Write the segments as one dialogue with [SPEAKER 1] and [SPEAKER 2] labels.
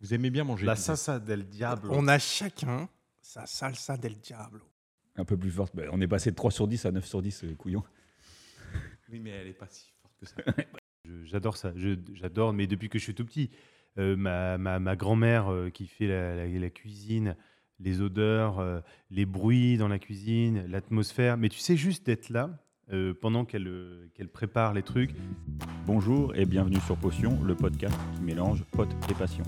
[SPEAKER 1] Vous aimez bien manger
[SPEAKER 2] La
[SPEAKER 1] pizza.
[SPEAKER 2] salsa del diablo.
[SPEAKER 3] On a chacun sa salsa del diablo.
[SPEAKER 4] Un peu plus forte. Ben, on est passé de 3 sur 10 à 9 sur 10, euh, couillon.
[SPEAKER 1] Oui, mais elle est pas si forte que ça.
[SPEAKER 2] Je- J'adore ça, Je- j'adore, mais depuis que je suis tout petit, euh, ma, ma- ma grand-mère euh, qui fait la, la- la cuisine, les odeurs, euh, les bruits dans la cuisine, l'atmosphère, mais tu sais juste d'être là euh, pendant qu'elle euh, qu'elle prépare les trucs.
[SPEAKER 4] Bonjour et bienvenue sur Potion, le podcast qui mélange potes et passion.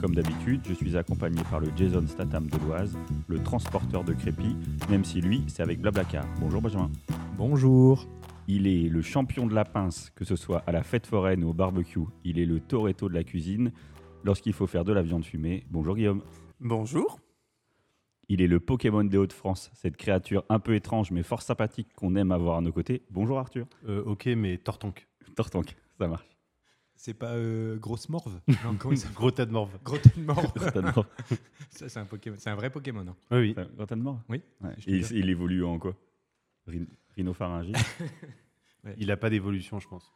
[SPEAKER 4] Comme d'habitude, je suis accompagné par le Jason Statham de l'Oise, le transporteur de crépi, même si lui, c'est avec Blablacar. Bonjour Benjamin.
[SPEAKER 5] Bonjour.
[SPEAKER 4] Il est le champion de la pince, que ce soit à la fête foraine ou au barbecue. Il est le Toretto de la cuisine lorsqu'il faut faire de la viande fumée. Bonjour Guillaume.
[SPEAKER 3] Bonjour.
[SPEAKER 4] Il est le Pokémon des Hauts-de-France, cette créature un peu étrange mais fort sympathique qu'on aime avoir à nos côtés. Bonjour Arthur.
[SPEAKER 2] Euh, ok, mais tortonque.
[SPEAKER 4] Tortank, ça marche.
[SPEAKER 1] C'est pas euh, grosse morve Non, comment il s'appelle
[SPEAKER 2] Gros tas de morve.
[SPEAKER 1] Gros tête morve.
[SPEAKER 4] Grottenmort.
[SPEAKER 1] ça, c'est un Pokémon. C'est un vrai Pokémon. hein.
[SPEAKER 2] Oui, oui.
[SPEAKER 4] Grottenmort
[SPEAKER 1] Oui,
[SPEAKER 4] Ouais.
[SPEAKER 1] je te
[SPEAKER 4] Et il,
[SPEAKER 1] jure.
[SPEAKER 4] il évolue en quoi Rhin- Rhinopharyngite
[SPEAKER 2] Il n'a pas d'évolution, je pense.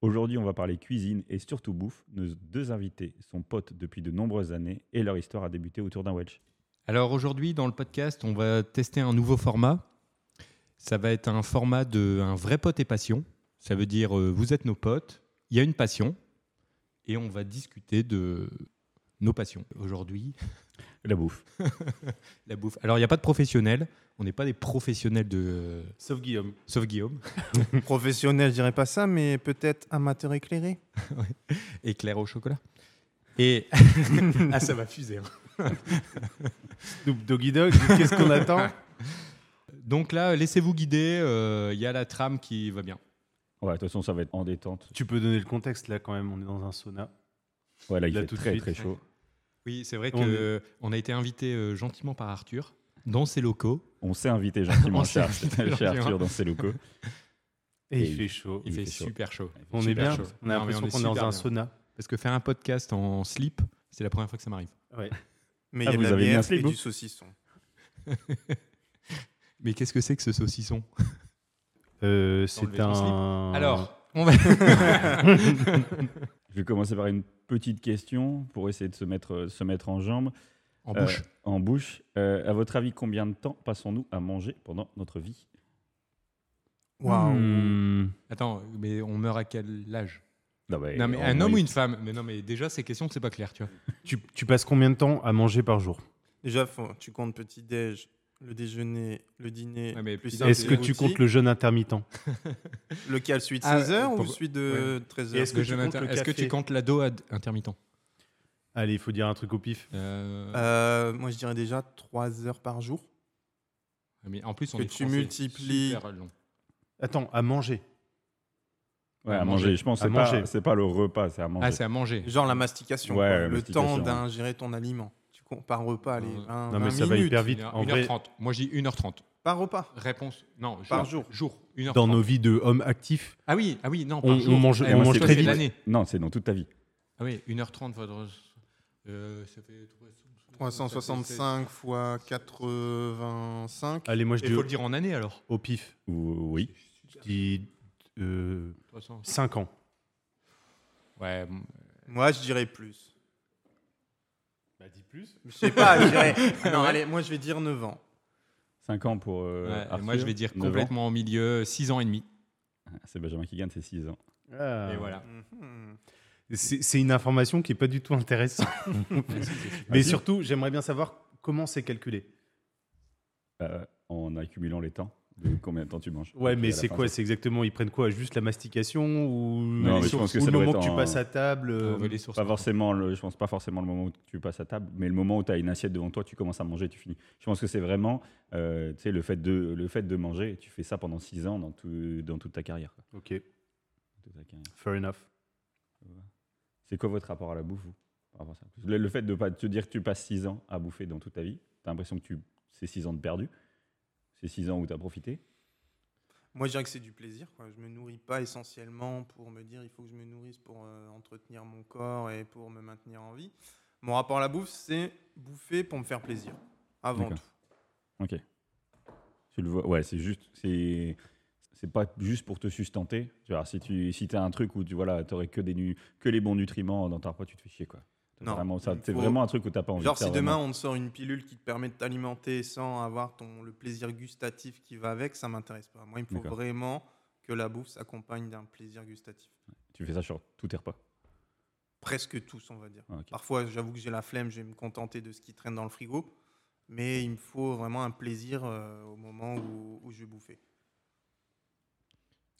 [SPEAKER 4] Aujourd'hui, on va parler cuisine et surtout bouffe. Nos deux invités sont potes depuis de nombreuses années et leur histoire a débuté autour d'un Welsh.
[SPEAKER 1] Alors aujourd'hui, dans le podcast, on va tester un nouveau format. Ça va être un format de un vrai pote et passion. Ça veut dire euh, vous êtes nos potes, il y a une passion, et on va discuter de nos passions. Aujourd'hui,
[SPEAKER 4] La bouffe.
[SPEAKER 1] la bouffe. Alors il n'y a pas de professionnels, on n'est pas des professionnels de...
[SPEAKER 2] Sauf Guillaume.
[SPEAKER 1] sauf Guillaume,
[SPEAKER 3] Professionnel, je dirais pas ça, mais peut-être amateur éclairé.
[SPEAKER 1] éclair au chocolat. Et... ah ça va fuser. hein.
[SPEAKER 2] Snoop Doggy Dog, qu'est-ce qu'on attend
[SPEAKER 1] Donc là, laissez-vous guider, euh, il y a la trame qui va bien.
[SPEAKER 4] Ouais, de toute façon, ça va être en détente.
[SPEAKER 2] Tu peux donner le contexte là quand même, on est dans un sauna.
[SPEAKER 4] Ouais, là, il
[SPEAKER 2] Là,
[SPEAKER 4] fait
[SPEAKER 2] tout de
[SPEAKER 4] très
[SPEAKER 2] suite.
[SPEAKER 4] très chaud.
[SPEAKER 1] Oui, c'est vrai
[SPEAKER 2] On
[SPEAKER 1] qu'on on a été invité euh, gentiment par Arthur dans ses locaux.
[SPEAKER 4] On s'est invité gentiment
[SPEAKER 1] On
[SPEAKER 4] chez,
[SPEAKER 1] s'est
[SPEAKER 4] Arthur-
[SPEAKER 1] invité
[SPEAKER 4] chez
[SPEAKER 1] gentiment.
[SPEAKER 4] Arthur dans ses locaux.
[SPEAKER 2] Et,
[SPEAKER 4] Et
[SPEAKER 2] il
[SPEAKER 4] il-
[SPEAKER 2] fait chaud.
[SPEAKER 1] Il,
[SPEAKER 4] Il
[SPEAKER 1] fait,
[SPEAKER 4] fait chaud.
[SPEAKER 1] super chaud.
[SPEAKER 2] On est
[SPEAKER 1] super
[SPEAKER 2] bien,
[SPEAKER 1] chaud.
[SPEAKER 2] on a
[SPEAKER 1] Non, mais
[SPEAKER 2] l'impression
[SPEAKER 1] on est
[SPEAKER 2] qu'on est dans
[SPEAKER 1] super
[SPEAKER 2] un
[SPEAKER 1] bien.
[SPEAKER 2] sauna.
[SPEAKER 1] Parce que faire un podcast en slip, c'est la première fois que ça m'arrive.
[SPEAKER 2] Ouais.
[SPEAKER 3] Mais il
[SPEAKER 4] Ah,
[SPEAKER 3] y a
[SPEAKER 4] vous
[SPEAKER 3] de la
[SPEAKER 4] avez mis un
[SPEAKER 3] bière et
[SPEAKER 4] slip, vous
[SPEAKER 3] du saucisson.
[SPEAKER 1] Mais qu'est-ce que c'est que ce saucisson
[SPEAKER 2] Euh, c'est
[SPEAKER 1] son slip.
[SPEAKER 2] un.
[SPEAKER 1] Alors, on va...
[SPEAKER 4] Je vais commencer par une petite question pour essayer de se mettre, euh, se mettre en jambes.
[SPEAKER 1] en
[SPEAKER 4] Euh,
[SPEAKER 1] bouche.
[SPEAKER 4] en bouche. Euh, à votre avis, combien de temps passons-nous à manger pendant notre vie
[SPEAKER 3] Waouh.
[SPEAKER 2] Hmm.
[SPEAKER 1] Attends, mais on meurt à quel âge
[SPEAKER 4] Non, mais,
[SPEAKER 1] Non, mais
[SPEAKER 4] en
[SPEAKER 1] un homme ou
[SPEAKER 4] moyenne-
[SPEAKER 1] une femme Mais non, mais déjà, ces questions, c'est pas clair, tu vois.
[SPEAKER 2] Tu, tu passes combien de temps à manger par jour
[SPEAKER 3] Déjà, faut- tu comptes petit-déj, le déjeuner, le dîner.
[SPEAKER 1] Ouais, mais
[SPEAKER 3] plus
[SPEAKER 1] putain,
[SPEAKER 3] un
[SPEAKER 2] Est-ce que tu
[SPEAKER 3] petit rôti.
[SPEAKER 2] comptes le jeûne intermittent
[SPEAKER 3] Lequel celui de
[SPEAKER 1] Ah,
[SPEAKER 3] 16h
[SPEAKER 1] euh,
[SPEAKER 3] ou
[SPEAKER 1] pour-
[SPEAKER 3] celui de 13h
[SPEAKER 2] Est-ce que tu
[SPEAKER 1] Jonathan,
[SPEAKER 2] comptes le
[SPEAKER 1] est-ce que
[SPEAKER 2] café
[SPEAKER 1] tu comptes l'ado ad- intermittent
[SPEAKER 2] Allez, il faut dire un truc au pif.
[SPEAKER 1] Euh,
[SPEAKER 3] Euh, Moi, je dirais déjà 3 heures par jour.
[SPEAKER 1] Ah, Mais en plus, on
[SPEAKER 3] que
[SPEAKER 1] est
[SPEAKER 3] tu
[SPEAKER 1] français,
[SPEAKER 3] multiplies-
[SPEAKER 1] super long.
[SPEAKER 2] Attends, à manger.
[SPEAKER 4] Ouais, à,
[SPEAKER 1] À
[SPEAKER 4] manger.
[SPEAKER 1] manger.
[SPEAKER 4] Je pense
[SPEAKER 2] À
[SPEAKER 4] que c'est pas,
[SPEAKER 2] manger.
[SPEAKER 4] c'est pas le repas, c'est à manger.
[SPEAKER 1] Ah, c'est à manger.
[SPEAKER 3] Genre la mastication,
[SPEAKER 4] Ouais,
[SPEAKER 3] quoi.
[SPEAKER 4] la
[SPEAKER 3] le
[SPEAKER 4] mastication,
[SPEAKER 3] temps
[SPEAKER 4] ouais.
[SPEAKER 3] d'ingérer ton aliment. Tu comptes par repas, les
[SPEAKER 1] Ouais.
[SPEAKER 3] 20,
[SPEAKER 2] Non, mais
[SPEAKER 3] 20
[SPEAKER 2] ça va
[SPEAKER 3] minutes.
[SPEAKER 2] hyper vite.
[SPEAKER 1] 1h30.
[SPEAKER 2] En vrai,
[SPEAKER 1] Moi, j'ai 1h30.
[SPEAKER 3] Par repas.
[SPEAKER 1] Réponse Non,
[SPEAKER 3] Par jour.
[SPEAKER 1] Jour. 1h30.
[SPEAKER 2] dans nos vies de hommes actifs,
[SPEAKER 1] Ah oui, ah oui, non,
[SPEAKER 2] On-
[SPEAKER 1] par
[SPEAKER 2] on
[SPEAKER 1] jour.
[SPEAKER 2] mange-
[SPEAKER 1] Eh,
[SPEAKER 2] on
[SPEAKER 1] moi,
[SPEAKER 2] mange
[SPEAKER 1] je
[SPEAKER 2] très
[SPEAKER 1] fais
[SPEAKER 2] vite.
[SPEAKER 1] l'année.
[SPEAKER 4] Non, c'est dans toute ta vie.
[SPEAKER 1] Ah oui, 1h30, votre... euh, ça fait
[SPEAKER 3] 365 fois 85.
[SPEAKER 2] allez, moi je
[SPEAKER 1] Il
[SPEAKER 2] dis
[SPEAKER 1] faut
[SPEAKER 2] au,
[SPEAKER 1] le dire en année alors.
[SPEAKER 2] au pif.
[SPEAKER 4] Ou- Oui.
[SPEAKER 2] Je dis
[SPEAKER 1] 300.
[SPEAKER 2] 5 ans.
[SPEAKER 1] Ouais, bon,
[SPEAKER 3] Moi, je dirais plus.
[SPEAKER 2] Bah, dis plus.
[SPEAKER 3] Je sais pas, je dirais. Non, allez, moi, je vais dire 9 ans.
[SPEAKER 4] 5 ans pour. euh,
[SPEAKER 1] ouais, et
[SPEAKER 4] Arthur,
[SPEAKER 1] moi je vais dire
[SPEAKER 4] neuf ans. Ah,
[SPEAKER 1] complètement au milieu, 6 ans et demi.
[SPEAKER 4] C'est Benjamin qui gagne, c'est 6 ans.
[SPEAKER 1] Et voilà.
[SPEAKER 3] Mhm.
[SPEAKER 2] Ah. C'est c'est une information qui est pas du tout intéressante. Mais
[SPEAKER 4] Vas-y.
[SPEAKER 2] surtout, j'aimerais bien savoir comment c'est calculé.
[SPEAKER 4] Euh, en accumulant les temps de combien de temps tu manges.
[SPEAKER 2] Ouais,
[SPEAKER 4] Et
[SPEAKER 2] mais
[SPEAKER 4] puis à la
[SPEAKER 2] c'est
[SPEAKER 4] fin,
[SPEAKER 2] quoi C'est exactement, ils prennent quoi Juste la mastication ou,
[SPEAKER 4] Non, mais je pense que
[SPEAKER 2] ou
[SPEAKER 4] ça
[SPEAKER 2] le
[SPEAKER 4] doit
[SPEAKER 2] moment
[SPEAKER 4] être
[SPEAKER 2] que tu
[SPEAKER 4] en-
[SPEAKER 2] passes à table euh,
[SPEAKER 1] On veut les sources.
[SPEAKER 4] Pas forcément, le- je pense pas forcément le moment où tu passes à table, mais le moment où tu as une assiette devant toi, tu commences à manger, tu finis. Je pense que c'est vraiment euh, tu sais, le, fait de, le fait de manger, et tu fais ça pendant 6 ans dans, tout- dans toute ta carrière. quoi.
[SPEAKER 2] Ok,
[SPEAKER 4] Toute ta carrière.
[SPEAKER 2] fair enough.
[SPEAKER 4] C'est quoi votre rapport à la bouffe, vous par rapport à ça le, le fait de pas te dire que tu passes 6 ans à bouffer dans toute ta vie, tu as l'impression que tu c'est 6 ans de perdu, c'est 6 ans où tu as profité.
[SPEAKER 3] Moi, je dirais que c'est du plaisir. Quoi. Je me nourris pas essentiellement pour me dire il faut que je me nourrisse pour euh, entretenir mon corps et pour me maintenir en vie. Mon rapport à la bouffe, c'est bouffer pour me faire plaisir. Avant
[SPEAKER 4] D'accord.
[SPEAKER 3] tout.
[SPEAKER 4] Ok. Tu le vois. Ouais, c'est juste. C'est. C'est pas juste pour te sustenter. Tu vois, si tu si as un truc où tu voilà, aurais que, des nu- que les bons nutriments dans ta repas, tu te fais chier. Quoi. C'est
[SPEAKER 3] Non.
[SPEAKER 4] vraiment ça.
[SPEAKER 3] Il
[SPEAKER 4] C'est
[SPEAKER 3] faut-
[SPEAKER 4] vraiment un truc où t'as pas envie
[SPEAKER 3] Genre,
[SPEAKER 4] de faire
[SPEAKER 3] si demain
[SPEAKER 4] vraiment.
[SPEAKER 3] on te sort une pilule qui te permet de t'alimenter sans avoir ton, le plaisir gustatif qui va avec, ça m'intéresse pas. Moi, il me faut
[SPEAKER 4] D'accord.
[SPEAKER 3] vraiment que la bouffe s'accompagne d'un plaisir gustatif.
[SPEAKER 4] Tu fais ça sur tous tes repas.
[SPEAKER 3] Presque tous, on va dire.
[SPEAKER 4] Ah, ok.
[SPEAKER 3] Parfois, j'avoue que j'ai la flemme, je vais me contenter de ce qui traîne dans le frigo, mais il me faut vraiment un plaisir euh, au moment où, où je vais bouffer.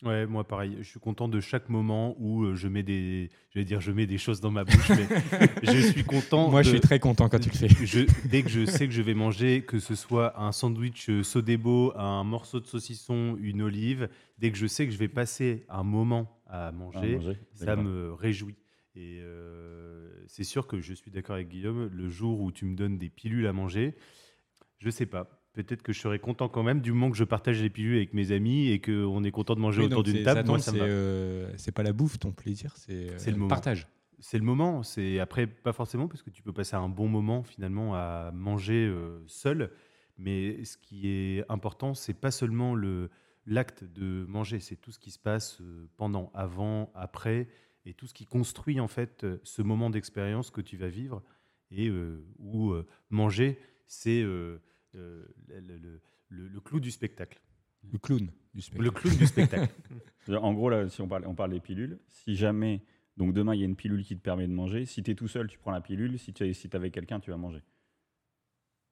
[SPEAKER 2] Ouais, moi pareil. Je suis content de chaque moment où euh, je mets des, j'allais dire, je mets des choses dans ma bouche, mais je suis content.
[SPEAKER 1] Moi, je
[SPEAKER 2] de-
[SPEAKER 1] suis très content quand tu le fais.
[SPEAKER 2] Je- dès que je sais que je vais manger, que ce soit un sandwich euh, Sodebo, un morceau de saucisson, une olive, dès que je sais que je vais passer un moment à
[SPEAKER 4] Ah,
[SPEAKER 2] manger,
[SPEAKER 4] manger,
[SPEAKER 2] ça
[SPEAKER 4] d'accord.
[SPEAKER 2] me réjouit. Et euh, c'est sûr que je suis d'accord avec Guillaume, le jour où tu me donnes des pilules à manger, je sais pas. Peut-être que je serais content quand même du moment que je partage les pilules avec mes amis et qu'on est content de manger
[SPEAKER 1] Oui,
[SPEAKER 2] autour
[SPEAKER 1] donc,
[SPEAKER 2] d'une
[SPEAKER 1] c'est-
[SPEAKER 2] table.
[SPEAKER 1] attends,
[SPEAKER 2] Moi, ça me
[SPEAKER 1] c'est
[SPEAKER 2] va.
[SPEAKER 1] euh, c'est pas la bouffe, ton plaisir, c'est euh,
[SPEAKER 2] C'est le moment.
[SPEAKER 1] partage.
[SPEAKER 2] C'est le moment. C'est après pas forcément parce que tu peux passer un bon moment finalement à manger euh, seul, mais ce qui est important, c'est pas seulement le l'acte de manger, c'est tout ce qui se passe euh, pendant, avant, après, et tout ce qui construit en fait euh, ce moment d'expérience que tu vas vivre et euh, où euh, manger, c'est euh, euh, le, le- le- le clou du spectacle,
[SPEAKER 1] Le clown du spectacle.
[SPEAKER 2] le clou du spectacle.
[SPEAKER 4] En gros, là, si on parle, on parle des pilules, si jamais, donc demain, il y a une pilule qui te permet de manger, si tu es tout seul, tu prends la pilule, si tu es si t'es avec quelqu'un, tu vas manger.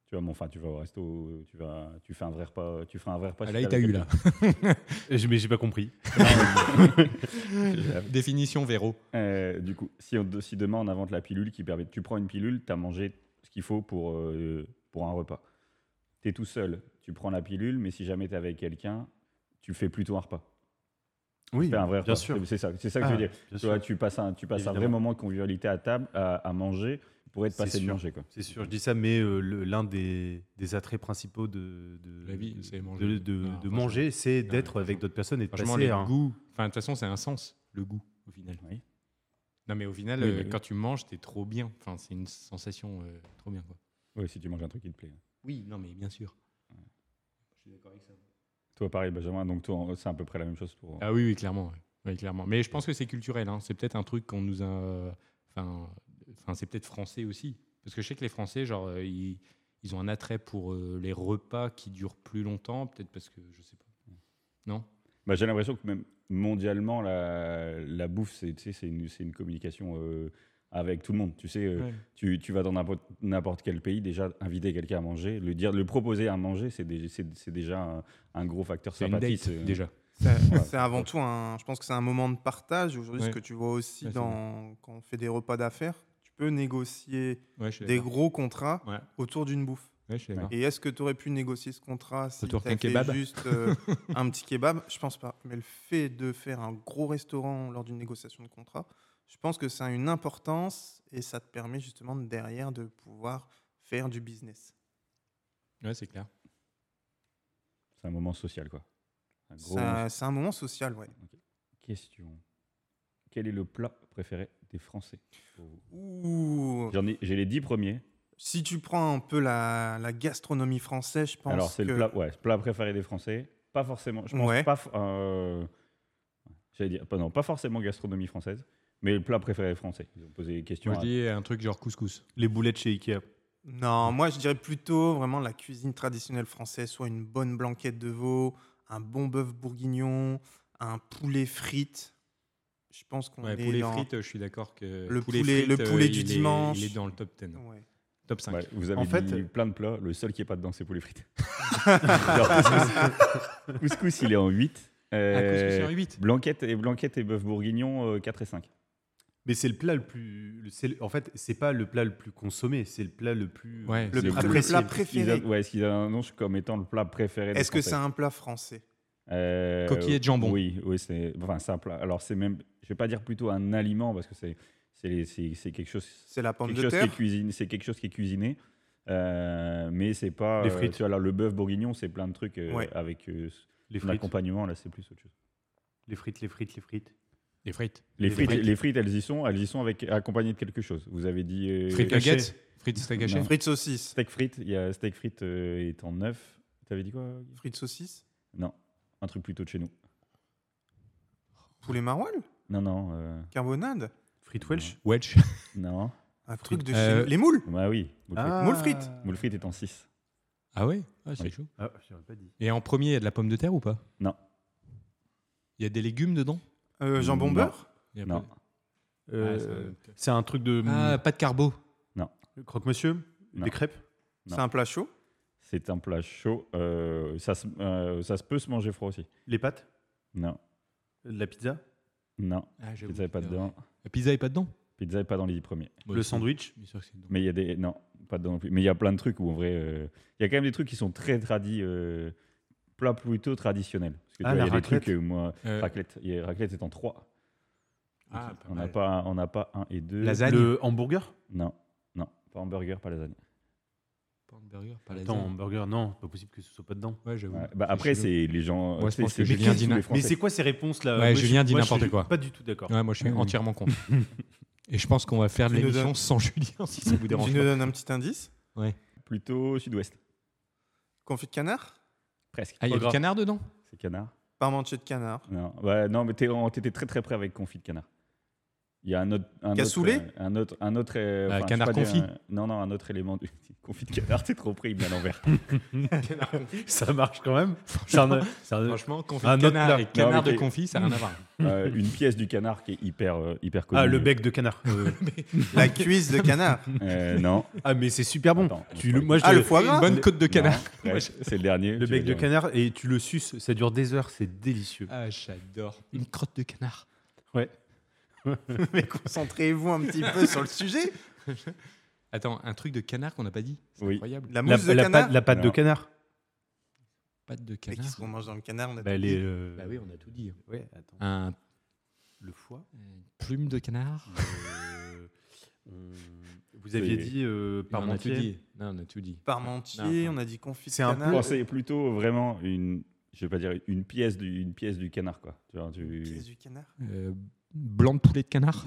[SPEAKER 4] Tu vas, bon, enfin, tu vas au resto, tu, vas, tu fais un vrai repas. Tu feras un vrai repas
[SPEAKER 1] Ah,
[SPEAKER 4] si
[SPEAKER 1] là,
[SPEAKER 4] t'es
[SPEAKER 1] il t'a
[SPEAKER 4] avec
[SPEAKER 1] eu
[SPEAKER 4] quelqu'un.
[SPEAKER 1] là.
[SPEAKER 2] Je- mais j'ai pas compris.
[SPEAKER 1] Mmh. Définition Véro.
[SPEAKER 4] Euh, du coup, si, on- si demain on invente la pilule qui permet, tu prends une pilule, tu as mangé ce qu'il faut pour, euh, pour un repas. Tu es tout seul, tu prends la pilule, mais si jamais tu es avec quelqu'un, tu fais plutôt un repas.
[SPEAKER 2] Oui,
[SPEAKER 4] Fais un vrai
[SPEAKER 2] bien
[SPEAKER 4] repas.
[SPEAKER 2] sûr.
[SPEAKER 4] C'est- C'est ça, c'est ça que je
[SPEAKER 2] Ah,
[SPEAKER 4] veux dire.
[SPEAKER 2] bien
[SPEAKER 4] Tu,
[SPEAKER 2] sûr.
[SPEAKER 4] vois, tu passes un, tu passes un vrai
[SPEAKER 2] Évidemment.
[SPEAKER 4] moment de convivialité à table, à, à manger, pour être
[SPEAKER 2] C'est
[SPEAKER 4] passé de
[SPEAKER 2] sûr.
[SPEAKER 4] manger. Quoi.
[SPEAKER 2] C'est sûr, je dis ça, mais euh, le- l'un des, des attraits principaux de, de
[SPEAKER 1] La vie,
[SPEAKER 2] de-
[SPEAKER 1] c'est manger.
[SPEAKER 2] de- de-
[SPEAKER 1] Non,
[SPEAKER 2] de
[SPEAKER 1] franchement.
[SPEAKER 2] manger, c'est
[SPEAKER 1] Non,
[SPEAKER 2] d'être
[SPEAKER 1] franchement.
[SPEAKER 2] avec d'autres personnes
[SPEAKER 4] Bah,
[SPEAKER 2] et de
[SPEAKER 1] Franchement,
[SPEAKER 2] passer
[SPEAKER 1] le
[SPEAKER 2] à
[SPEAKER 4] hein.
[SPEAKER 2] un-
[SPEAKER 1] goût. Enfin, de toute façon, c'est un sens, le goût, au final.
[SPEAKER 4] Oui.
[SPEAKER 1] Non, mais au final,
[SPEAKER 4] Oui,
[SPEAKER 1] euh,
[SPEAKER 4] bah oui.
[SPEAKER 1] quand tu manges, t'es trop bien. Enfin, c'est une sensation euh, trop bien, quoi.
[SPEAKER 4] Oui, si tu manges un truc qui te plaît.
[SPEAKER 1] Oui, non, mais bien sûr.
[SPEAKER 4] Toi, pareil, Benjamin, donc toi, en- c'est à peu près la même chose pour.
[SPEAKER 1] Ah oui, oui, clairement. ouais. Oui, clairement. Mais je pense que c'est culturel. hein. C'est peut-être un truc qu'on nous a. Enfin, enfin, c'est peut-être français aussi. Parce que je sais que les Français, genre, euh, ils, ils ont un attrait pour euh, les repas qui durent plus longtemps. Peut-être parce que je sais pas. Non.
[SPEAKER 4] Bah, J'ai l'impression que même mondialement, la, la bouffe, c'est tu sais, c'est une, c'est une communication euh, avec tout le monde. Tu sais, euh, tu, tu vas dans n'importe- n'importe quel pays, déjà inviter quelqu'un à manger, le dire, le proposer à manger, c'est dé- c'est- c'est déjà un, un gros facteur
[SPEAKER 1] C'est une
[SPEAKER 4] sympathique. euh,
[SPEAKER 1] date
[SPEAKER 4] c'est-
[SPEAKER 1] déjà.
[SPEAKER 4] Ouais.
[SPEAKER 3] C'est c'est avant tout un. Je pense que c'est un moment de partage. Aujourd'hui,
[SPEAKER 1] Ouais.
[SPEAKER 3] ce que tu vois aussi
[SPEAKER 1] Ouais, c'est
[SPEAKER 3] dans, quand on fait des repas d'affaires, tu peux négocier
[SPEAKER 1] Ouais, je suis
[SPEAKER 3] des
[SPEAKER 1] d'accord.
[SPEAKER 3] gros contrats
[SPEAKER 1] Ouais.
[SPEAKER 3] autour d'une bouffe.
[SPEAKER 1] Ouais, je suis d'accord.
[SPEAKER 3] Et est-ce que tu aurais pu négocier ce contrat si tu
[SPEAKER 1] Autour
[SPEAKER 3] fait
[SPEAKER 1] d'un kebab
[SPEAKER 3] juste euh, un petit kebab Je pense pas. Mais le fait de faire un gros restaurant lors d'une négociation de contrat, je pense que ça a une importance et ça te permet justement de- derrière de pouvoir faire du business.
[SPEAKER 1] Ouais, c'est clair.
[SPEAKER 4] C'est un moment social, quoi. Un gros moment.
[SPEAKER 3] Ça- C'est un moment social, ouais.
[SPEAKER 4] Question. Quel est le plat préféré des Français pour vous
[SPEAKER 3] Ouh.
[SPEAKER 4] J'en ai- J'ai les dix premiers.
[SPEAKER 3] Si tu prends un peu la, la gastronomie française, je pense
[SPEAKER 4] Alors, c'est
[SPEAKER 3] que-
[SPEAKER 4] le plat, ouais, plat préféré des Français. Pas forcément. Je pense
[SPEAKER 3] Ouais.
[SPEAKER 4] pas. f- euh, J'allais dire. pas- Non, pas forcément gastronomie française, mais le plat préféré des Français. Ils ont posé des questions.
[SPEAKER 1] Moi, je
[SPEAKER 4] à-
[SPEAKER 1] dis un truc genre couscous.
[SPEAKER 2] les boulettes chez Ikea.
[SPEAKER 3] Non, moi je dirais plutôt vraiment la cuisine traditionnelle française, soit une bonne blanquette de veau, un bon bœuf bourguignon, un poulet frites. Je pense qu'on
[SPEAKER 1] Ouais,
[SPEAKER 3] est
[SPEAKER 1] poulet
[SPEAKER 3] dans...
[SPEAKER 1] frites, je suis d'accord que
[SPEAKER 3] Le poulet- le
[SPEAKER 1] frites,
[SPEAKER 3] poulet
[SPEAKER 1] euh,
[SPEAKER 3] du
[SPEAKER 1] il est-
[SPEAKER 3] dimanche.
[SPEAKER 1] il est dans le top
[SPEAKER 4] euh,
[SPEAKER 1] 10,
[SPEAKER 3] Ouais.
[SPEAKER 1] top 5.
[SPEAKER 4] Ouais, vous avez
[SPEAKER 2] En fait-
[SPEAKER 4] dit plein de plats. Le seul qui est pas dedans, c'est poulet frites. Alors, couscous- couscous, il est en 8.
[SPEAKER 1] Ah, couscous sur 8.
[SPEAKER 4] Blanquette et, blanquette et bœuf bourguignon, euh, 4 et 5.
[SPEAKER 2] Mais c'est le plat le plus. le- c'est le- en fait, c'est pas le plat le plus consommé, c'est le plat le plus.
[SPEAKER 1] Ouais,
[SPEAKER 2] le
[SPEAKER 4] c'est
[SPEAKER 2] plus
[SPEAKER 4] le- le
[SPEAKER 2] apprécié.
[SPEAKER 3] plat pré- Préféré.
[SPEAKER 4] Ils a- ouais, est-ce qu'ils annoncent comme étant le plat préféré des
[SPEAKER 3] Est-ce que
[SPEAKER 4] Français
[SPEAKER 3] c'est un plat français
[SPEAKER 4] Euh,
[SPEAKER 1] Coquillet de jambon.
[SPEAKER 4] Oui, oui c'est enfin, c'est un plat. Alors, c'est même, je vais pas dire plutôt un aliment parce que c'est c'est- c'est- c'est quelque chose,
[SPEAKER 3] C'est la pomme
[SPEAKER 4] quelque
[SPEAKER 3] de
[SPEAKER 4] chose qui
[SPEAKER 3] terre
[SPEAKER 4] est cuisiné. C'est quelque chose qui est cuisiné. euh, mais c'est pas
[SPEAKER 2] Les
[SPEAKER 4] euh,
[SPEAKER 2] frites.
[SPEAKER 4] tu vois, là, le bœuf bourguignon c'est plein de trucs euh,
[SPEAKER 3] Ouais.
[SPEAKER 4] avec euh,
[SPEAKER 2] Les
[SPEAKER 4] un
[SPEAKER 2] frites,
[SPEAKER 4] accompagnement là c'est plus autre chose
[SPEAKER 2] les frites, les frites, les frites.
[SPEAKER 1] Des frites.
[SPEAKER 4] les,
[SPEAKER 2] Les
[SPEAKER 4] frites,
[SPEAKER 2] frites.
[SPEAKER 4] les frites elles y sont elles y sont avec accompagnées de quelque chose vous avez dit euh,
[SPEAKER 1] Frites
[SPEAKER 2] haché.
[SPEAKER 1] nuggets. Frites steak haché.
[SPEAKER 4] Non.
[SPEAKER 3] Frites saucisses.
[SPEAKER 4] steak frites il y a steak frites euh, est en neuf t'avais dit quoi Guy
[SPEAKER 3] Frites saucisses
[SPEAKER 4] non un truc plutôt de chez nous
[SPEAKER 3] Poulet maroilles
[SPEAKER 4] non non euh,
[SPEAKER 3] Carbonade
[SPEAKER 2] Frites Welsh
[SPEAKER 1] Wedge.
[SPEAKER 4] non
[SPEAKER 3] Un truc de
[SPEAKER 1] Euh,
[SPEAKER 3] chez... Les moules
[SPEAKER 4] Bah oui, moule frite.
[SPEAKER 2] Ah.
[SPEAKER 3] Moule frite.
[SPEAKER 4] Moule frite est en 6.
[SPEAKER 1] Ah oui Ah, c'est
[SPEAKER 4] Oui.
[SPEAKER 1] chaud.
[SPEAKER 2] Ah, je l'aurais pas dit.
[SPEAKER 1] Et en premier, il y a de la pomme de terre ou pas
[SPEAKER 4] Non.
[SPEAKER 1] Il y a des légumes dedans
[SPEAKER 3] Euh, Jambon
[SPEAKER 4] Non.
[SPEAKER 3] beurre
[SPEAKER 1] Il y a
[SPEAKER 4] Non.
[SPEAKER 1] pas-
[SPEAKER 2] Euh,
[SPEAKER 1] Ah,
[SPEAKER 2] c'est un truc de
[SPEAKER 3] euh,
[SPEAKER 2] mm,
[SPEAKER 1] Ah, pas de carbo.
[SPEAKER 2] croque-monsieur,
[SPEAKER 4] Non.
[SPEAKER 2] des crêpes.
[SPEAKER 4] Non.
[SPEAKER 3] C'est un plat chaud
[SPEAKER 4] C'est un plat chaud. euh, ça, se, euh, ça se peut se manger froid aussi.
[SPEAKER 2] Les pâtes
[SPEAKER 4] Non,
[SPEAKER 2] De la pizza
[SPEAKER 4] non.
[SPEAKER 1] Ah, j'avoue,
[SPEAKER 4] Pizza est pas
[SPEAKER 1] putain.
[SPEAKER 4] dedans.
[SPEAKER 1] La pizza est pas dedans
[SPEAKER 4] Pizza est pas dans les 10 premiers.
[SPEAKER 1] Moi
[SPEAKER 2] Le
[SPEAKER 1] aussi,
[SPEAKER 2] sandwich
[SPEAKER 1] je suis sûr que c'est dedans.
[SPEAKER 4] Mais il y a des. Non, pas dedans non plus. Mais il y a plein de trucs où en vrai. euh, Il y a quand même des trucs qui sont très tradis. euh, plats plutôt traditionnels. Parce que tu
[SPEAKER 2] Ah,
[SPEAKER 4] vois,
[SPEAKER 2] la
[SPEAKER 4] il y a des
[SPEAKER 2] raclette.
[SPEAKER 4] trucs. euh, moi,
[SPEAKER 1] Euh,
[SPEAKER 4] raclette. Il y a- raclette est en 3.
[SPEAKER 1] Ah, pas
[SPEAKER 4] on n'a
[SPEAKER 1] mal.
[SPEAKER 4] pas, on n'a pas un et deux.
[SPEAKER 1] Lasagne.
[SPEAKER 2] Le hamburger
[SPEAKER 4] Non, non. Pas hamburger, pas lasagne.
[SPEAKER 1] Pas de burger, pas
[SPEAKER 2] Attends,
[SPEAKER 1] lasagne.
[SPEAKER 2] hamburger, non, pas possible que ce soit pas dedans.
[SPEAKER 1] Ouais, j'avoue.
[SPEAKER 4] Ouais, bah après,
[SPEAKER 1] chelou.
[SPEAKER 4] c'est les
[SPEAKER 1] Moi,
[SPEAKER 4] gens.
[SPEAKER 1] je
[SPEAKER 4] tu sais,
[SPEAKER 1] pense
[SPEAKER 4] c'est
[SPEAKER 1] que
[SPEAKER 4] les
[SPEAKER 1] Julien
[SPEAKER 4] gens
[SPEAKER 1] dit
[SPEAKER 4] tous les
[SPEAKER 1] n'importe
[SPEAKER 2] Mais
[SPEAKER 4] Français.
[SPEAKER 2] c'est quoi ces réponses là
[SPEAKER 1] Ouais,
[SPEAKER 2] Moi, je
[SPEAKER 1] Julien
[SPEAKER 2] suis-
[SPEAKER 1] dit
[SPEAKER 2] moi, je
[SPEAKER 1] n'importe
[SPEAKER 2] suis
[SPEAKER 1] quoi.
[SPEAKER 2] Pas du tout d'accord.
[SPEAKER 1] Ouais, moi, je suis
[SPEAKER 4] Mmh.
[SPEAKER 1] entièrement contre. Et je pense qu'on va faire
[SPEAKER 3] Tu nous
[SPEAKER 1] l'émission
[SPEAKER 3] donnes-
[SPEAKER 1] sans Julien, si ça vous
[SPEAKER 3] Tu
[SPEAKER 1] dérange
[SPEAKER 3] nous
[SPEAKER 1] pas.
[SPEAKER 3] donnes un petit indice
[SPEAKER 4] Plutôt sud-ouest.
[SPEAKER 3] Confit de canard
[SPEAKER 4] Presque.
[SPEAKER 1] Ah, il y a
[SPEAKER 2] Pas
[SPEAKER 1] du
[SPEAKER 2] grave.
[SPEAKER 1] canard dedans
[SPEAKER 4] C'est canard.
[SPEAKER 3] Parmentier de canard
[SPEAKER 4] Non, ouais, non mais t'es- on- t'étais très très près avec confit de canard. Il y a un autre. Un
[SPEAKER 3] Cassoulet
[SPEAKER 4] autre, euh, un autre. Un autre euh,
[SPEAKER 1] Ah,
[SPEAKER 2] Bah,
[SPEAKER 4] enfin, je sais
[SPEAKER 1] canard
[SPEAKER 4] pas dire,
[SPEAKER 1] confit.
[SPEAKER 4] euh, non, non, un autre élément. du- confit de canard, t'es trop près, il me met à l'envers.
[SPEAKER 2] Ça marche quand même. C'est un- c'est un-
[SPEAKER 1] Franchement, confit
[SPEAKER 2] Un
[SPEAKER 1] de
[SPEAKER 2] autre
[SPEAKER 1] canard
[SPEAKER 2] plat.
[SPEAKER 1] et canard de
[SPEAKER 4] mais t'es-
[SPEAKER 1] confit, ça n'a rien à voir.
[SPEAKER 4] Euh, une pièce du canard qui est hyper, euh, hyper connue.
[SPEAKER 2] Ah, le bec de canard.
[SPEAKER 3] La cuisse de canard
[SPEAKER 4] Euh, Non.
[SPEAKER 2] Ah, mais c'est super bon.
[SPEAKER 4] Attends,
[SPEAKER 2] tu
[SPEAKER 4] on
[SPEAKER 2] le,
[SPEAKER 4] peut
[SPEAKER 2] moi, je
[SPEAKER 3] Ah,
[SPEAKER 2] le-
[SPEAKER 3] le foie
[SPEAKER 1] Une
[SPEAKER 3] gras
[SPEAKER 1] bonne côte de canard.
[SPEAKER 4] Non, ouais, c'est le dernier.
[SPEAKER 2] le
[SPEAKER 4] tu
[SPEAKER 2] bec
[SPEAKER 4] vas
[SPEAKER 2] de
[SPEAKER 4] dire.
[SPEAKER 2] canard et tu le suces. Ça dure des heures, c'est délicieux.
[SPEAKER 1] Ah, j'adore. Une crotte de canard.
[SPEAKER 3] Mais concentrez-vous un petit peu sur le sujet.
[SPEAKER 1] Attends, un truc de canard qu'on n'a pas dit C'est
[SPEAKER 4] Oui.
[SPEAKER 1] incroyable.
[SPEAKER 2] La,
[SPEAKER 3] La mousse de
[SPEAKER 2] la
[SPEAKER 3] canard.
[SPEAKER 2] pâte, la pâte de
[SPEAKER 4] Non.
[SPEAKER 2] canard.
[SPEAKER 1] Pâte de
[SPEAKER 3] Mais
[SPEAKER 1] canard.
[SPEAKER 3] qu'est-ce qu'on mange dans le canard on a
[SPEAKER 2] Bah,
[SPEAKER 3] tout
[SPEAKER 2] les,
[SPEAKER 3] dit.
[SPEAKER 2] euh,
[SPEAKER 1] Bah oui, on a Ah. tout dit.
[SPEAKER 2] ouais, attends.
[SPEAKER 1] Un
[SPEAKER 2] Le foie.
[SPEAKER 1] une plume de canard.
[SPEAKER 2] euh, on- Vous aviez
[SPEAKER 4] C'est-
[SPEAKER 2] dit
[SPEAKER 1] Non,
[SPEAKER 2] euh,
[SPEAKER 1] on a tout
[SPEAKER 2] parmentier.
[SPEAKER 1] dit. Non, on a tout dit.
[SPEAKER 3] Parmentier,
[SPEAKER 1] Non,
[SPEAKER 3] on a dit confit de
[SPEAKER 2] C'est un
[SPEAKER 4] Je
[SPEAKER 3] canard.
[SPEAKER 4] pensais oh, plutôt vraiment une. Je vais pas dire une pièce du, une pièce du canard, quoi. Tu vois, tu-
[SPEAKER 3] Pièce du canard.
[SPEAKER 1] Euh, blanc de poulet de canard.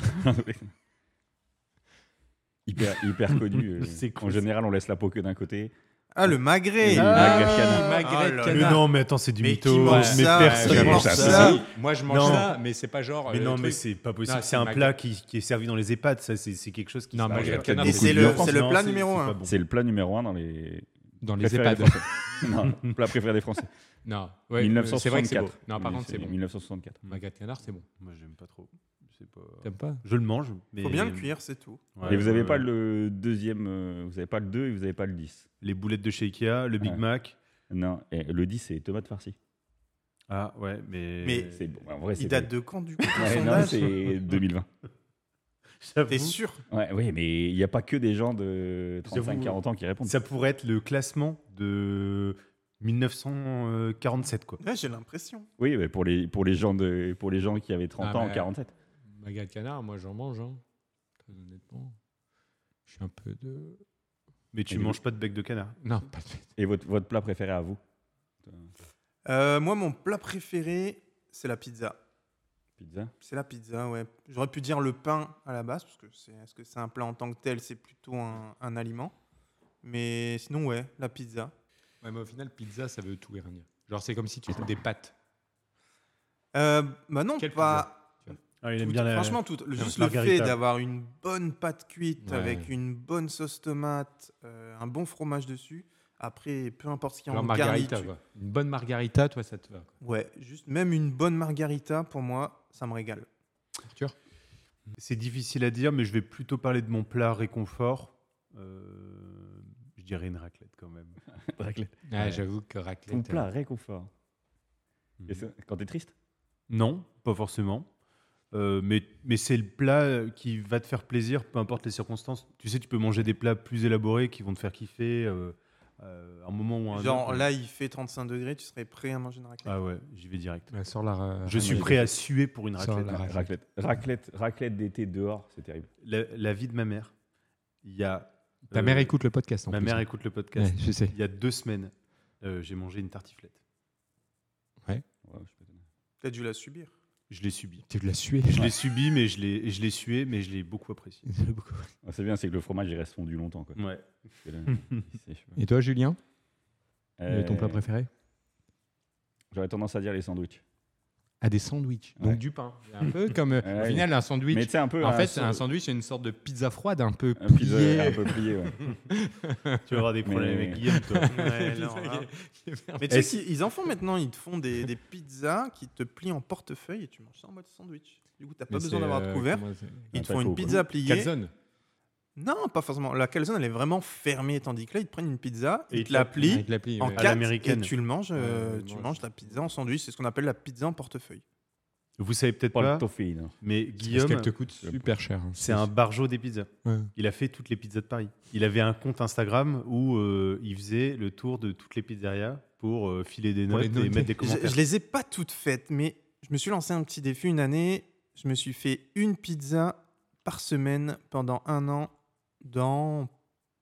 [SPEAKER 4] hyper, hyper connu. euh.
[SPEAKER 2] C'est quoi,
[SPEAKER 4] en
[SPEAKER 2] ça
[SPEAKER 4] général, on laisse la peau que d'un côté.
[SPEAKER 3] Ah, le magret.
[SPEAKER 4] Et le
[SPEAKER 3] Ah,
[SPEAKER 4] magret de canard.
[SPEAKER 1] magret de
[SPEAKER 3] là là.
[SPEAKER 2] Mais
[SPEAKER 1] canard.
[SPEAKER 2] non, mais attends, c'est du
[SPEAKER 3] Mais
[SPEAKER 2] mytho.
[SPEAKER 3] qui mange
[SPEAKER 2] mais
[SPEAKER 1] Ah,
[SPEAKER 3] ça
[SPEAKER 2] personne
[SPEAKER 3] Qui
[SPEAKER 2] mange
[SPEAKER 3] mange
[SPEAKER 2] ça.
[SPEAKER 3] ça
[SPEAKER 1] Moi, je mange
[SPEAKER 2] Non.
[SPEAKER 1] ça, mais c'est pas genre.
[SPEAKER 2] Mais
[SPEAKER 1] euh,
[SPEAKER 2] non,
[SPEAKER 1] le
[SPEAKER 2] mais
[SPEAKER 1] truc.
[SPEAKER 2] c'est pas possible.
[SPEAKER 1] Non,
[SPEAKER 2] C'est
[SPEAKER 1] c'est
[SPEAKER 2] un
[SPEAKER 1] mag-
[SPEAKER 2] plat qui, qui est servi dans les EHPAD. Ça, c'est c'est quelque chose qui.
[SPEAKER 1] Non,
[SPEAKER 2] se
[SPEAKER 1] mais
[SPEAKER 2] passe-
[SPEAKER 1] magret de canard,
[SPEAKER 3] Et
[SPEAKER 1] c'est
[SPEAKER 3] c'est
[SPEAKER 1] du
[SPEAKER 3] le,
[SPEAKER 4] vieux.
[SPEAKER 3] c'est le
[SPEAKER 2] Non,
[SPEAKER 3] plat
[SPEAKER 2] c'est-
[SPEAKER 3] numéro
[SPEAKER 2] c'est
[SPEAKER 3] un.
[SPEAKER 2] pas Ah bon.
[SPEAKER 4] C'est le plat numéro un dans les.
[SPEAKER 1] dans les
[SPEAKER 4] préférés
[SPEAKER 1] EHPAD.
[SPEAKER 4] des Français. non, le plat préféré des Français.
[SPEAKER 1] Non, ouais, mais
[SPEAKER 4] 1964.
[SPEAKER 1] c'est vrai que c'est beau. Non, par contre, c'est bon.
[SPEAKER 4] 1964.
[SPEAKER 1] Magret de canard, c'est bon.
[SPEAKER 2] Moi, j'aime pas trop. C'est pas-
[SPEAKER 1] T'aimes pas
[SPEAKER 2] Je le mange, mais.
[SPEAKER 3] Faut bien le cuire, c'est tout.
[SPEAKER 2] Ouais,
[SPEAKER 4] et vous
[SPEAKER 2] ouais,
[SPEAKER 4] n'avez
[SPEAKER 2] ouais.
[SPEAKER 4] pas le deuxième, euh, vous n'avez pas le 2 et vous n'avez pas le 10.
[SPEAKER 2] Les boulettes de chez Ikea, le Big
[SPEAKER 4] Ouais.
[SPEAKER 2] Mac.
[SPEAKER 4] Non, et le 10, c'est tomate farcie.
[SPEAKER 2] Ah ouais, mais.
[SPEAKER 3] Mais-
[SPEAKER 4] C'est bon, en vrai, c'est.
[SPEAKER 3] Il date de quand du coup ton
[SPEAKER 4] Ouais, non,
[SPEAKER 3] sondage
[SPEAKER 4] c'est 2020.
[SPEAKER 2] J'avoue,
[SPEAKER 3] T'es sûr
[SPEAKER 4] Ouais, oui, mais il n'y a pas que des gens de
[SPEAKER 2] J'avoue.
[SPEAKER 4] 35-40 ans qui répondent.
[SPEAKER 2] Ça pourrait être le classement de 1947, quoi.
[SPEAKER 3] Ouais, j'ai l'impression.
[SPEAKER 4] Oui, mais pour les, pour, les gens de, pour les gens qui avaient 30
[SPEAKER 1] Ah,
[SPEAKER 4] ans,
[SPEAKER 1] mais-
[SPEAKER 4] 47.
[SPEAKER 1] Magret de canard, moi, j'en mange. Hein. Très honnêtement. Je suis un peu de.
[SPEAKER 2] Mais tu
[SPEAKER 4] Et
[SPEAKER 2] manges pas de bec de canard.
[SPEAKER 1] Non, pas de.
[SPEAKER 4] Et votre, votre plat préféré à vous
[SPEAKER 3] Euh, moi, mon plat préféré, c'est la pizza.
[SPEAKER 4] Pizza
[SPEAKER 3] C'est la pizza, ouais. J'aurais pu dire le pain à la base, parce que c'est, est-ce que c'est un plat en tant que tel, c'est plutôt un, un aliment. Mais sinon, ouais, la pizza.
[SPEAKER 1] Ouais, mais au final, pizza, ça veut tout et rien dire. Genre, c'est comme si tu fais des pâtes.
[SPEAKER 3] Euh, bah non,
[SPEAKER 1] Quelle
[SPEAKER 3] pas.
[SPEAKER 2] Ah, il
[SPEAKER 3] tout- franchement, tout, le- juste le fait
[SPEAKER 2] margarita.
[SPEAKER 3] d'avoir une bonne pâte cuite
[SPEAKER 1] Ouais.
[SPEAKER 3] avec une bonne sauce tomate, euh, un bon fromage dessus. Après, peu importe ce qu'il y a
[SPEAKER 1] Genre,
[SPEAKER 3] en garni.
[SPEAKER 1] margarita,
[SPEAKER 3] tu-
[SPEAKER 1] quoi. Une bonne margarita, toi, ça te va. Quoi.
[SPEAKER 3] Ouais, juste même une bonne margarita pour moi, ça me régale.
[SPEAKER 1] Arthur
[SPEAKER 2] C'est difficile à dire, mais je vais plutôt parler de mon plat réconfort. Euh, je dirais une raclette quand même.
[SPEAKER 4] Raclette.
[SPEAKER 1] Ah,
[SPEAKER 4] Ouais.
[SPEAKER 1] J'avoue que raclette.
[SPEAKER 4] Ton
[SPEAKER 1] euh,
[SPEAKER 4] plat réconfort.
[SPEAKER 2] Mm.
[SPEAKER 4] Et ça, quand t'es triste
[SPEAKER 2] Non, pas forcément. Euh, mais mais c'est le plat qui va te faire plaisir, peu importe les circonstances. Tu sais, tu peux manger des plats plus élaborés qui vont te faire kiffer euh, euh, à un moment ou à un
[SPEAKER 3] Genre
[SPEAKER 2] autre.
[SPEAKER 3] là, il fait 35 degrés, tu serais prêt à manger une raclette.
[SPEAKER 2] Ah ouais, j'y vais direct.
[SPEAKER 1] bah, sors la. ra-
[SPEAKER 2] Je suis
[SPEAKER 1] raclette.
[SPEAKER 2] prêt à suer pour une
[SPEAKER 1] Sans
[SPEAKER 2] raclette.
[SPEAKER 1] la- Raclette.
[SPEAKER 4] Raclette. Raclette, raclette d'été dehors, c'est terrible.
[SPEAKER 2] La, la vie de ma mère, il y a.
[SPEAKER 1] Ta
[SPEAKER 2] euh,
[SPEAKER 1] mère écoute le podcast en
[SPEAKER 2] Ma
[SPEAKER 1] plus.
[SPEAKER 2] mère écoute le podcast.
[SPEAKER 1] Ouais, je sais.
[SPEAKER 2] Il y a deux semaines, euh, j'ai mangé une tartiflette.
[SPEAKER 4] Ouais, je suis pas étonné.
[SPEAKER 3] T'as dû la subir.
[SPEAKER 2] Je l'ai subie.
[SPEAKER 1] Tu l'as sué.
[SPEAKER 2] Je l'ai subie, mais je l'ai je l'ai suée, mais je l'ai beaucoup appréciée.
[SPEAKER 4] Ah, c'est bien, c'est que le fromage, il reste fondu longtemps.
[SPEAKER 1] Mm.
[SPEAKER 4] Quoi.
[SPEAKER 2] Ouais.
[SPEAKER 4] Parce que là, il sèche, ouais.
[SPEAKER 1] Et toi, Julien
[SPEAKER 4] Euh,
[SPEAKER 1] Ton plat préféré
[SPEAKER 4] J'aurais tendance à dire les sandwichs.
[SPEAKER 1] à des sandwichs.
[SPEAKER 4] Ouais.
[SPEAKER 1] Donc du pain. Un peu comme, euh,
[SPEAKER 4] Ouais,
[SPEAKER 1] au
[SPEAKER 4] ouais.
[SPEAKER 1] final, un sandwich.
[SPEAKER 4] Mais tu sais, un peu.
[SPEAKER 1] en
[SPEAKER 4] un
[SPEAKER 1] fait,
[SPEAKER 4] so-
[SPEAKER 1] un sandwich, c'est une sorte de pizza froide, un peu
[SPEAKER 4] un pizza-
[SPEAKER 1] pliée.
[SPEAKER 4] un peu plié, ouais.
[SPEAKER 2] Tu vas avoir des problèmes
[SPEAKER 4] Mais-
[SPEAKER 2] avec Guillaume, toi.
[SPEAKER 3] Ouais, non, là. Mais tu sais qu'ils ils en font maintenant, ils te font des, des pizzas qui te plient en portefeuille et tu manges ça en mode sandwich. Du coup, t'as pas
[SPEAKER 1] Mais
[SPEAKER 3] besoin
[SPEAKER 1] c'est,
[SPEAKER 3] d'avoir
[SPEAKER 1] euh,
[SPEAKER 3] de couvert.
[SPEAKER 1] comment c'est-
[SPEAKER 3] Ils te
[SPEAKER 4] taco,
[SPEAKER 3] font une
[SPEAKER 4] quoi.
[SPEAKER 3] pizza pliée.
[SPEAKER 1] Calzone.
[SPEAKER 3] Non, pas forcément. La calzone, elle est vraiment fermée, tandis que là, ils te prennent une pizza,
[SPEAKER 2] Et
[SPEAKER 3] ils
[SPEAKER 2] ils te
[SPEAKER 3] te la
[SPEAKER 2] la
[SPEAKER 3] plient
[SPEAKER 1] Avec la plie,
[SPEAKER 3] en
[SPEAKER 1] ouais.
[SPEAKER 2] à
[SPEAKER 3] quatre
[SPEAKER 2] l'américaine.
[SPEAKER 3] et tu le manges. euh,
[SPEAKER 1] euh, Ouais,
[SPEAKER 3] tu
[SPEAKER 1] moi,
[SPEAKER 3] manges
[SPEAKER 1] je-
[SPEAKER 3] ta pizza en sandwich. C'est ce qu'on appelle la pizza en portefeuille.
[SPEAKER 2] Vous savez peut-être
[SPEAKER 4] Pas
[SPEAKER 2] pas,
[SPEAKER 4] le toffee, non.
[SPEAKER 2] mais
[SPEAKER 1] Parce
[SPEAKER 2] Guillaume,
[SPEAKER 1] qu'elle te coûte super cher. hein.
[SPEAKER 2] c'est un barjo des pizzas.
[SPEAKER 1] Ouais.
[SPEAKER 2] Il a fait toutes les pizzas de Paris. Il avait un compte Instagram où euh, il faisait le tour de toutes les pizzerias pour euh, filer des
[SPEAKER 1] Pour
[SPEAKER 2] notes
[SPEAKER 1] les
[SPEAKER 2] et
[SPEAKER 1] noter.
[SPEAKER 2] mettre des
[SPEAKER 3] Je,
[SPEAKER 2] commentaires.
[SPEAKER 3] je les ai pas toutes faites, mais je me suis lancé un petit défi une année. Je me suis fait une pizza par semaine pendant un an dans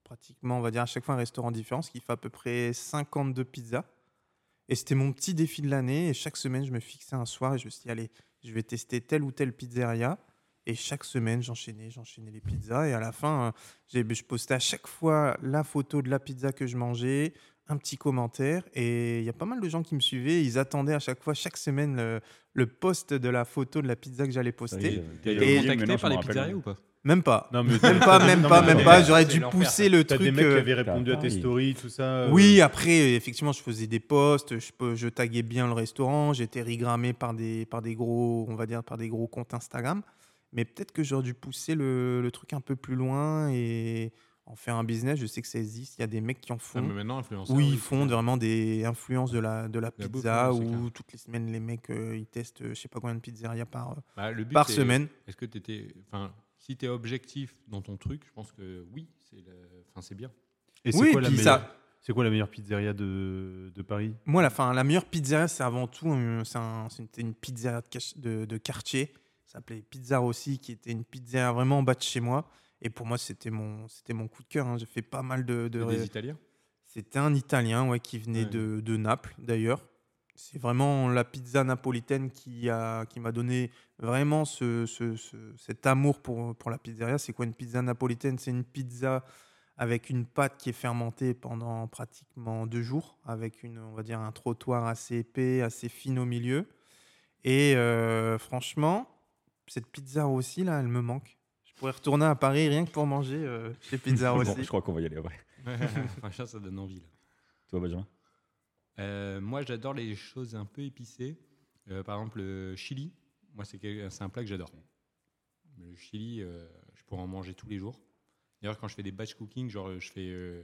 [SPEAKER 3] pratiquement, on va dire, à chaque fois un restaurant différent, ce qui fait à peu près 52 pizzas. Et c'était mon petit défi de l'année. Et chaque semaine, je me fixais un soir et je me suis dit, allez, je vais tester telle ou telle pizzeria. Et chaque semaine, j'enchaînais, j'enchaînais les pizzas. Et à la fin, euh, j'ai- je postais à chaque fois la photo de la pizza que je mangeais, un petit commentaire. Et il y a pas mal de gens qui me suivaient. Ils attendaient à chaque fois, chaque semaine, le, le post de la photo de la pizza que j'allais poster.
[SPEAKER 1] T'as
[SPEAKER 4] Et-
[SPEAKER 1] été
[SPEAKER 4] et-
[SPEAKER 1] contacté
[SPEAKER 4] maintenant, hein.
[SPEAKER 1] par
[SPEAKER 4] je
[SPEAKER 1] les
[SPEAKER 4] me rappelle.
[SPEAKER 1] pizzerias ou pas
[SPEAKER 3] Même pas.
[SPEAKER 2] Non, mais
[SPEAKER 3] Même pas, même
[SPEAKER 2] Non,
[SPEAKER 3] pas,
[SPEAKER 2] mais
[SPEAKER 3] même
[SPEAKER 2] t'as-
[SPEAKER 3] pas.
[SPEAKER 1] c'est
[SPEAKER 3] J'aurais dû
[SPEAKER 1] l'enfer,
[SPEAKER 3] pousser
[SPEAKER 1] ça.
[SPEAKER 3] le
[SPEAKER 2] T'as
[SPEAKER 3] truc.
[SPEAKER 2] des mecs qui
[SPEAKER 3] euh,
[SPEAKER 2] avaient répondu à tes
[SPEAKER 4] Paris.
[SPEAKER 2] stories, tout ça. euh,
[SPEAKER 3] Oui, après, effectivement, je faisais des posts, je, peux- je taguais bien le restaurant, j'étais rigrammé par des, par des gros, on va dire, par des gros comptes Instagram. Mais peut-être que j'aurais dû pousser le, le truc un peu plus loin et en faire un business. Je sais que ça existe, il y a des mecs qui en font.
[SPEAKER 2] Ah,
[SPEAKER 1] Non, mais maintenant, influenceur.
[SPEAKER 3] où
[SPEAKER 1] oui,
[SPEAKER 3] ils font vraiment des influences de la, de la
[SPEAKER 1] La bouffe,
[SPEAKER 3] pizza,
[SPEAKER 1] ouais, c'est
[SPEAKER 3] où
[SPEAKER 1] clair.
[SPEAKER 3] toutes les semaines, les mecs, euh, ils testent euh, je sais pas combien de pizzerias par, euh,
[SPEAKER 1] Bah, le but,
[SPEAKER 3] par
[SPEAKER 1] c'est-
[SPEAKER 3] semaine.
[SPEAKER 1] Est-ce que tu étais. Enfin, si tu es objectif dans ton truc, je pense que oui, c'est le- enfin, c'est bien.
[SPEAKER 2] Et c'est
[SPEAKER 3] Oui,
[SPEAKER 2] quoi la
[SPEAKER 3] puis
[SPEAKER 2] meilleure-
[SPEAKER 3] ça,
[SPEAKER 2] C'est quoi la meilleure pizzeria de, de Paris
[SPEAKER 3] Moi, la, fin, la meilleure pizzeria, c'est avant tout un- c'est un- c'est une, c'était une pizzeria de, cach- de- de quartier. Ça s'appelait Pizza Rossi, qui était une pizzeria vraiment en bas de chez moi. Et pour moi, c'était mon, c'était mon coup de cœur. hein. J'ai fait pas mal de. de-
[SPEAKER 1] Des Italiens
[SPEAKER 3] C'était un Italien ouais, qui venait
[SPEAKER 1] Ouais.
[SPEAKER 3] de, de Naples, d'ailleurs. C'est vraiment la pizza napolitaine qui a- qui m'a donné vraiment ce, ce- ce- cet amour pour, pour la pizzeria. C'est quoi une pizza napolitaine C'est une pizza avec une pâte qui est fermentée pendant pratiquement deux jours, avec une, on va dire un trottoir assez épais, assez fine au milieu. Et euh, franchement, cette pizza aussi, là, elle me manque. Je pourrais retourner à Paris rien que pour manger euh, chez Pizza
[SPEAKER 4] Bon,
[SPEAKER 3] Rossi.
[SPEAKER 4] je crois qu'on va y aller, ouais.
[SPEAKER 1] Franchement, ça donne envie. là.
[SPEAKER 4] Toi, Benjamin
[SPEAKER 1] Euh, moi, j'adore les choses un peu épicées. Euh, par exemple, le chili. Moi, c'est quel- c'est un plat que j'adore. Mais Le chili, euh, je pourrais en manger tous les jours. D'ailleurs, quand je fais des batch cooking, genre euh, je fais euh,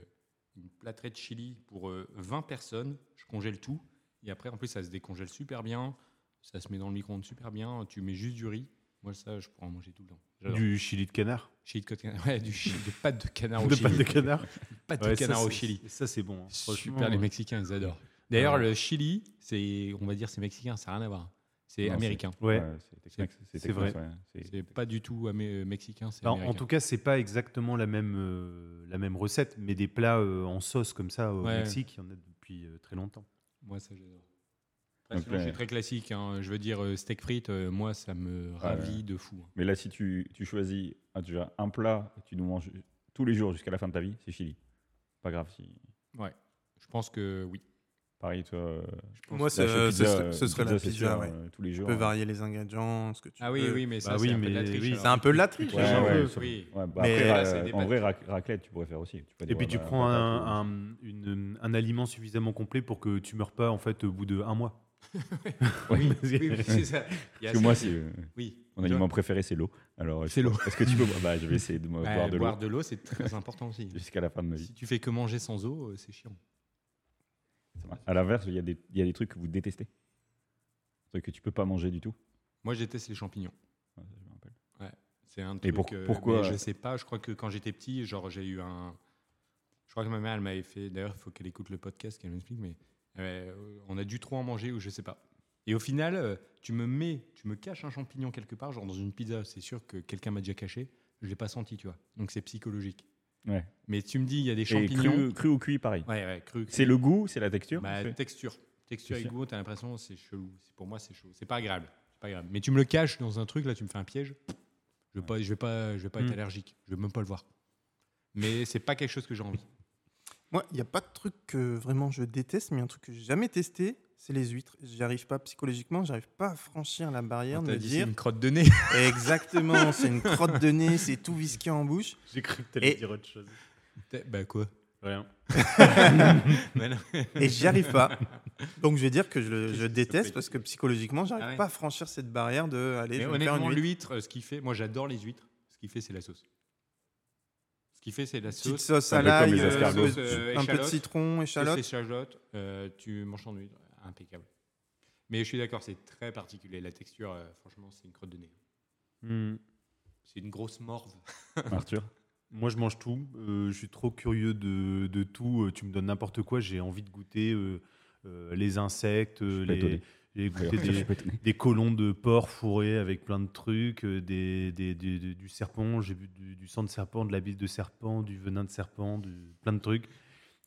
[SPEAKER 1] une plâtrée de chili pour euh, 20 personnes, je congèle tout. Et après, en plus, ça se décongèle super bien. Ça se met dans le micro-ondes super bien. Tu mets juste du riz. Moi, ça, je pourrais en manger tout le temps. J'adore.
[SPEAKER 2] Du chili de canard
[SPEAKER 1] Chili de côte- ouais, du chili de pâte de canard au
[SPEAKER 2] De
[SPEAKER 1] chili.
[SPEAKER 2] pâte de canard
[SPEAKER 1] Pâte de
[SPEAKER 2] Ouais, ça,
[SPEAKER 1] canard au
[SPEAKER 2] c'est-
[SPEAKER 1] chili.
[SPEAKER 2] Ça, c'est bon. hein. Franchement,
[SPEAKER 1] Oh, Super, les
[SPEAKER 2] ouais.
[SPEAKER 1] Mexicains, ils adorent. D'ailleurs,
[SPEAKER 2] Ouais.
[SPEAKER 1] le Chili, c'est, on va dire, c'est mexicain, ça n'a rien à voir. C'est
[SPEAKER 4] Non,
[SPEAKER 1] américain.
[SPEAKER 2] Ouais.
[SPEAKER 4] c'est Tex-Mex,
[SPEAKER 1] C'est-
[SPEAKER 2] c'est
[SPEAKER 4] Tex-Mex,
[SPEAKER 2] vrai.
[SPEAKER 4] ouais, c'est-
[SPEAKER 1] C'est pas du tout amé- euh, mexicain, c'est
[SPEAKER 2] Non, en
[SPEAKER 1] américain.
[SPEAKER 2] tout cas, c'est pas exactement la même, euh, la même recette, mais des plats euh, en sauce comme ça au
[SPEAKER 1] Ouais.
[SPEAKER 2] Mexique, il y en a depuis euh, très longtemps.
[SPEAKER 1] Moi, ça j'adore. Après,
[SPEAKER 4] Donc
[SPEAKER 1] sinon,
[SPEAKER 4] là-
[SPEAKER 1] je suis très classique. hein. Je veux dire, euh, steak frites, euh, moi, ça me ravit de fou. hein.
[SPEAKER 4] Mais là, si tu, tu choisis ah, déjà un plat et tu nous manges tous les jours jusqu'à la fin de ta vie, c'est chili. Pas grave si.
[SPEAKER 1] Je pense que oui.
[SPEAKER 4] Pareil, toi. euh,
[SPEAKER 1] Je pense-
[SPEAKER 3] Moi,
[SPEAKER 4] là, chez
[SPEAKER 3] ce, ce
[SPEAKER 4] Pizza,
[SPEAKER 3] serait-
[SPEAKER 4] euh,
[SPEAKER 3] ce serait la
[SPEAKER 4] c'est
[SPEAKER 3] pizza.
[SPEAKER 4] sûr,
[SPEAKER 3] ouais.
[SPEAKER 4] euh, tous les
[SPEAKER 3] Tu
[SPEAKER 4] jours.
[SPEAKER 3] peux varier les ingrédients, ce que tu
[SPEAKER 1] ah oui,
[SPEAKER 3] veux.
[SPEAKER 1] oui, mais ça,
[SPEAKER 2] Bah
[SPEAKER 1] c'est
[SPEAKER 2] oui,
[SPEAKER 1] un peu
[SPEAKER 2] mais
[SPEAKER 1] de la triche.
[SPEAKER 2] oui,
[SPEAKER 1] alors.
[SPEAKER 3] C'est un peu de la triche. hein.
[SPEAKER 1] Ouais,
[SPEAKER 4] Ouais,
[SPEAKER 3] j'avoue.
[SPEAKER 4] ouais,
[SPEAKER 1] oui.
[SPEAKER 4] ça-
[SPEAKER 1] Oui.
[SPEAKER 4] Ouais, bah
[SPEAKER 3] Mais,
[SPEAKER 4] après,
[SPEAKER 1] euh,
[SPEAKER 4] ra-
[SPEAKER 1] c'est des
[SPEAKER 4] en vrai,
[SPEAKER 1] pâtes.
[SPEAKER 4] rac- raclette, tu pourrais faire aussi. Tu peux
[SPEAKER 2] Et
[SPEAKER 4] dire,
[SPEAKER 2] puis
[SPEAKER 4] ouais,
[SPEAKER 2] tu
[SPEAKER 4] bah,
[SPEAKER 2] prends
[SPEAKER 4] patate,
[SPEAKER 2] un,
[SPEAKER 4] euh,
[SPEAKER 2] un- une- un aliment suffisamment complet pour que tu meurs pas en fait au bout de un mois.
[SPEAKER 1] Oui, oui, oui, c'est ça. Il y a
[SPEAKER 4] Parce que
[SPEAKER 1] ça.
[SPEAKER 4] moi, c'est, euh,
[SPEAKER 1] Oui.
[SPEAKER 4] mon
[SPEAKER 1] Tu vois,
[SPEAKER 4] aliment préféré, c'est l'eau. Alors,
[SPEAKER 1] C'est l'eau.
[SPEAKER 4] Est-ce que tu peux boire Bah, je vais essayer de me-
[SPEAKER 1] bah,
[SPEAKER 4] boire de l'eau
[SPEAKER 1] boire de l'eau, c'est très important aussi.
[SPEAKER 4] jusqu'à la fin de ma vie.
[SPEAKER 1] si tu fais que manger sans eau, euh, c'est chiant.
[SPEAKER 4] À l'inverse, il y, a des- il y a des trucs que vous détestez. Des trucs que tu peux pas manger du tout.
[SPEAKER 1] Moi, je déteste les champignons.
[SPEAKER 4] Ouais, ça, je me rappelle.
[SPEAKER 1] C'est un
[SPEAKER 4] Et
[SPEAKER 1] truc.
[SPEAKER 4] pour-
[SPEAKER 1] euh,
[SPEAKER 4] pourquoi,
[SPEAKER 1] mais Je
[SPEAKER 4] euh,
[SPEAKER 1] sais pas. Je crois que quand j'étais petit, genre j'ai eu un. Je crois que ma mère, elle m'avait fait. D'ailleurs, il faut qu'elle écoute le podcast, qu'elle m'explique. Mais euh, on a dû trop en manger ou je sais pas. Et au final, euh, tu me mets, tu me caches un champignon quelque part, genre dans une pizza. C'est sûr que quelqu'un m'a déjà caché. Je l'ai pas senti, tu vois. Donc c'est psychologique.
[SPEAKER 4] Ouais.
[SPEAKER 1] Mais tu me dis, il y a des
[SPEAKER 4] Et
[SPEAKER 1] champignons.
[SPEAKER 4] cru, cru ou cuit, pareil.
[SPEAKER 1] Ouais, ouais, cru.
[SPEAKER 4] C'est le goût, c'est la texture.
[SPEAKER 1] Bah,
[SPEAKER 4] c'est-
[SPEAKER 1] texture. Texture
[SPEAKER 4] C'est
[SPEAKER 1] et
[SPEAKER 4] sûr.
[SPEAKER 1] goût, t'as l'impression c'est chelou. C'est- Pour moi, c'est chelou. C'est pas agréable. C'est pas agréable. Mais tu me le caches dans un truc, là, tu me fais un piège. Je vais pas, je vais pas, je vais pas
[SPEAKER 2] Mm.
[SPEAKER 3] Hmm.
[SPEAKER 1] être allergique. Je vais même pas le voir. Mais c'est pas quelque chose que j'ai envie.
[SPEAKER 3] Moi, il n'y a pas de truc que vraiment je déteste, mais un truc que j'ai jamais testé, c'est les huîtres. J'arrive pas psychologiquement, j'arrive pas à franchir la barrière
[SPEAKER 1] On
[SPEAKER 3] de
[SPEAKER 1] t'a
[SPEAKER 3] me
[SPEAKER 1] dit, c'est
[SPEAKER 3] dire
[SPEAKER 1] une crotte de nez.
[SPEAKER 3] exactement, c'est une crotte de nez, c'est tout visqué en bouche.
[SPEAKER 2] J'ai cru que t'allais
[SPEAKER 3] t'allais Et-
[SPEAKER 2] dire autre chose.
[SPEAKER 1] bah quoi
[SPEAKER 2] Rien.
[SPEAKER 1] Mais non.
[SPEAKER 3] et j'y arrive pas. Donc je vais dire que je, le- je
[SPEAKER 1] Qu'est-ce qui
[SPEAKER 3] déteste
[SPEAKER 1] s'appelle
[SPEAKER 3] parce que psychologiquement, j'arrive
[SPEAKER 1] Ah ouais.
[SPEAKER 3] pas à franchir cette barrière de aller
[SPEAKER 1] Mais
[SPEAKER 3] je vais me faire
[SPEAKER 1] honnêtement,
[SPEAKER 3] une huître.
[SPEAKER 1] l'huître, euh, ce qu'il fait, moi j'adore les huîtres, ce qu'il fait c'est la sauce. Ce qu'il fait c'est la
[SPEAKER 3] Petite
[SPEAKER 1] sauce.
[SPEAKER 3] sauce
[SPEAKER 4] un
[SPEAKER 3] à
[SPEAKER 4] peu comme
[SPEAKER 3] l'ail,
[SPEAKER 4] les
[SPEAKER 3] euh,
[SPEAKER 4] escargots.
[SPEAKER 3] sauce,
[SPEAKER 1] Euh,
[SPEAKER 3] un peu de
[SPEAKER 1] échalote.
[SPEAKER 3] citron, échalote.
[SPEAKER 1] C'est chalotte, euh, tu manges en huître, impeccable. Mais je suis d'accord, c'est très particulier. La texture, euh, franchement, c'est une crotte de nez.
[SPEAKER 2] Hmm.
[SPEAKER 1] C'est une grosse morve.
[SPEAKER 4] Arthur
[SPEAKER 2] Moi, je mange tout. Euh, je suis trop curieux de, de tout. Euh, tu me donnes n'importe quoi. J'ai envie de goûter euh, euh, les insectes, euh,
[SPEAKER 4] suis pas
[SPEAKER 2] les,
[SPEAKER 4] étonné.
[SPEAKER 2] j'ai goûté
[SPEAKER 4] D'ailleurs, je
[SPEAKER 2] des,
[SPEAKER 4] suis pas étonné.
[SPEAKER 2] des colons de porc fourrés avec plein de trucs, euh, des, des- des- des- du serpent. J'ai bu du, du sang de serpent, de la bile de serpent, du venin de serpent, du, plein de trucs.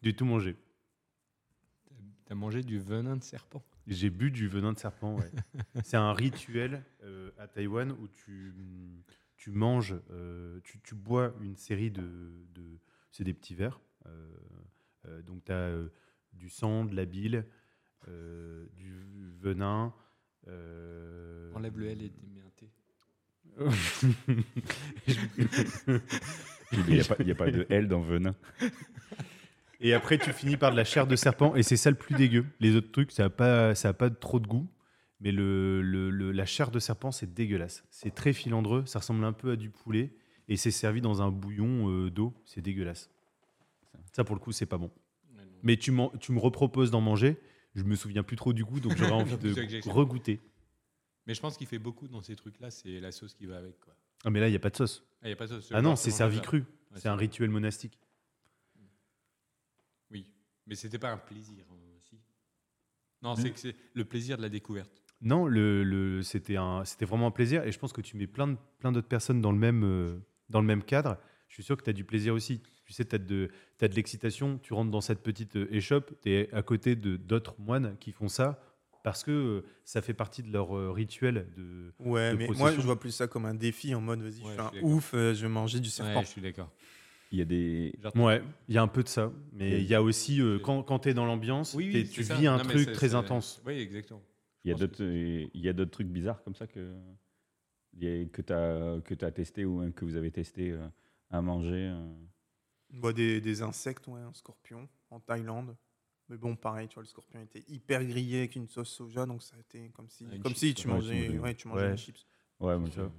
[SPEAKER 2] J'ai tout mangé.
[SPEAKER 1] T'as mangé du venin de serpent.
[SPEAKER 2] J'ai bu du venin de serpent. ouais. c'est un rituel euh, à Taïwan où tu, tu manges, euh, tu, tu bois une série de. de- c'est des petits verres. euh, euh, donc, tu as du sang, de la bile, euh, du venin. euh,
[SPEAKER 1] Enlève le L et mets un T.
[SPEAKER 4] Il n'y a, pas- il y a pas de L dans venin.
[SPEAKER 2] Et après, tu finis par de la chair de serpent. Et c'est ça le plus dégueu. Les autres trucs, ça n'a pas, ça a pas trop de goût. Mais le, le- le- la chair de serpent, c'est dégueulasse. C'est très filandreux. Ça ressemble un peu à du poulet. Et c'est servi dans un bouillon euh, d'eau. C'est dégueulasse. Ça, pour le coup, c'est pas bon. Mais tu, m'en- tu me reproposes d'en manger. Je me souviens plus trop du goût, donc j'aurais envie
[SPEAKER 1] C'est vrai que j'ai-
[SPEAKER 2] de regoûter.
[SPEAKER 1] Mais je pense qu'il fait beaucoup dans ces trucs-là, c'est la sauce qui va avec. Quoi.
[SPEAKER 2] Ah, mais là, il n'y a pas de sauce.
[SPEAKER 1] Ah, y a pas de sauce.
[SPEAKER 2] Ah non, c'est servi
[SPEAKER 1] Ouais,
[SPEAKER 2] cru.
[SPEAKER 1] c'est-
[SPEAKER 2] c'est un rituel monastique.
[SPEAKER 1] Oui, mais c'était pas un plaisir euh, si. Non, c'est que c'est le plaisir de la découverte.
[SPEAKER 2] Non, le, le- c'était un- c'était vraiment un plaisir. Et je pense que tu mets plein de- plein d'autres personnes dans le même, euh, dans le même cadre. Je suis sûr que tu as du plaisir aussi. Tu sais, tu as de, t'as de l'excitation. Tu rentres dans cette petite euh, échoppe. Tu es à côté de d'autres moines qui font ça parce que euh, ça fait partie de leur euh, rituel. De...
[SPEAKER 3] Ouais,
[SPEAKER 2] de
[SPEAKER 3] mais moi
[SPEAKER 2] procession.
[SPEAKER 3] je vois plus ça comme un défi en mode vas-y,
[SPEAKER 1] Ouais,
[SPEAKER 3] je suis un
[SPEAKER 1] je suis d'accord.
[SPEAKER 3] ouf, euh, je vais manger du serpent.
[SPEAKER 1] Ouais, je suis d'accord.
[SPEAKER 4] Il y a des.
[SPEAKER 1] Genre-
[SPEAKER 2] Ouais, il y a un peu de ça. Mais il y a aussi, euh,
[SPEAKER 1] C'est-
[SPEAKER 2] quand, quand tu es dans l'ambiance,
[SPEAKER 1] Oui, oui,
[SPEAKER 2] t'es-
[SPEAKER 1] c'est
[SPEAKER 2] tu
[SPEAKER 1] ça.
[SPEAKER 2] vis un
[SPEAKER 1] Non, mais
[SPEAKER 2] truc
[SPEAKER 1] c'est-
[SPEAKER 2] très
[SPEAKER 1] c'est-
[SPEAKER 2] intense.
[SPEAKER 1] Oui, exactement.
[SPEAKER 4] Il y a
[SPEAKER 1] Je pense
[SPEAKER 4] d'autres, euh, il y a d'autres trucs bizarres comme ça que, il y a- que tu as, que as testé ou même que vous avez testé euh, à manger. euh.
[SPEAKER 3] Bah, des, des insectes, ouais, un scorpion en Thaïlande. Mais bon, pareil, tu vois, le scorpion était hyper grillé avec une sauce soja, donc ça a été comme si,
[SPEAKER 1] Ah, une
[SPEAKER 3] comme
[SPEAKER 1] chips,
[SPEAKER 3] si tu
[SPEAKER 4] ouais,
[SPEAKER 3] mangeais,
[SPEAKER 4] tu-
[SPEAKER 3] ouais, tu mangeais
[SPEAKER 2] ouais.
[SPEAKER 3] une chips.
[SPEAKER 4] Ouais, moi, ça,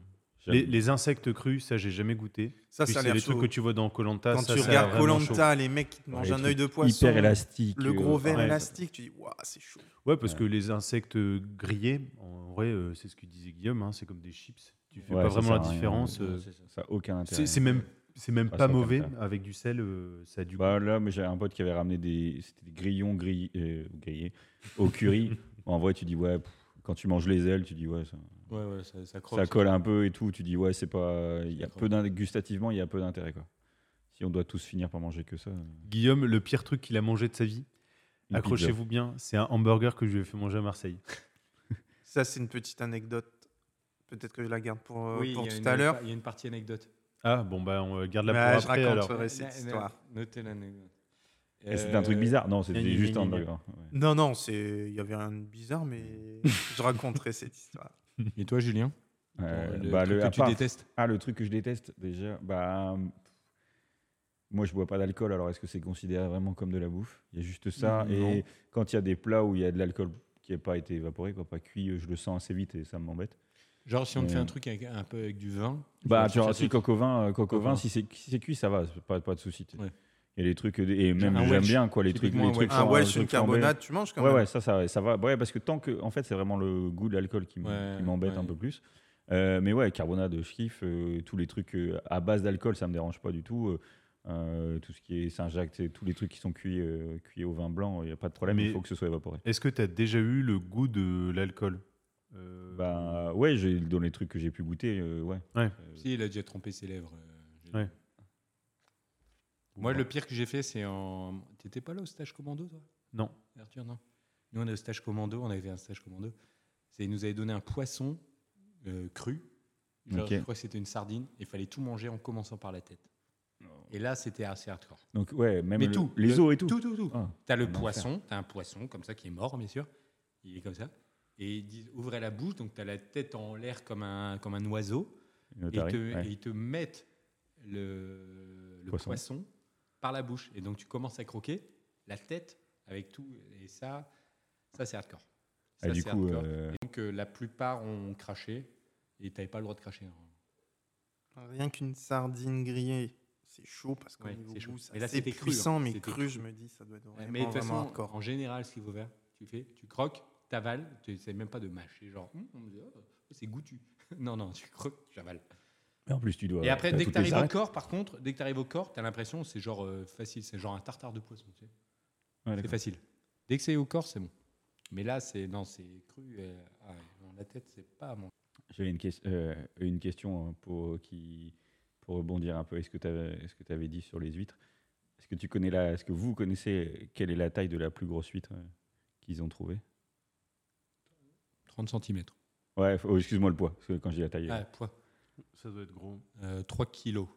[SPEAKER 4] j'aime.
[SPEAKER 2] Les, les insectes crus, ça, j'ai jamais goûté.
[SPEAKER 3] Ça,
[SPEAKER 2] Puis
[SPEAKER 3] ça a
[SPEAKER 2] c'est
[SPEAKER 3] l'air
[SPEAKER 2] les
[SPEAKER 3] chaud.
[SPEAKER 2] trucs que tu vois dans Colanta.
[SPEAKER 3] Quand tu regardes Colanta, les mecs qui te
[SPEAKER 4] Ouais,
[SPEAKER 3] mangent
[SPEAKER 4] les
[SPEAKER 3] un œil de poisson,
[SPEAKER 4] hyper élastique. euh,
[SPEAKER 3] le gros verre
[SPEAKER 2] ouais.
[SPEAKER 3] élastique, tu dis, waouh, c'est chaud.
[SPEAKER 2] Ouais, parce
[SPEAKER 4] Ouais.
[SPEAKER 2] que les insectes grillés, en vrai, euh, c'est ce que disait Guillaume, hein, c'est comme des chips. Tu fais
[SPEAKER 4] Ouais,
[SPEAKER 2] pas
[SPEAKER 4] ça
[SPEAKER 2] vraiment
[SPEAKER 4] sert
[SPEAKER 2] la
[SPEAKER 4] à rien.
[SPEAKER 2] différence.
[SPEAKER 1] Non,
[SPEAKER 2] euh,
[SPEAKER 1] c'est ça.
[SPEAKER 4] Ça a aucun intérêt.
[SPEAKER 2] c'est c'est même, c'est même
[SPEAKER 4] Ah,
[SPEAKER 2] pas
[SPEAKER 4] ça, comme
[SPEAKER 2] mauvais.
[SPEAKER 4] ça.
[SPEAKER 2] Avec du sel, euh, ça a du goût.
[SPEAKER 4] Bah, là, mais j'avais un pote qui avait ramené des, c'était des grillons grillés, euh, grillés au curry. en vrai, tu dis ouais. pff, quand tu manges les ailes, tu dis ouais, ça,
[SPEAKER 1] Ouais, ouais, ça, ça croque.
[SPEAKER 4] ça colle un peu et tout. Tu dis ouais, c'est pas. Il y a
[SPEAKER 1] Ça
[SPEAKER 4] peu d'in- gustativement, il y a peu d'intérêt quoi. Si on doit tous finir par manger que ça. euh,
[SPEAKER 2] Guillaume, le pire truc qu'il a mangé de sa vie,
[SPEAKER 4] une pizza.
[SPEAKER 2] accrochez-vous bien, c'est un hamburger que je lui ai fait manger à Marseille.
[SPEAKER 3] Ça, c'est une petite anecdote. Peut-être que je la garde pour, euh,
[SPEAKER 1] Oui,
[SPEAKER 3] pour
[SPEAKER 1] il y a
[SPEAKER 3] tout
[SPEAKER 1] une-
[SPEAKER 3] à l'heure.
[SPEAKER 1] Il y a une partie anecdote.
[SPEAKER 2] Ah, bon, bah, on euh, garde la
[SPEAKER 3] Bah,
[SPEAKER 2] pour
[SPEAKER 3] je
[SPEAKER 2] après alors.
[SPEAKER 3] raconterai cette histoire.
[SPEAKER 1] Notez l'anecdote. Euh,
[SPEAKER 4] Et C'était un truc bizarre. Non, c'était
[SPEAKER 2] Euh, gna,
[SPEAKER 4] juste
[SPEAKER 2] gna,
[SPEAKER 4] un
[SPEAKER 2] gna,
[SPEAKER 4] burger. ouais.
[SPEAKER 3] Non, non, c'est- il y avait rien de bizarre, mais je raconterai cette histoire.
[SPEAKER 1] Et toi, Julien
[SPEAKER 4] Euh,
[SPEAKER 1] le
[SPEAKER 4] bah,
[SPEAKER 1] truc
[SPEAKER 4] le,
[SPEAKER 1] que
[SPEAKER 4] à
[SPEAKER 1] tu
[SPEAKER 4] part-
[SPEAKER 1] détestes
[SPEAKER 4] Ah, le truc que je déteste, déjà, bah. Moi, je bois pas d'alcool, alors est-ce que c'est considéré vraiment comme de la bouffe Il y a juste ça.
[SPEAKER 2] Mm, non.
[SPEAKER 4] et quand il y a des plats où il y a de l'alcool qui n'a pas été évaporé, quoi, pas cuit, euh, je le sens assez vite et ça m'embête.
[SPEAKER 1] Genre, si on te
[SPEAKER 4] Mais-
[SPEAKER 1] fait un truc avec, un peu avec du vin. tu
[SPEAKER 4] Hmm. Bah,
[SPEAKER 1] vas
[SPEAKER 4] tu vois,
[SPEAKER 1] chercher
[SPEAKER 4] si
[SPEAKER 1] un truc.
[SPEAKER 4] coq au vin, euh, coq au
[SPEAKER 1] Coq au
[SPEAKER 4] vin,
[SPEAKER 1] vin.
[SPEAKER 4] si c'est si c'est cuit, ça va, c'est pas, pas de souci. tu sais.
[SPEAKER 1] Ouais.
[SPEAKER 4] Et les trucs, et même
[SPEAKER 1] Un
[SPEAKER 4] j'aime
[SPEAKER 1] Welsh.
[SPEAKER 4] bien quoi, les trucs,
[SPEAKER 1] Typiquement
[SPEAKER 4] les
[SPEAKER 1] un
[SPEAKER 4] trucs
[SPEAKER 1] Welsh.
[SPEAKER 3] Un
[SPEAKER 4] sans- les
[SPEAKER 3] Welsh, une
[SPEAKER 4] trucs flambés.
[SPEAKER 3] carbonate, tu manges quand
[SPEAKER 4] Ouais,
[SPEAKER 3] même.
[SPEAKER 4] ouais, ça, ça, ça va. Ouais, parce que tant que, en fait, c'est vraiment le goût de l'alcool qui m-
[SPEAKER 1] Ouais,
[SPEAKER 4] qui m'embête
[SPEAKER 1] ouais.
[SPEAKER 4] un peu plus. Euh, mais ouais, carbonade, je kiffe. Euh, tous les trucs euh, à base d'alcool, ça me dérange pas du tout. Euh, euh, tout ce qui est Saint-Jacques, tu sais, tous les trucs qui sont cuits, euh, cuits au vin blanc, il n'y a pas de problème,
[SPEAKER 2] Mais-
[SPEAKER 4] il faut que ce soit évaporé.
[SPEAKER 2] Est-ce que tu as déjà eu le goût de l'alcool Euh,
[SPEAKER 4] Bah ouais, j'ai- dans les trucs que j'ai pu goûter, euh, ouais.
[SPEAKER 2] Ouais.
[SPEAKER 4] Euh,
[SPEAKER 1] Si, il a déjà trompé ses lèvres. euh, j'ai-
[SPEAKER 2] Ouais.
[SPEAKER 1] Moi, le pire que j'ai fait, c'est en. T'étais pas là au stage commando, toi
[SPEAKER 2] Non.
[SPEAKER 1] Arthur, non Nous, on est au stage commando, on avait fait un stage commando. C'est- Ils nous avaient donné un poisson euh, cru. Genre,
[SPEAKER 4] Ok.
[SPEAKER 1] Je crois que c'était une sardine. Il fallait tout manger en commençant par la tête. Et là, c'était assez hardcore.
[SPEAKER 4] Donc ouais, même
[SPEAKER 1] Mais
[SPEAKER 4] le-
[SPEAKER 1] tout.
[SPEAKER 4] les
[SPEAKER 1] le-
[SPEAKER 4] os et tout.
[SPEAKER 1] Tout, tout, tout.
[SPEAKER 4] Ah,
[SPEAKER 1] T'as le
[SPEAKER 4] un enfer.
[SPEAKER 1] poisson, t'as un poisson comme ça qui est mort, bien sûr. Il est comme ça. Et ils disent ouvrez la bouche, donc tu as la tête en l'air comme un, comme un oiseau.
[SPEAKER 4] Le
[SPEAKER 1] et, ils
[SPEAKER 4] tarif,
[SPEAKER 1] te-
[SPEAKER 4] ouais.
[SPEAKER 1] et ils te mettent le, le
[SPEAKER 4] Poisson.
[SPEAKER 1] poisson. par la bouche. Et donc tu commences à croquer la tête avec tout. Et ça, ça c'est hardcore.
[SPEAKER 4] Ah,
[SPEAKER 1] Ça,
[SPEAKER 4] du
[SPEAKER 1] c'est
[SPEAKER 4] coup,
[SPEAKER 1] hardcore.
[SPEAKER 4] euh,
[SPEAKER 1] Et donc euh, la plupart ont craché et tu n'avais pas le droit de cracher. hein.
[SPEAKER 3] Rien qu'une sardine grillée, c'est chaud parce qu'au
[SPEAKER 1] Ouais,
[SPEAKER 3] niveau
[SPEAKER 1] c'est chaud.
[SPEAKER 3] goût, ça-
[SPEAKER 1] Mais là,
[SPEAKER 3] c'est
[SPEAKER 1] c'était cru,
[SPEAKER 3] puissant,
[SPEAKER 1] hein.
[SPEAKER 3] mais
[SPEAKER 1] C'était
[SPEAKER 3] cru,
[SPEAKER 1] cru.
[SPEAKER 3] je me dis, ça doit être vraiment,
[SPEAKER 1] mais de toute
[SPEAKER 3] vraiment
[SPEAKER 1] façon,
[SPEAKER 3] hardcore.
[SPEAKER 1] en général, ce qu'il faut faire, tu fais, tu croques, t'avales, tu sais même pas de mâcher. Genre, Hum, on me dit, oh, c'est goûtu. non, non, tu croques, tu avales.
[SPEAKER 4] mais en plus, tu dois.
[SPEAKER 1] Et après,
[SPEAKER 4] t'as
[SPEAKER 1] dès que
[SPEAKER 4] toutes
[SPEAKER 1] tu
[SPEAKER 4] les
[SPEAKER 1] arrives au
[SPEAKER 4] arêtes.
[SPEAKER 1] corps, par contre, dès que tu arrives au corps, tu as l'impression que c'est genre euh, facile, c'est genre un tartare de poisson. tu sais.
[SPEAKER 4] Ouais,
[SPEAKER 1] c'est
[SPEAKER 4] d'accord.
[SPEAKER 1] facile. Dès que c'est au corps, c'est bon. Mais là, c'est non, c'est cru. euh, ah ouais, non, la tête, c'est pas bon.
[SPEAKER 4] J'avais une, ques- euh, une question hein, pour, qui, pour rebondir un peu. Est-ce que tu avais, ce que avais dit sur les huîtres Est-ce que tu connais la, est-ce que vous connaissez euh, quelle est la taille de la plus grosse huître euh, qu'ils ont trouvée
[SPEAKER 1] 30 cm.
[SPEAKER 4] Ouais, f- oh, excuse-moi le poids, parce que quand je dis la taille.
[SPEAKER 1] Ah, poids.
[SPEAKER 2] Ça doit être gros.
[SPEAKER 1] Euh, 3 kilos.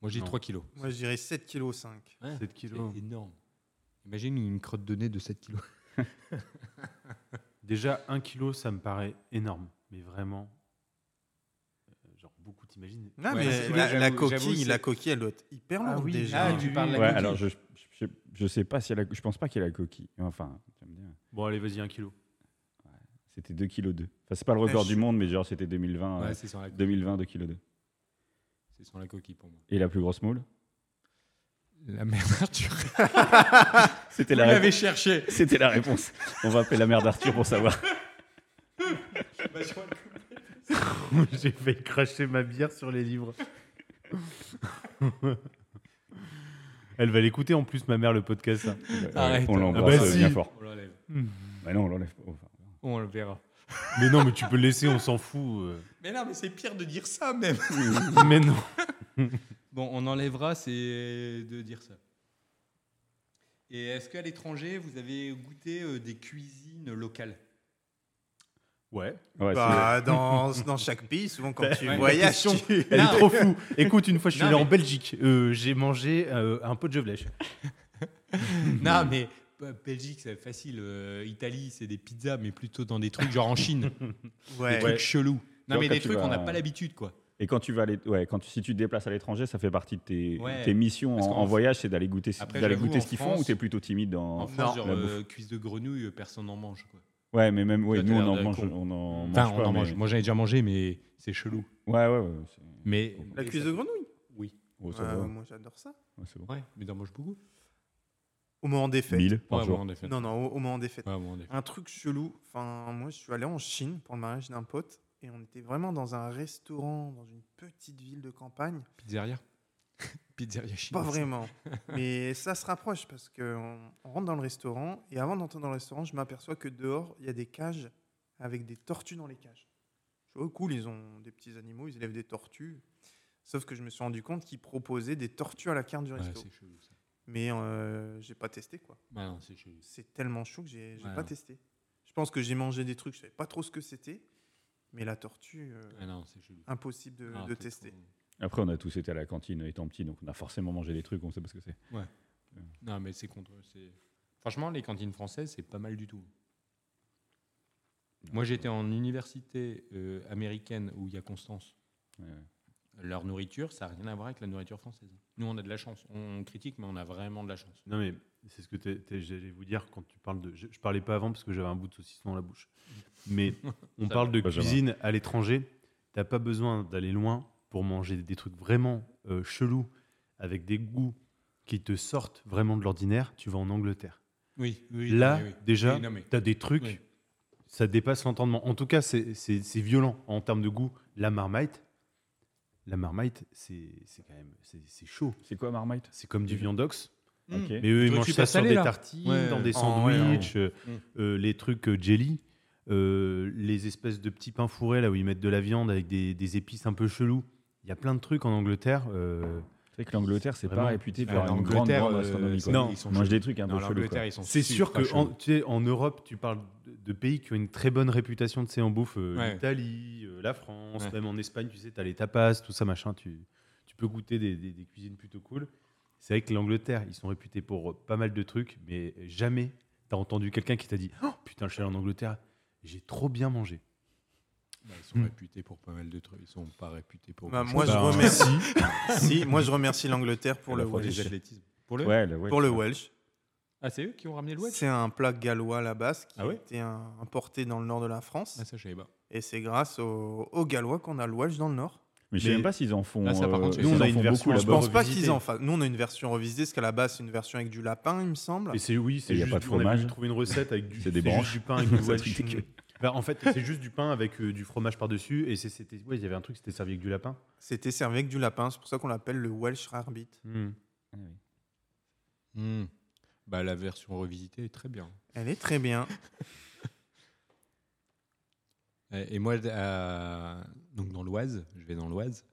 [SPEAKER 1] Moi, j'ai
[SPEAKER 2] Non.
[SPEAKER 1] 3 kilos.
[SPEAKER 3] Moi, je dirais 7,5 kg.
[SPEAKER 1] Ouais,
[SPEAKER 2] 7
[SPEAKER 1] c'est
[SPEAKER 2] kilos.
[SPEAKER 1] énorme. Imagine une crotte de nez de 7 kilos.
[SPEAKER 2] Déjà, 1 kilo, ça me paraît énorme. Mais vraiment. euh, Genre, beaucoup, t'imagines
[SPEAKER 3] Non,
[SPEAKER 1] Ouais,
[SPEAKER 3] mais
[SPEAKER 1] c'est- ouais,
[SPEAKER 3] la, la
[SPEAKER 1] j'avoue, j'avoue,
[SPEAKER 3] coquille,
[SPEAKER 1] c'est-
[SPEAKER 3] la coquille, elle doit être hyper
[SPEAKER 2] Ah
[SPEAKER 3] lourde
[SPEAKER 2] oui,
[SPEAKER 3] déjà.
[SPEAKER 1] Ah,
[SPEAKER 2] oui,
[SPEAKER 1] tu
[SPEAKER 2] oui,
[SPEAKER 1] parles
[SPEAKER 2] oui.
[SPEAKER 1] la
[SPEAKER 4] euh, ouais,
[SPEAKER 1] coquille.
[SPEAKER 4] alors je, je, je- je sais pas si elle a, je pense pas qu'il y a la coquille. Enfin, tu vas me dire.
[SPEAKER 2] Bon, allez, vas-y, 1 kilo.
[SPEAKER 4] C'était 2 kg. Enfin, c'est pas le record
[SPEAKER 3] je-
[SPEAKER 4] du monde, mais genre c'était 2020,
[SPEAKER 1] Ouais,
[SPEAKER 4] euh,
[SPEAKER 1] c'est sans la coquille.
[SPEAKER 4] 2020 2 kg.
[SPEAKER 1] C'est sans la coquille pour moi.
[SPEAKER 4] Et la plus grosse moule
[SPEAKER 1] La merde Arthur.
[SPEAKER 4] C'était
[SPEAKER 1] Vous
[SPEAKER 4] la,
[SPEAKER 1] l'avez
[SPEAKER 4] réponse.
[SPEAKER 1] cherché.
[SPEAKER 4] C'était la réponse. On va appeler la mère d'Arthur pour savoir.
[SPEAKER 2] J'ai fait cracher ma bière sur les livres. Elle va l'écouter en plus, ma mère, le podcast. hein.
[SPEAKER 1] Arrête.
[SPEAKER 4] On
[SPEAKER 2] Ah
[SPEAKER 4] l'embrasse
[SPEAKER 2] bah
[SPEAKER 4] euh,
[SPEAKER 2] si.
[SPEAKER 4] bien fort.
[SPEAKER 1] On l'enlève.
[SPEAKER 4] Bah non, on l'enlève pas. Enfin,
[SPEAKER 1] On le verra.
[SPEAKER 2] Mais non, mais tu peux le laisser, on s'en fout. euh.
[SPEAKER 1] Mais non, mais c'est pire de dire ça même.
[SPEAKER 2] Mais non.
[SPEAKER 1] Bon, on enlèvera, c'est de dire ça. Et est-ce qu'à l'étranger, vous avez goûté euh, des cuisines locales
[SPEAKER 2] Ouais.
[SPEAKER 4] ouais, c'est-
[SPEAKER 3] Bah, dans, dans chaque pays, souvent quand tu
[SPEAKER 1] Ouais.
[SPEAKER 3] voyages,
[SPEAKER 2] La
[SPEAKER 3] tu-
[SPEAKER 2] Elle
[SPEAKER 1] Non,
[SPEAKER 2] est trop fou. Écoute, une fois, je suis
[SPEAKER 1] Non,
[SPEAKER 2] allé en
[SPEAKER 1] mais-
[SPEAKER 2] Belgique. euh, J'ai mangé euh, un pot de gevelèche.
[SPEAKER 1] Non, mais euh, Belgique, c'est facile. euh, Italie, c'est des pizzas, mais plutôt dans des trucs genre en Chine, des
[SPEAKER 3] Ouais.
[SPEAKER 1] trucs chelous. Non,
[SPEAKER 4] Genre
[SPEAKER 1] mais
[SPEAKER 4] quand
[SPEAKER 1] des
[SPEAKER 4] tu
[SPEAKER 1] trucs
[SPEAKER 4] vas-
[SPEAKER 1] qu'on n'a pas l'habitude, quoi.
[SPEAKER 4] Et quand tu vas aller, ouais, quand tu- si tu te déplaces à l'étranger, ça fait partie de tes,
[SPEAKER 1] Ouais.
[SPEAKER 4] tes missions en,
[SPEAKER 1] Parce qu'en-
[SPEAKER 4] en voyage, c'est d'aller goûter,
[SPEAKER 1] Après,
[SPEAKER 4] d'aller
[SPEAKER 1] j'avoue,
[SPEAKER 4] goûter
[SPEAKER 1] en
[SPEAKER 4] ce qu'ils font
[SPEAKER 1] France-
[SPEAKER 4] ou t'es plutôt timide dans.
[SPEAKER 1] En France, genre
[SPEAKER 4] la
[SPEAKER 1] euh, cuisse de grenouille, euh, personne n'en mange, quoi.
[SPEAKER 4] Ouais, mais même, ouais,
[SPEAKER 1] Toi, t'as
[SPEAKER 4] nous on
[SPEAKER 1] l'air
[SPEAKER 4] en
[SPEAKER 1] d'un
[SPEAKER 4] mange,
[SPEAKER 1] con.
[SPEAKER 4] on en mange
[SPEAKER 1] Enfin, on
[SPEAKER 4] pas,
[SPEAKER 1] en
[SPEAKER 4] mais-
[SPEAKER 1] mange. Moi, j'en ai déjà mangé, mais c'est chelou.
[SPEAKER 4] Ouais, ouais, ouais. c'est-
[SPEAKER 1] Mais
[SPEAKER 3] La
[SPEAKER 1] mais
[SPEAKER 3] cuisse
[SPEAKER 1] ça-
[SPEAKER 3] de grenouille.
[SPEAKER 1] Oui.
[SPEAKER 4] oh, ça
[SPEAKER 1] Ah
[SPEAKER 3] Euh,
[SPEAKER 4] va,
[SPEAKER 3] moi, j'adore ça.
[SPEAKER 4] ouais, c'est bon.
[SPEAKER 1] Ouais, mais t'en manges beaucoup.
[SPEAKER 3] Au moment des fêtes.
[SPEAKER 4] Mille par
[SPEAKER 1] Ouais,
[SPEAKER 4] jour.
[SPEAKER 1] bon, en effet.
[SPEAKER 3] Non, non, au, au moment des fêtes.
[SPEAKER 1] Ouais, bon, en effet.
[SPEAKER 3] Un truc chelou. Enfin, moi, je suis allé en Chine pour le mariage d'un pote et on était vraiment dans un restaurant, dans une petite ville de campagne.
[SPEAKER 1] Pizzeria Pizzeria chinoise.
[SPEAKER 3] Pas vraiment. Mais ça se rapproche parce qu'on on rentre dans le restaurant et avant d'entrer dans le restaurant, je m'aperçois que dehors, il y a des cages avec des tortues dans les cages. Je vois, cool, ils ont des petits animaux, ils élèvent des tortues. Sauf que je me suis rendu compte qu'ils proposaient des tortues à la carte du
[SPEAKER 1] Ouais,
[SPEAKER 3] resto.
[SPEAKER 1] c'est chelou, ça.
[SPEAKER 3] Mais euh, j'ai pas testé quoi.
[SPEAKER 1] Ouais, non, c'est chelou.
[SPEAKER 3] C'est tellement chaud que j'ai j'ai
[SPEAKER 1] Ouais,
[SPEAKER 3] pas
[SPEAKER 1] non.
[SPEAKER 3] testé. Je pense que j'ai mangé des trucs, je savais pas trop ce que c'était. Mais la tortue, euh,
[SPEAKER 1] Ah non, c'est chelou.
[SPEAKER 3] impossible de,
[SPEAKER 1] Ah,
[SPEAKER 3] de
[SPEAKER 1] t'es
[SPEAKER 3] tester.
[SPEAKER 1] trop-
[SPEAKER 4] Après, on a tous été à la cantine étant petits, donc on a forcément mangé des trucs, on sait pas ce que c'est.
[SPEAKER 1] Non, mais c'est contre. c'est- Franchement, les cantines françaises, c'est pas mal du tout. Moi, j'étais en université euh, américaine où il y a Constance.
[SPEAKER 4] Ouais, ouais.
[SPEAKER 1] Leur nourriture, ça n'a rien à voir avec la nourriture française. Nous, on a de la chance. On critique, mais on a vraiment de la chance.
[SPEAKER 2] Non, mais c'est ce que t'es- t'es- j'allais vous dire quand tu parles de. Je, je parlais pas avant parce que j'avais un bout de saucisson dans la bouche. Mais on
[SPEAKER 1] Ça
[SPEAKER 2] parle de
[SPEAKER 4] Benjamin.
[SPEAKER 2] cuisine à l'étranger. T'as pas besoin d'aller loin pour manger des trucs vraiment euh, chelous avec des goûts qui te sortent vraiment de l'ordinaire. Tu vas en Angleterre.
[SPEAKER 1] Oui, oui.
[SPEAKER 2] Là, déjà,
[SPEAKER 1] Oui, non, mais-
[SPEAKER 2] t'as des trucs.
[SPEAKER 1] Oui.
[SPEAKER 2] Ça dépasse l'entendement. En tout cas, c'est c'est- c'est violent en termes de goût. La marmite, la marmite, c'est c'est quand même c'est c'est chaud.
[SPEAKER 4] C'est quoi Marmite
[SPEAKER 2] C'est comme du viandox.
[SPEAKER 1] Mm.
[SPEAKER 3] Hmm.
[SPEAKER 4] Ok.
[SPEAKER 2] Mais eux, ils
[SPEAKER 1] Toi,
[SPEAKER 2] mangent
[SPEAKER 1] tu
[SPEAKER 2] ça
[SPEAKER 1] passes
[SPEAKER 2] sur
[SPEAKER 1] salé,
[SPEAKER 2] des
[SPEAKER 1] là
[SPEAKER 2] tartines,
[SPEAKER 1] Ouais.
[SPEAKER 2] dans des
[SPEAKER 3] En- ouais,
[SPEAKER 2] sandwichs, euh,
[SPEAKER 1] Mm.
[SPEAKER 2] euh, les trucs euh, jelly, euh, les espèces de petits pains fourrés là où ils mettent de la viande avec des, des épices un peu chelous. Il y a plein de trucs en Angleterre. euh,
[SPEAKER 4] C'est vrai que l'Angleterre, c'est pas
[SPEAKER 2] Vraiment.
[SPEAKER 4] réputé
[SPEAKER 1] Ah,
[SPEAKER 4] pour avoir une grande,
[SPEAKER 1] l'Angleterre,
[SPEAKER 4] grande
[SPEAKER 1] euh,
[SPEAKER 4] gastronomie. quoi.
[SPEAKER 1] c'est-
[SPEAKER 2] Non.
[SPEAKER 1] ils sont
[SPEAKER 4] on mange
[SPEAKER 1] chelous.
[SPEAKER 4] des trucs un
[SPEAKER 1] Non,
[SPEAKER 4] peu chelous. quoi.
[SPEAKER 1] l'Angleterre, ils sont
[SPEAKER 2] C'est sûr
[SPEAKER 1] super
[SPEAKER 2] que en,
[SPEAKER 1] chelous.
[SPEAKER 2] tu sais, en Europe, tu parles de- de pays qui ont une très bonne réputation de sais, en bouffe. euh,
[SPEAKER 1] Ouais.
[SPEAKER 2] L'Italie, euh, la France,
[SPEAKER 1] Ouais.
[SPEAKER 2] même en Espagne, tu sais, tu as les tapas, tout ça, machin. Tu, tu peux goûter des, des- des cuisines plutôt cool. C'est vrai que l'Angleterre, ils sont réputés pour euh, pas mal de trucs, mais jamais tu as entendu quelqu'un qui t'a dit Oh putain, je suis allé en Angleterre, J'ai trop bien mangé.
[SPEAKER 1] Bah, ils sont
[SPEAKER 2] Hmm.
[SPEAKER 1] réputés pour pas mal de trucs. Ils sont pas réputés pour.
[SPEAKER 3] Bah,
[SPEAKER 1] beaucoup de
[SPEAKER 3] moi, je
[SPEAKER 1] choses.
[SPEAKER 3] remercie. si, moi, je remercie l'Angleterre pour
[SPEAKER 1] hein. À
[SPEAKER 3] le
[SPEAKER 1] la fois les
[SPEAKER 3] Welsh.
[SPEAKER 1] athlétismes. Pour le.
[SPEAKER 4] Ouais, le Welsh.
[SPEAKER 3] Pour le Welsh.
[SPEAKER 1] Ah, c'est eux qui ont ramené le Welsh.
[SPEAKER 3] C'est un plat gallois à la base qui
[SPEAKER 1] Ah ouais
[SPEAKER 3] a été un- importé dans le nord de la France.
[SPEAKER 1] Ah, ça, je savais pas.
[SPEAKER 3] Et c'est grâce aux, aux Gallois qu'on a le Welsh dans le nord.
[SPEAKER 4] Mais je
[SPEAKER 2] Mais-
[SPEAKER 4] sais même pas s'ils en font.
[SPEAKER 1] Là, ça, par
[SPEAKER 4] euh,
[SPEAKER 1] contre,
[SPEAKER 4] ils
[SPEAKER 1] nous, on
[SPEAKER 4] en
[SPEAKER 1] a
[SPEAKER 4] font
[SPEAKER 2] une
[SPEAKER 4] beaucoup
[SPEAKER 2] version,
[SPEAKER 4] là-bas.
[SPEAKER 3] Je
[SPEAKER 2] Bah,
[SPEAKER 3] pense pas
[SPEAKER 2] revisité.
[SPEAKER 3] qu'ils en fassent. Nous, on a une version revisitée, parce qu'à la base, c'est une version avec du lapin, il me semble.
[SPEAKER 1] Ah.
[SPEAKER 2] Et c'est oui, c'est
[SPEAKER 4] Et y a
[SPEAKER 2] juste
[SPEAKER 4] pas de
[SPEAKER 2] on a
[SPEAKER 4] fromage.
[SPEAKER 2] voulu trouver une recette avec du,
[SPEAKER 4] C'est des
[SPEAKER 2] c'est juste
[SPEAKER 4] branches.
[SPEAKER 2] du pain avec du
[SPEAKER 4] Ça
[SPEAKER 2] Welsh.
[SPEAKER 4] fait que-
[SPEAKER 2] Bah, en fait, c'est juste du pain avec euh, du fromage par-dessus. Et c'est- c'était, ouais, il y avait un truc, c'était servi avec du lapin.
[SPEAKER 3] C'était servi avec du lapin, c'est pour ça qu'on l'appelle le Welsh Rarebit.
[SPEAKER 1] Hmm. Bah, la version revisitée est très bien.
[SPEAKER 3] Elle est très bien.
[SPEAKER 1] Euh, Et moi, à- donc dans l'Oise, je vais dans l'Oise.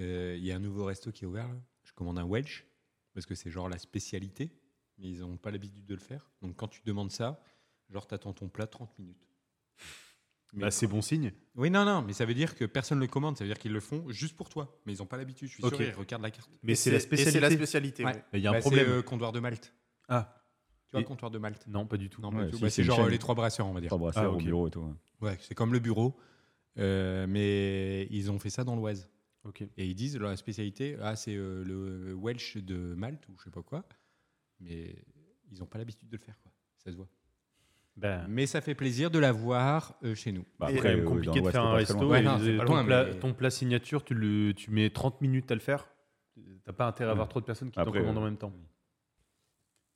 [SPEAKER 1] euh, Il y a un nouveau resto qui est ouvert. là. Je commande un Welsh parce que c'est genre la spécialité, mais ils n'ont pas l'habitude de le faire. Donc quand tu demandes ça, genre t'attends ton plat 30 minutes.
[SPEAKER 2] Bah, c'est bon signe.
[SPEAKER 1] Oui, non, non, mais ça veut dire que personne le commande, ça veut dire qu'ils le font juste pour toi, mais ils n'ont pas l'habitude. Je suis
[SPEAKER 2] Ok.
[SPEAKER 1] sûr, ils regardent la carte.
[SPEAKER 2] Mais
[SPEAKER 3] Et
[SPEAKER 2] c'est la
[SPEAKER 3] et
[SPEAKER 2] spécialité.
[SPEAKER 3] c'est la spécialité,
[SPEAKER 1] Ouais.
[SPEAKER 3] ouais.
[SPEAKER 2] Il y a un
[SPEAKER 1] Bah, c'est,
[SPEAKER 2] problème.
[SPEAKER 1] euh, comptoir de Malte.
[SPEAKER 2] Ah,
[SPEAKER 1] Tu vois,
[SPEAKER 2] Et-
[SPEAKER 1] comptoir de Malte.
[SPEAKER 2] non, pas du tout.
[SPEAKER 1] Non, pas
[SPEAKER 4] Ouais,
[SPEAKER 1] du tout.
[SPEAKER 4] si,
[SPEAKER 1] Bah,
[SPEAKER 4] c'est
[SPEAKER 1] c'est
[SPEAKER 4] une
[SPEAKER 1] genre
[SPEAKER 4] chaîne.
[SPEAKER 1] euh, les trois brasseurs, on va dire.
[SPEAKER 4] Trois brasseurs
[SPEAKER 2] Ah,
[SPEAKER 4] au
[SPEAKER 2] ok.
[SPEAKER 4] bureau et tout. hein.
[SPEAKER 1] Ouais, c'est comme le bureau, euh, mais ils ont fait ça dans l'Oise.
[SPEAKER 2] Ok.
[SPEAKER 1] Et ils disent la spécialité, ah, c'est euh, le Welsh de Malte ou je sais pas quoi. Mais ils n'ont pas l'habitude de le faire, quoi. Ça se voit.
[SPEAKER 4] Ah.
[SPEAKER 2] Bah,
[SPEAKER 1] Mais ça fait plaisir de la voir euh, chez nous.
[SPEAKER 4] Bah,
[SPEAKER 3] Et-
[SPEAKER 4] après,
[SPEAKER 2] quand même
[SPEAKER 4] euh, dans
[SPEAKER 2] compliqué de
[SPEAKER 4] l'Ouest,
[SPEAKER 2] faire
[SPEAKER 4] c'est
[SPEAKER 2] un
[SPEAKER 4] pas très
[SPEAKER 2] resto.
[SPEAKER 4] loin.
[SPEAKER 1] Ouais,
[SPEAKER 2] et
[SPEAKER 1] non,
[SPEAKER 2] de-
[SPEAKER 1] c'est pas
[SPEAKER 2] ton,
[SPEAKER 1] loin,
[SPEAKER 2] plat,
[SPEAKER 1] mais-
[SPEAKER 2] ton plat signature, tu, le, tu mets 30 minutes à le faire. T'as pas intérêt à avoir trop de personnes qui t'en
[SPEAKER 4] Après,
[SPEAKER 2] commandent en
[SPEAKER 4] euh,
[SPEAKER 2] même temps.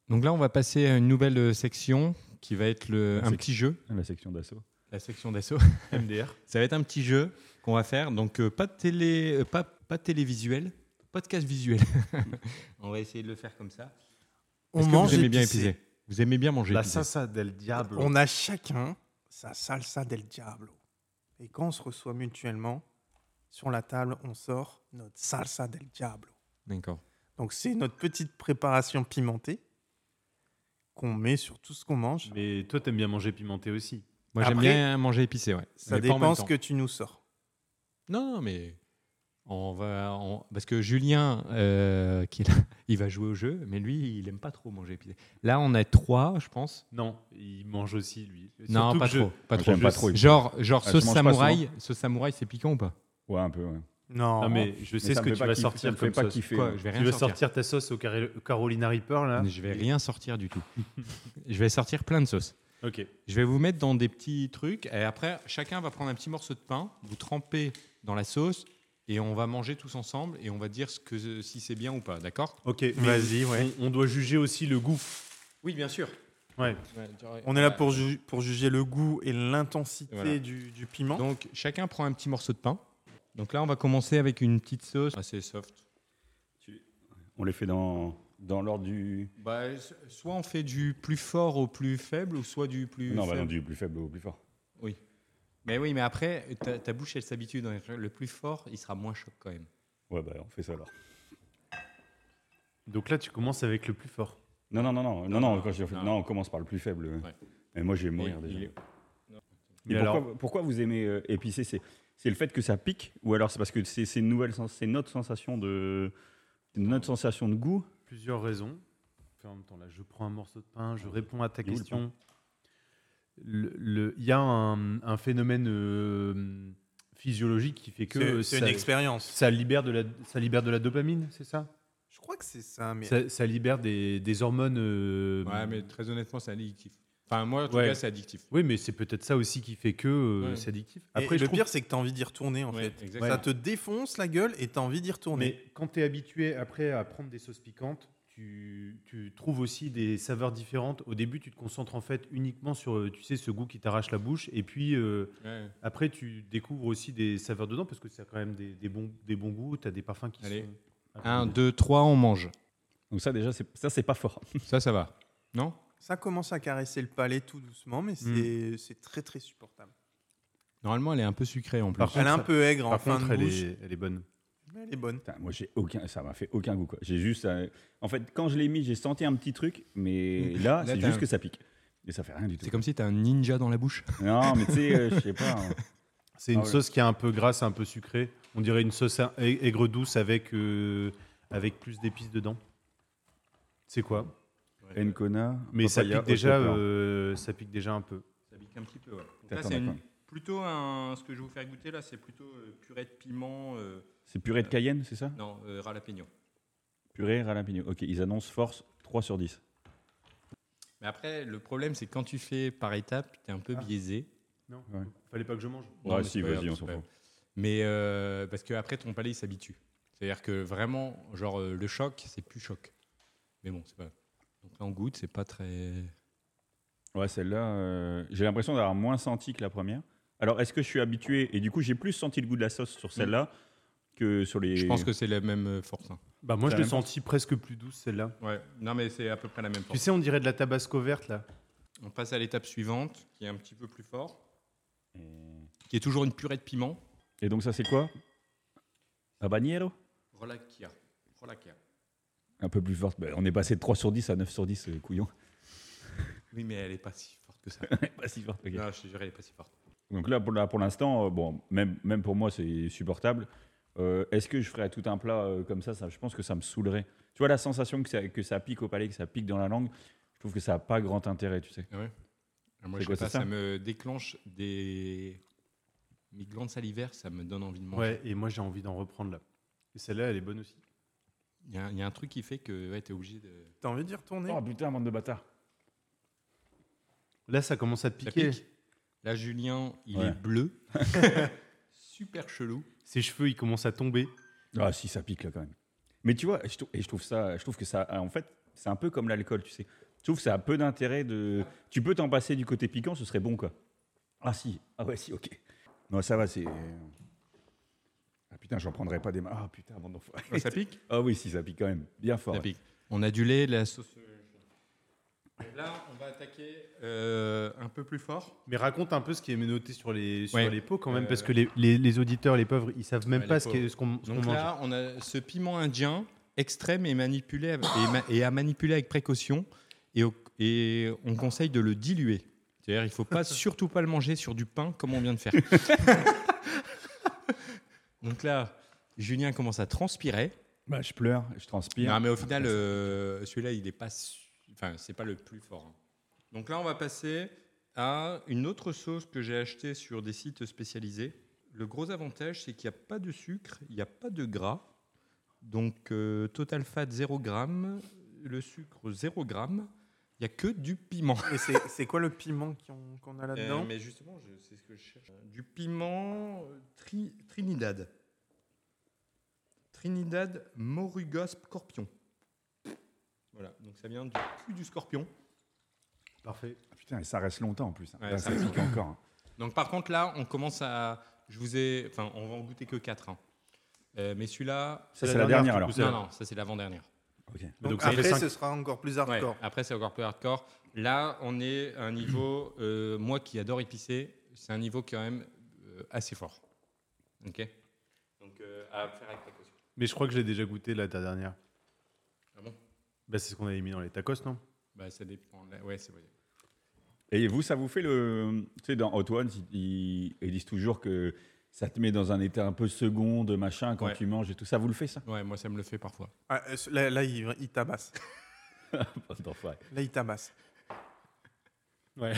[SPEAKER 1] Donc là, on va passer à une nouvelle euh, section qui va être le, un
[SPEAKER 4] Sec-
[SPEAKER 1] petit jeu.
[SPEAKER 4] La section d'assaut.
[SPEAKER 1] La section d'assaut.
[SPEAKER 2] MDR.
[SPEAKER 1] Ça va être un petit jeu qu'on va faire. Donc euh, pas de télé, euh, pas, pas de télévisuel, podcast visuel. on va essayer de le faire comme ça.
[SPEAKER 3] On
[SPEAKER 1] Est-ce que
[SPEAKER 3] mange
[SPEAKER 1] vous aimez bien
[SPEAKER 3] épicé. Bah,
[SPEAKER 1] épicé. Vous aimez bien manger
[SPEAKER 2] La
[SPEAKER 1] épicé.
[SPEAKER 2] salsa del diablo.
[SPEAKER 3] On a chacun sa salsa del diablo. Et quand on se reçoit mutuellement, sur la table, on sort notre salsa del diablo.
[SPEAKER 1] D'accord.
[SPEAKER 3] Donc c'est notre petite préparation pimentée qu'on met sur tout ce qu'on mange.
[SPEAKER 2] Mais toi, t'aimes bien manger pimenté aussi.
[SPEAKER 1] Moi, j'aime
[SPEAKER 3] Après,
[SPEAKER 1] bien manger épicé, ouais.
[SPEAKER 3] Ça
[SPEAKER 1] Mais pas en même
[SPEAKER 3] dépend ce
[SPEAKER 1] temps.
[SPEAKER 3] que tu nous sors.
[SPEAKER 1] Non, non, mais on va. on- Parce que Julien, euh, qui est là, il va jouer au jeu, mais lui, il aime pas trop manger épicé. Là, on a trois, je pense.
[SPEAKER 2] Non, il mange aussi, lui.
[SPEAKER 1] non,
[SPEAKER 2] Surtout
[SPEAKER 1] pas
[SPEAKER 2] que je-
[SPEAKER 1] trop, pas
[SPEAKER 4] Moi,
[SPEAKER 1] trop.
[SPEAKER 4] j'aime pas trop épicé.
[SPEAKER 1] Genre, genre
[SPEAKER 4] Ah, je
[SPEAKER 1] sauce
[SPEAKER 4] mange pas
[SPEAKER 1] samouraï, sauce samouraï, c'est piquant ou pas
[SPEAKER 4] Ouais, un peu. ouais.
[SPEAKER 3] Non,
[SPEAKER 2] Non, mais je sais
[SPEAKER 4] Mais
[SPEAKER 2] ce
[SPEAKER 4] ça me
[SPEAKER 2] que
[SPEAKER 4] fait
[SPEAKER 2] tu
[SPEAKER 4] pas
[SPEAKER 2] vas
[SPEAKER 4] kiffer, ça
[SPEAKER 2] sortir
[SPEAKER 4] me fait
[SPEAKER 2] comme
[SPEAKER 4] pas
[SPEAKER 2] ça.
[SPEAKER 4] kiffer.
[SPEAKER 1] Quoi Je vais rien
[SPEAKER 2] Tu vas
[SPEAKER 1] sortir.
[SPEAKER 2] sortir ta sauce au Cari- Carolina Reaper,
[SPEAKER 3] Ah.
[SPEAKER 2] là
[SPEAKER 1] Je vais rien sortir du tout. je vais sortir plein de sauces.
[SPEAKER 2] Ok.
[SPEAKER 1] Je vais vous mettre dans des petits trucs et après, chacun va prendre un petit morceau de pain, vous trempez dans la sauce et on va manger tous ensemble et on va dire ce que, si c'est bien ou pas, d'accord
[SPEAKER 2] Ok,
[SPEAKER 3] Vas-y, ouais.
[SPEAKER 2] On, on doit juger aussi le goût.
[SPEAKER 1] Oui, bien sûr.
[SPEAKER 2] Ouais.
[SPEAKER 3] On
[SPEAKER 2] euh,
[SPEAKER 3] est là pour, ju- pour juger le goût et l'intensité
[SPEAKER 1] Voilà.
[SPEAKER 3] du, du piment.
[SPEAKER 1] Donc chacun prend un petit morceau de pain. Donc là, on va commencer avec une petite sauce assez soft.
[SPEAKER 4] On les fait dans, dans l'ordre du.
[SPEAKER 1] Bah, s- soit on fait du plus fort au plus faible, ou soit du plus
[SPEAKER 4] Non, bah,
[SPEAKER 1] faible.
[SPEAKER 4] non, du plus faible au plus fort.
[SPEAKER 1] Mais oui, mais après, ta, ta bouche, elle s'habitue. dans les trucs. Le plus fort, il sera moins choc quand même.
[SPEAKER 4] Ouais, bah, on fait ça alors.
[SPEAKER 2] Donc là, tu commences avec le plus fort.
[SPEAKER 4] Non, non, non, non, non, non, quand je-
[SPEAKER 1] non.
[SPEAKER 4] non, on commence par le plus faible.
[SPEAKER 1] Ouais.
[SPEAKER 4] Mais moi, je vais mourir
[SPEAKER 1] Et
[SPEAKER 4] déjà.
[SPEAKER 1] il est-
[SPEAKER 2] Mais
[SPEAKER 4] Mais pourquoi,
[SPEAKER 2] alors-
[SPEAKER 4] pourquoi vous aimez euh, épicé c'est, c'est le fait que ça pique Ou alors c'est parce que c'est, c'est une nouvelle sens- c'est notre sensation de notre sensation de goût
[SPEAKER 2] Plusieurs raisons. Enfin, en même temps, là, je prends un morceau de pain, je réponds à ta
[SPEAKER 4] Il est où, le
[SPEAKER 2] question. Le- le- Il y a un, un phénomène euh, physiologique qui fait que
[SPEAKER 3] C'est- c'est une
[SPEAKER 2] euh, ça,
[SPEAKER 3] expérience.
[SPEAKER 2] ça libère de la, ça libère de la dopamine, c'est ça,
[SPEAKER 3] Je crois que c'est ça, mais
[SPEAKER 2] ça ça libère des, des hormones. euh,
[SPEAKER 1] Ouais, mais très honnêtement, c'est addictif. Enfin, moi, en tout
[SPEAKER 2] Ouais.
[SPEAKER 1] cas, c'est addictif.
[SPEAKER 2] Oui, mais c'est peut-être ça aussi qui fait que euh,
[SPEAKER 1] Ouais.
[SPEAKER 2] c'est addictif.
[SPEAKER 3] Et
[SPEAKER 2] Après, je
[SPEAKER 3] le
[SPEAKER 2] trouve-
[SPEAKER 3] pire, c'est que tu as envie d'y retourner, en
[SPEAKER 1] Ouais,
[SPEAKER 3] fait.
[SPEAKER 1] exactement.
[SPEAKER 3] Ça te défonce la gueule et tu as envie d'y retourner.
[SPEAKER 2] Mais quand tu es habitué après à prendre des sauces piquantes, tu, tu trouves aussi des saveurs différentes. Au début, tu te concentres en fait uniquement sur, euh, tu sais, ce goût qui t'arrache la bouche. Et puis euh,
[SPEAKER 1] Ouais.
[SPEAKER 2] après, tu découvres aussi des saveurs dedans parce que ça a quand même des, des bons, des bons goûts. Tu as des parfums qui
[SPEAKER 1] Allez.
[SPEAKER 2] sont.
[SPEAKER 1] Un, deux, trois, on mange.
[SPEAKER 4] Donc ça déjà, c'est, ça c'est pas fort.
[SPEAKER 1] Ça, ça va. Non
[SPEAKER 3] Ça commence à caresser le palais tout doucement, mais
[SPEAKER 2] Hmm.
[SPEAKER 3] c'est c'est très, très supportable.
[SPEAKER 1] Normalement, elle est un peu sucrée en plus.
[SPEAKER 2] Par
[SPEAKER 3] Elle est un
[SPEAKER 2] contre,
[SPEAKER 3] peu aigre en
[SPEAKER 2] Par
[SPEAKER 3] fin
[SPEAKER 2] contre,
[SPEAKER 3] de
[SPEAKER 2] elle
[SPEAKER 3] bouche,
[SPEAKER 2] est, elle est bonne.
[SPEAKER 3] mais elle est bonne.
[SPEAKER 4] Putain, moi j'ai aucun, ça m'a fait aucun goût quoi. J'ai juste, euh, en fait, quand je l'ai mis, j'ai senti un petit truc, mais
[SPEAKER 1] Là,
[SPEAKER 4] là, c'est
[SPEAKER 1] t'as
[SPEAKER 4] juste
[SPEAKER 1] un-
[SPEAKER 4] que ça pique. Et ça fait rien du tout.
[SPEAKER 1] C'est comme si t'as un ninja dans la bouche.
[SPEAKER 4] Non, mais tu sais, euh, je sais pas. hein.
[SPEAKER 2] C'est une
[SPEAKER 4] Ah ouais.
[SPEAKER 2] sauce qui est un peu grasse, un peu sucrée. On dirait une sauce a- ai- aigre-douce avec, euh, avec plus d'épices dedans. C'est quoi
[SPEAKER 4] Encona.
[SPEAKER 2] Mais ça
[SPEAKER 4] papaya,
[SPEAKER 2] pique, déjà,
[SPEAKER 4] haut pepper.
[SPEAKER 2] euh, ça pique déjà un peu.
[SPEAKER 1] Ça pique Un petit peu, ouais. Donc
[SPEAKER 4] T'as
[SPEAKER 1] là,
[SPEAKER 4] ton
[SPEAKER 1] c'est une-
[SPEAKER 4] d'accord.
[SPEAKER 1] plutôt un. Ce que je vais vous faire goûter là, c'est plutôt euh, purée de piment. euh,
[SPEAKER 4] C'est purée de Cayenne, c'est ça
[SPEAKER 1] non, euh, jalapeno.
[SPEAKER 4] Purée jalapeno. Ok, ils annoncent force 3 sur 10.
[SPEAKER 1] Mais après, le problème, c'est que quand tu fais par étapes, tu es un peu
[SPEAKER 2] Ah.
[SPEAKER 1] biaisé.
[SPEAKER 2] Non,
[SPEAKER 4] Ouais.
[SPEAKER 2] fallait pas que je mange.
[SPEAKER 1] Non,
[SPEAKER 4] ouais,
[SPEAKER 1] mais
[SPEAKER 4] si,
[SPEAKER 1] c'est pas
[SPEAKER 4] vas-y,
[SPEAKER 1] grave,
[SPEAKER 4] on
[SPEAKER 1] c'est
[SPEAKER 4] s'en
[SPEAKER 1] pas
[SPEAKER 4] fout.
[SPEAKER 1] Mais euh, parce que après, ton palais, il s'habitue. C'est-à-dire que vraiment, genre, euh, le choc, c'est plus choc. Mais bon, c'est pas. Donc là, on goûte, c'est pas très.
[SPEAKER 4] Ouais, celle-là, euh, j'ai l'impression d'avoir moins senti que la première. Alors, est-ce que je suis habitué Et du coup, j'ai plus senti le goût de la sauce sur celle-là Mm. que sur les.
[SPEAKER 1] Je pense que c'est la même euh, force. hein.
[SPEAKER 2] Bah moi,
[SPEAKER 4] Ça
[SPEAKER 2] je l'ai
[SPEAKER 4] même
[SPEAKER 2] senti presque plus douce celle-là.
[SPEAKER 1] Ouais, non, mais c'est à peu près la même
[SPEAKER 2] Tu
[SPEAKER 1] force.
[SPEAKER 2] sais, on dirait de la tabasco verte là.
[SPEAKER 1] On passe à l'étape suivante, qui est un petit peu plus fort,
[SPEAKER 4] Et-
[SPEAKER 1] qui est toujours une purée de piment.
[SPEAKER 4] Et donc, ça, c'est quoi Habanero
[SPEAKER 1] Relakia. Relakia.
[SPEAKER 4] Un peu plus forte. Bah, on est passé de 3 sur 10 à 9 sur 10, euh, couillon.
[SPEAKER 1] Oui, mais elle est pas si forte que ça.
[SPEAKER 4] Pas si forte, ok.
[SPEAKER 1] Non, je te jure, elle est pas si forte.
[SPEAKER 4] Donc là, pour, là, pour l'instant, euh, bon, même, même pour moi, c'est supportable. Euh, Est-ce que je ferais tout un plat euh, comme ça, ça Je pense que ça me saoulerait. Tu vois la sensation que ça, que ça pique au palais, que ça pique dans la langue Je trouve que ça n'a pas grand intérêt, tu sais.
[SPEAKER 1] Ah, Moi,
[SPEAKER 4] C'est
[SPEAKER 1] je
[SPEAKER 4] quoi,
[SPEAKER 1] sais pas,
[SPEAKER 4] c'est ça
[SPEAKER 1] ça me déclenche des. Mes glandes salivaires, ça me donne envie de manger.
[SPEAKER 2] Ouais, et moi j'ai envie d'en reprendre là. Et celle-là, elle est bonne aussi.
[SPEAKER 1] Il y, a- il y a un truc qui fait que ouais, tu es obligé de.
[SPEAKER 3] T'as envie d'y retourner
[SPEAKER 4] Oh putain, bande de bâtards.
[SPEAKER 2] Là, ça commence à te
[SPEAKER 1] Ça
[SPEAKER 2] piquer.
[SPEAKER 1] pique. Là, Julien, il
[SPEAKER 4] Ouais.
[SPEAKER 1] est bleu. Super chelou.
[SPEAKER 2] Ses cheveux, ils commencent à tomber.
[SPEAKER 4] Ah si, ça pique là quand même. Mais tu vois, je trou- et je trouve ça, je trouve que ça, en fait, c'est un peu comme l'alcool, tu sais. Je trouve que ça a peu d'intérêt de. Tu peux t'en passer du côté piquant, ce serait bon quoi. Ah si, ah ouais si, ok. Non, ça va, c'est. Ah putain, j'en prendrais pas des mains. Ah putain, mon enfant.
[SPEAKER 1] ça pique
[SPEAKER 4] Ah oui, si ça pique quand même, bien fort.
[SPEAKER 1] Ça
[SPEAKER 4] ouais.
[SPEAKER 1] pique. On a du lait, la sauce. euh, Donc Là, on va attaquer euh, un peu plus fort.
[SPEAKER 2] Mais raconte un peu ce qui est noté sur les, sur
[SPEAKER 1] Ouais.
[SPEAKER 2] les pots quand même,
[SPEAKER 1] Euh,
[SPEAKER 2] parce que les, les- les auditeurs, les pauvres, ils savent même
[SPEAKER 1] Ouais,
[SPEAKER 2] pas
[SPEAKER 1] les
[SPEAKER 2] ce qu'est- ce qu'on ce qu'on
[SPEAKER 1] Donc
[SPEAKER 2] mange.
[SPEAKER 1] là, on a ce piment indien extrême et, manipulé, av- et, ma- et à manipuler avec précaution. Et, au- et on conseille de le diluer. C'est-à-dire, il ne faut pas, surtout pas le manger sur du pain comme on vient de faire. Donc là, Julien commence à transpirer.
[SPEAKER 4] Bah, je pleure, je transpire.
[SPEAKER 1] Non, mais au final, euh, celui-là, il est pas. su- Enfin, c'est pas le plus fort. hein. Donc là, on va passer à une autre sauce que j'ai achetée sur des sites spécialisés. Le gros avantage, c'est qu'il n'y a pas de sucre, il n'y a pas de gras. Donc, euh, total fat 0 g, le sucre 0 g, il n'y a que du piment.
[SPEAKER 2] Oh.
[SPEAKER 3] Mais c'est c'est quoi le piment qu'on qu'on a là-dedans
[SPEAKER 1] Euh, mais justement, je- c'est ce que je cherche. Euh, Du piment euh, tri- Trinidad. Trinidad Moruga Scorpion. Voilà, donc ça vient du cul du scorpion.
[SPEAKER 2] Parfait.
[SPEAKER 4] Ah, putain, et ça reste longtemps en plus. hein.
[SPEAKER 1] Ouais,
[SPEAKER 4] Là,
[SPEAKER 1] ça
[SPEAKER 4] ça
[SPEAKER 1] pique.
[SPEAKER 4] pique encore. hein.
[SPEAKER 1] Donc par contre là, on commence à... Je vous ai... Enfin, on va en goûter que 4. mais celui-là...
[SPEAKER 4] Ça, c'est la dernière,
[SPEAKER 2] du
[SPEAKER 4] alors.
[SPEAKER 2] coup,
[SPEAKER 1] Non,
[SPEAKER 2] celle-là.
[SPEAKER 1] non, ça c'est l'avant-dernier.
[SPEAKER 4] Ok.
[SPEAKER 3] Donc,
[SPEAKER 2] Donc, ça fait
[SPEAKER 3] après,
[SPEAKER 2] cinq.
[SPEAKER 3] ce sera encore plus
[SPEAKER 1] Ouais,
[SPEAKER 3] hardcore.
[SPEAKER 1] après, c'est encore plus hardcore. Là, on est à un niveau, euh, moi qui adore épicé, c'est un niveau quand même euh, assez fort. Ok Donc, euh, à faire avec précaution.
[SPEAKER 2] Mais je crois que je l'ai déjà goûté là, ta dernière.
[SPEAKER 1] Ah bon
[SPEAKER 2] Bah, c'est ce qu'on avait mis dans les tacos, non
[SPEAKER 1] Bah, ça dépend. Là, Ouais, c'est vrai.
[SPEAKER 4] Et vous, ça vous fait le. Tu sais, dans Hot Ones, ils, ils disent toujours que ça te met dans un état un peu second de machin quand
[SPEAKER 1] Ouais.
[SPEAKER 4] tu manges et tout. Ça vous le fait, ça
[SPEAKER 1] Ouais, moi, ça me le fait parfois.
[SPEAKER 3] Ah, euh, ce- là, là, il, il tabasse.
[SPEAKER 4] Bande d'enfoirés.
[SPEAKER 3] Là, il tabasse.
[SPEAKER 2] Ouais.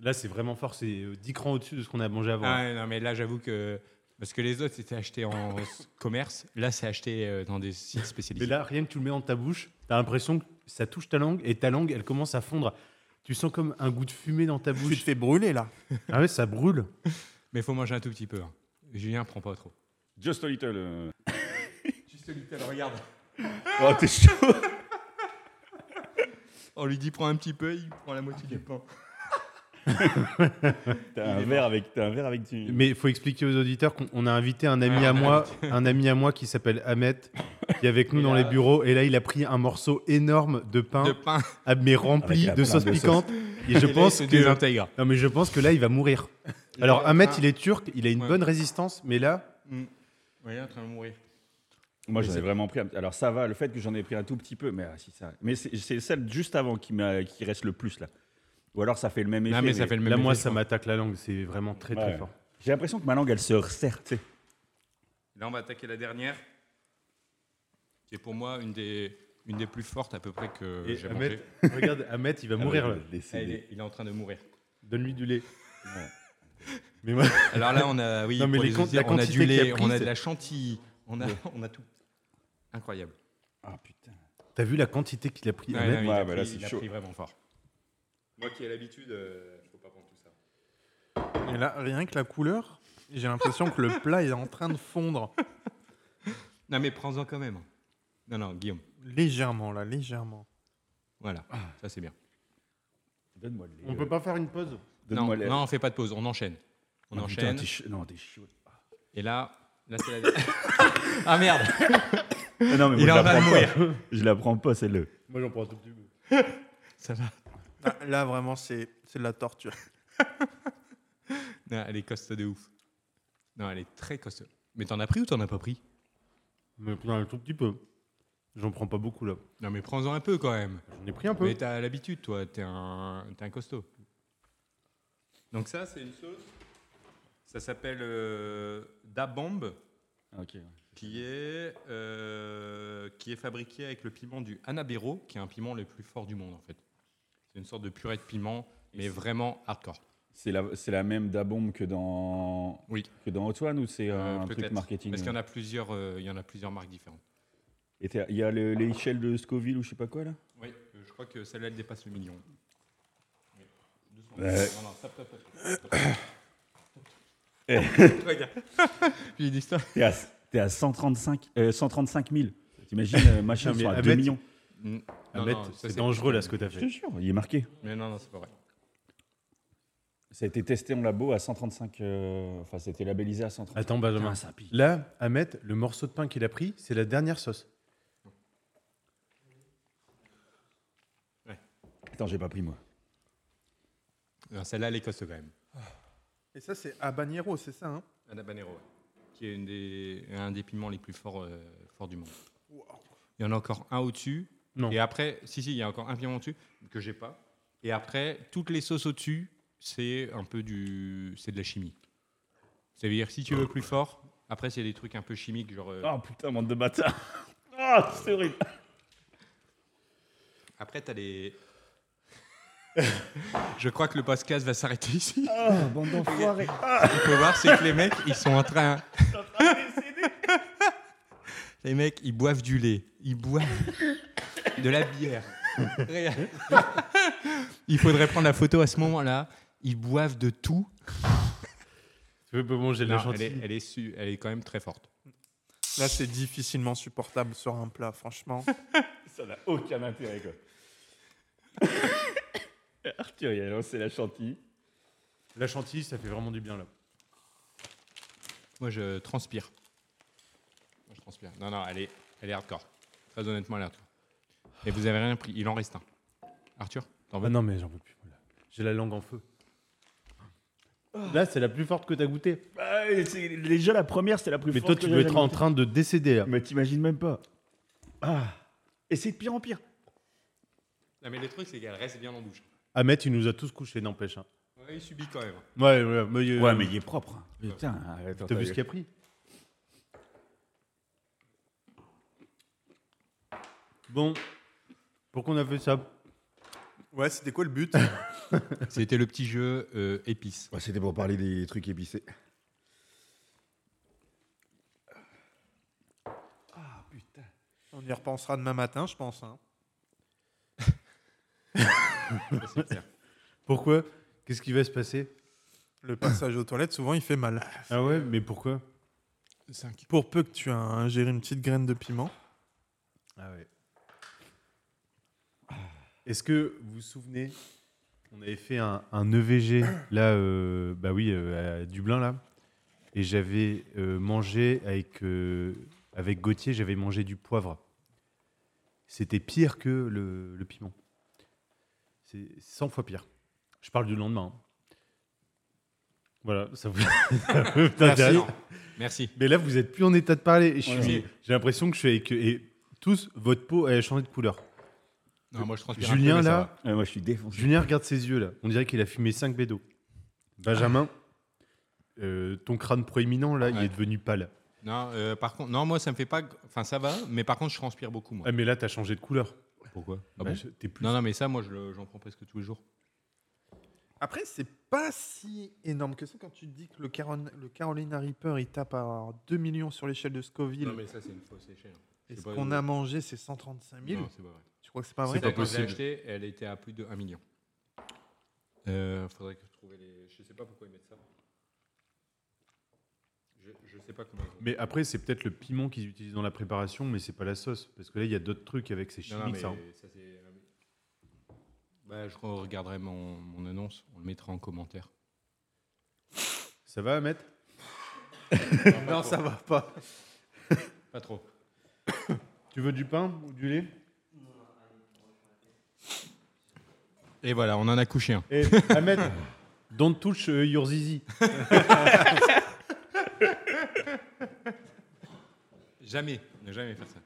[SPEAKER 2] là, c'est vraiment fort. C'est euh, 10 crans au-dessus de ce qu'on a mangé avant.
[SPEAKER 1] Ah, ouais, non, mais là, j'avoue que. Parce que les autres, c'était acheté en s- commerce. Là, c'est acheté euh, dans des sites
[SPEAKER 2] Mais
[SPEAKER 1] spécialisés.
[SPEAKER 2] là, rien que tu le mets dans ta bouche, t'as l'impression que ça touche ta langue et ta langue, elle commence à fondre. Tu sens comme un goût de fumée dans ta
[SPEAKER 3] Tu te
[SPEAKER 2] bouche.
[SPEAKER 3] fais brûler, là.
[SPEAKER 2] ah ouais, ça brûle.
[SPEAKER 1] Mais faut manger un tout petit peu. hein. Julien, prend pas trop.
[SPEAKER 4] Just a little. euh.
[SPEAKER 1] Juste le regarde.
[SPEAKER 4] Oh, t'es chaud
[SPEAKER 1] On lui dit, prends un petit peu, il prend la moitié du pain.
[SPEAKER 4] T'as un, verre avec- t'as un verre avec du.
[SPEAKER 2] Mais il faut expliquer aux auditeurs qu'on on a invité un ami
[SPEAKER 1] Ouais,
[SPEAKER 2] à
[SPEAKER 1] on a
[SPEAKER 2] moi, un ami à moi qui s'appelle Ahmed, qui est avec nous
[SPEAKER 1] Et
[SPEAKER 2] dans
[SPEAKER 1] là-
[SPEAKER 2] les bureaux. Et là, il a pris un morceau énorme de pain,
[SPEAKER 1] De pain.
[SPEAKER 2] ah, mais rempli
[SPEAKER 4] Avec la
[SPEAKER 2] de
[SPEAKER 4] plein
[SPEAKER 2] sauce
[SPEAKER 4] de sauce.
[SPEAKER 2] piquante. Et je
[SPEAKER 1] Et là,
[SPEAKER 2] pense
[SPEAKER 1] il se
[SPEAKER 2] que
[SPEAKER 1] désintègre.
[SPEAKER 2] non, mais je pense que là, il va mourir.
[SPEAKER 1] Il est
[SPEAKER 2] Alors
[SPEAKER 1] en
[SPEAKER 2] Ahmed,
[SPEAKER 1] train-
[SPEAKER 2] il est turc, il a une
[SPEAKER 1] Ouais.
[SPEAKER 2] bonne résistance, mais là,
[SPEAKER 1] Mm. Ouais, il est en train de mourir.
[SPEAKER 4] Moi,
[SPEAKER 1] Mais
[SPEAKER 4] j'en ai
[SPEAKER 1] c'est-
[SPEAKER 4] vraiment pris. un- Alors, ça va, le fait que j'en ai pris un tout petit peu, mais ah, si ça. Mais c'est c'est celle juste avant qui, m'a- qui reste le plus, là. Ou alors, ça fait le même effet.
[SPEAKER 1] Non, mais ça fait le même
[SPEAKER 2] là, moi,
[SPEAKER 1] effet, je
[SPEAKER 2] ça
[SPEAKER 1] crois.
[SPEAKER 2] m'attaque la langue. C'est vraiment très très
[SPEAKER 4] Ouais.
[SPEAKER 2] fort.
[SPEAKER 4] J'ai l'impression que ma langue, elle se resserre, tu sais.
[SPEAKER 1] Ah Là, on va attaquer la dernière. C'est pour moi une des, une des plus fortes à peu près que
[SPEAKER 2] Et
[SPEAKER 1] Euh, j'ai
[SPEAKER 2] Ahmed,
[SPEAKER 1] mangé.
[SPEAKER 2] regarde, Ahmed, il va mourir là.
[SPEAKER 1] Ah, il, est, il est en train de mourir.
[SPEAKER 2] Donne-lui du lait.
[SPEAKER 4] Ouais.
[SPEAKER 2] Mais moi,
[SPEAKER 1] Alors là, on a, oui,
[SPEAKER 2] Non, mais
[SPEAKER 1] pour
[SPEAKER 2] les
[SPEAKER 1] les
[SPEAKER 2] quanti-
[SPEAKER 1] auditeurs,
[SPEAKER 2] la
[SPEAKER 1] on a
[SPEAKER 2] quantité
[SPEAKER 1] du
[SPEAKER 2] qu'il y a
[SPEAKER 1] lait, on a
[SPEAKER 2] prise.
[SPEAKER 1] de la chantilly, on a, on a tout. Incroyable.
[SPEAKER 4] Ah putain.
[SPEAKER 2] t'as vu la quantité qu'il a pris
[SPEAKER 1] Ouais,
[SPEAKER 2] honnête,
[SPEAKER 1] ouais, il
[SPEAKER 4] ouais,
[SPEAKER 1] a
[SPEAKER 4] bah
[SPEAKER 1] pris-
[SPEAKER 4] là, c'est
[SPEAKER 1] il a
[SPEAKER 4] chaud.
[SPEAKER 1] pris vraiment fort. Moi qui ai l'habitude, il faut pas prendre tout ça.
[SPEAKER 3] Et là, rien que la couleur, j'ai l'impression que le plat est en train de fondre
[SPEAKER 1] Non, mais prends-en quand même. Non, non, Guillaume.
[SPEAKER 3] légèrement, là, légèrement.
[SPEAKER 1] Voilà, ça c'est bien.
[SPEAKER 4] Donne-moi le lait. euh,
[SPEAKER 2] On peut pas faire une pause
[SPEAKER 1] Non,
[SPEAKER 4] Donne-moi le lait.
[SPEAKER 1] non, on fait pas de pause, on enchaîne. On
[SPEAKER 4] Ah, putain,
[SPEAKER 1] enchaîne.
[SPEAKER 4] t'es chaud- Non, t'es Ah. chaud.
[SPEAKER 1] Et là, là c'est la. ah merde
[SPEAKER 4] Ah non, mais moi,
[SPEAKER 1] Il
[SPEAKER 4] je
[SPEAKER 1] en
[SPEAKER 4] la
[SPEAKER 1] va
[SPEAKER 4] prends
[SPEAKER 1] mourir.
[SPEAKER 4] pas. Je la prends pas, celle-là.
[SPEAKER 2] Moi, j'en prends un tout petit peu.
[SPEAKER 1] Ça va.
[SPEAKER 3] Ah, là, vraiment, c'est c'est de la torture.
[SPEAKER 1] Non, elle est costaud de ouf. Non, elle est très costaud. Mais t'en as pris ou t'en as pas pris
[SPEAKER 2] Mais prends un tout petit peu. J'en prends pas beaucoup là.
[SPEAKER 1] Non, mais prends-en un peu quand même.
[SPEAKER 2] J'en ai pris un peu.
[SPEAKER 1] Mais t'as l'habitude, toi, t'es un, t'es un costaud. Donc ça, c'est une sauce. Ça s'appelle euh, Da Bombe,
[SPEAKER 4] Ok.
[SPEAKER 1] qui est, euh, qui est fabriquée avec le piment du Anabero, qui est un piment le plus fort du monde, en fait. C'est une sorte de purée de piment, mais vraiment hardcore.
[SPEAKER 4] C'est la, c'est la même dabombe que dans,
[SPEAKER 1] Oui.
[SPEAKER 4] que dans Hot One ou c'est
[SPEAKER 1] Euh,
[SPEAKER 4] un truc
[SPEAKER 1] peut-être.
[SPEAKER 4] marketing
[SPEAKER 1] Parce
[SPEAKER 4] euh
[SPEAKER 1] qu'il y en a plusieurs, euh, il y en a plusieurs marques différentes.
[SPEAKER 4] Et t'as- Il y a le- l'échelle de Scoville ou je sais pas quoi là
[SPEAKER 1] Oui, euh, je crois que celle-là, elle dépasse le million. Oui. Doucement.
[SPEAKER 2] Euh.
[SPEAKER 4] Ouais.
[SPEAKER 1] Non, non, stop, stop, stop. Stop.
[SPEAKER 2] Eh.
[SPEAKER 1] Regarde. J'ai dit stop.
[SPEAKER 4] T'es à, t'es à 135, euh, 135 000. T'imagines, euh, machin,
[SPEAKER 2] Non, mais
[SPEAKER 4] ils sont à
[SPEAKER 2] Ahmed-
[SPEAKER 4] 2 millions.
[SPEAKER 1] Non,
[SPEAKER 2] Ahmed,
[SPEAKER 1] non, ça,
[SPEAKER 2] Ah, c'est dangereux là ce que t'as
[SPEAKER 4] Je te
[SPEAKER 2] fait.
[SPEAKER 4] jure, il est marqué.
[SPEAKER 1] Mais non, non, c'est pas vrai.
[SPEAKER 4] Ça a été testé en labo à 135. euh, Enfin, c'était labellisé à 135.
[SPEAKER 2] Attends, Benjamin.
[SPEAKER 4] Putain, ça pique.
[SPEAKER 2] Là, Ahmed, le morceau de pain qu'il a pris, c'est la dernière sauce.
[SPEAKER 4] Attends, j'ai pas pris moi.
[SPEAKER 1] Non, Celle-là, elle est costaud quand même.
[SPEAKER 3] Et ça, c'est habanero, c'est ça, hein
[SPEAKER 1] Un habanero, ouais. qui est une des, un des piments les plus forts, euh, forts du monde. Il y en a encore un au-dessus.
[SPEAKER 2] Non.
[SPEAKER 1] Et après, si, si, il y a encore un piment au-dessus que j'ai pas. Et après, toutes les sauces au-dessus, c'est un peu du. C'est de la chimie. Ça veut dire que si tu veux plus fort, après, c'est des trucs un peu chimiques, genre. euh,
[SPEAKER 4] Oh putain, bande de bâtards. Ah, c'est horrible.
[SPEAKER 1] Après, t'as les. Je crois que le podcast va s'arrêter ici.
[SPEAKER 4] Ah, bande d'enfoirés.
[SPEAKER 1] Il faut voir, c'est que les mecs, ils sont en train. Les mecs, ils boivent du lait, ils boivent de la bière. Regarde. Il faudrait prendre la photo à ce moment-là. Ils boivent de tout.
[SPEAKER 2] Tu veux pas manger de la
[SPEAKER 1] elle, est,
[SPEAKER 2] chantilly
[SPEAKER 1] elle, est su- elle est quand même très forte.
[SPEAKER 3] Là, c'est difficilement supportable sur un plat, franchement.
[SPEAKER 4] Ça n'a aucun intérêt quoi. Arthur, il a lancé la chantilly.
[SPEAKER 2] La chantilly, ça fait vraiment du bien là.
[SPEAKER 1] Moi, je transpire. Moi, je transpire. Non, non, elle est, elle est hardcore. Très honnêtement, elle est hardcore. Et vous avez rien pris. Il en reste un. Arthur, t'en veux
[SPEAKER 2] Ah non, mais j'en peux plus. voilà. J'ai la langue en feu. Là, c'est la Ah. plus forte que t'as goûtée.
[SPEAKER 4] Bah, déjà la première, c'était la plus
[SPEAKER 2] Mais toi,
[SPEAKER 4] forte
[SPEAKER 2] tu
[SPEAKER 4] que
[SPEAKER 2] dois
[SPEAKER 4] j'ai
[SPEAKER 2] être
[SPEAKER 4] jamais
[SPEAKER 2] en train de décéder là.
[SPEAKER 4] goûtée. Mais t'imagines même pas. Ah. Et c'est de pire en pire.
[SPEAKER 1] Non, mais le truc, c'est qu'elle reste bien en bouche.
[SPEAKER 2] Ahmed, il nous a tous couchés, n'empêche. hein.
[SPEAKER 1] Ouais, il subit quand même.
[SPEAKER 2] Ouais, ouais, mais, euh,
[SPEAKER 4] Ouais, mais il est propre. hein. Putain, arrête.
[SPEAKER 2] T'as vu ce qu'il a pris Bon. Pourquoi on a fait ça
[SPEAKER 3] Ouais, c'était quoi le but
[SPEAKER 1] C'était le petit jeu euh, épice.
[SPEAKER 5] Ouais, Bah, C'était pour parler des trucs épicés.
[SPEAKER 4] Ah putain.
[SPEAKER 3] On y repensera demain matin, je pense. hein.
[SPEAKER 1] Ça, c'est clair.
[SPEAKER 2] Pourquoi Qu'est-ce qui va se passer
[SPEAKER 3] Le passage aux toilettes, souvent, il fait mal.
[SPEAKER 2] Ah ouais, mais pourquoi
[SPEAKER 3] Pour peu que tu aies ingéré une petite graine de piment.
[SPEAKER 2] Ah ouais. Est-ce que vous vous souvenez On avait fait un, un EVG là, euh, bah oui, euh, à Dublin là, et j'avais euh, mangé avec euh, avec Gauthier, j'avais mangé du poivre. C'était pire que le, le piment. C'est 100 fois pire. Je parle du lendemain. hein. Voilà, ça vous. ça vous intéresse
[SPEAKER 1] Non. Merci.
[SPEAKER 2] mais là, vous n'êtes plus en état de parler. Et je
[SPEAKER 4] Ouais,
[SPEAKER 2] suis-
[SPEAKER 1] ouais.
[SPEAKER 2] J'ai l'impression que je suis avec. Et tous, votre peau elle a changé de couleur.
[SPEAKER 1] Non, moi, je transpire un peu,
[SPEAKER 2] Julien,
[SPEAKER 1] mais ça
[SPEAKER 2] là,
[SPEAKER 4] moi, je suis défoncé.
[SPEAKER 2] Julien, regarde ses yeux, là. On dirait qu'il a fumé 5 bédos. Benjamin, euh, ton crâne proéminent, là, il
[SPEAKER 1] Ouais.
[SPEAKER 2] est devenu pâle.
[SPEAKER 1] va. Non, euh, par contre, non, moi, ça me fait pas. Enfin, ça va, mais par contre, je transpire beaucoup, moi. Ah
[SPEAKER 2] Ah, mais là, t'as changé de couleur.
[SPEAKER 1] Pourquoi
[SPEAKER 2] Bah, je- T'es plus.
[SPEAKER 1] Non, non, mais ça, moi, je le- j'en prends presque tous les jours.
[SPEAKER 3] Après, c'est pas si énorme que ça quand tu te dis que le, Caron- le Carolina Reaper, il tape à 2 millions sur l'échelle de Scoville.
[SPEAKER 6] Non, mais ça, c'est une fausse échelle.
[SPEAKER 3] et
[SPEAKER 6] c'est
[SPEAKER 3] ce
[SPEAKER 6] pas-
[SPEAKER 3] qu'on a mangé, c'est 135 000.
[SPEAKER 6] Non, c'est pas vrai.
[SPEAKER 3] Tu crois que c'est pas vrai
[SPEAKER 6] C'est pas
[SPEAKER 1] Quand je l'ai
[SPEAKER 6] possible.
[SPEAKER 1] acheté, elle était à plus de 1 million. Euh, faudrait que je trouve les. Je sais pas pourquoi ils mettent ça. Je, je sais pas comment. ils ont-
[SPEAKER 2] Mais après, c'est peut-être le piment qu'ils utilisent dans la préparation, mais c'est pas la sauce. Parce que là, il y a d'autres trucs avec ces
[SPEAKER 1] Non,
[SPEAKER 2] chimiques.
[SPEAKER 1] non, mais
[SPEAKER 2] ça.
[SPEAKER 1] ça, c'est- Bah, je regarderai mon, mon annonce. On le mettra en commentaire.
[SPEAKER 2] Ça va, Ahmed
[SPEAKER 3] Non, ça va pas.
[SPEAKER 1] Pas trop.
[SPEAKER 2] Tu veux du pain ou du lait
[SPEAKER 1] Et voilà, on en a couché un.
[SPEAKER 2] Et Eh, Ahmed, don't touch euh, your zizi.
[SPEAKER 1] Jamais, ne jamais faire ça.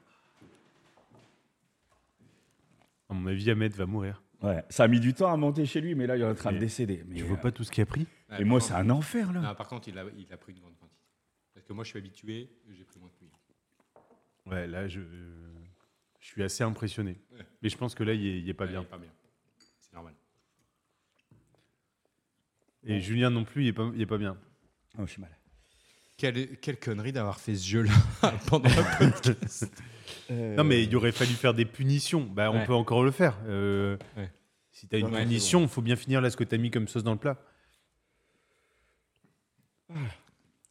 [SPEAKER 2] À mon avis, Ahmed va mourir.
[SPEAKER 4] Ouais, ça a mis du temps à monter chez lui, mais là, il est en train
[SPEAKER 2] Mais
[SPEAKER 4] de décéder. Mais,
[SPEAKER 2] Tu
[SPEAKER 4] euh,
[SPEAKER 2] vois pas tout ce qu'il a pris
[SPEAKER 1] Ah,
[SPEAKER 4] mais
[SPEAKER 1] par
[SPEAKER 4] moi,
[SPEAKER 1] contre-
[SPEAKER 4] c'est un enfer, là.
[SPEAKER 1] Non, par contre, il a, il a pris une grande quantité. Parce que moi, je suis habitué, j'ai pris moins que lui.
[SPEAKER 2] Ouais, là, je, je suis assez impressionné. Mais je pense que là, il est, il est pas
[SPEAKER 1] Ouais,
[SPEAKER 2] bien.
[SPEAKER 1] Pas bien. C'est normal.
[SPEAKER 2] Et Julien non plus, il est pas, il est pas bien.
[SPEAKER 4] Oh, je suis mal.
[SPEAKER 1] Quelle, quelle connerie d'avoir fait ce jeu-là pendant la podcast.
[SPEAKER 2] Non, mais il aurait fallu faire des punitions. Bah, on
[SPEAKER 1] Euh, Ouais.
[SPEAKER 2] peut encore le faire. Euh,
[SPEAKER 1] Ouais.
[SPEAKER 2] Si t'as une
[SPEAKER 1] Ouais, c'est
[SPEAKER 2] punition, faut bien finir là ce que t'as mis comme sauce dans le plat.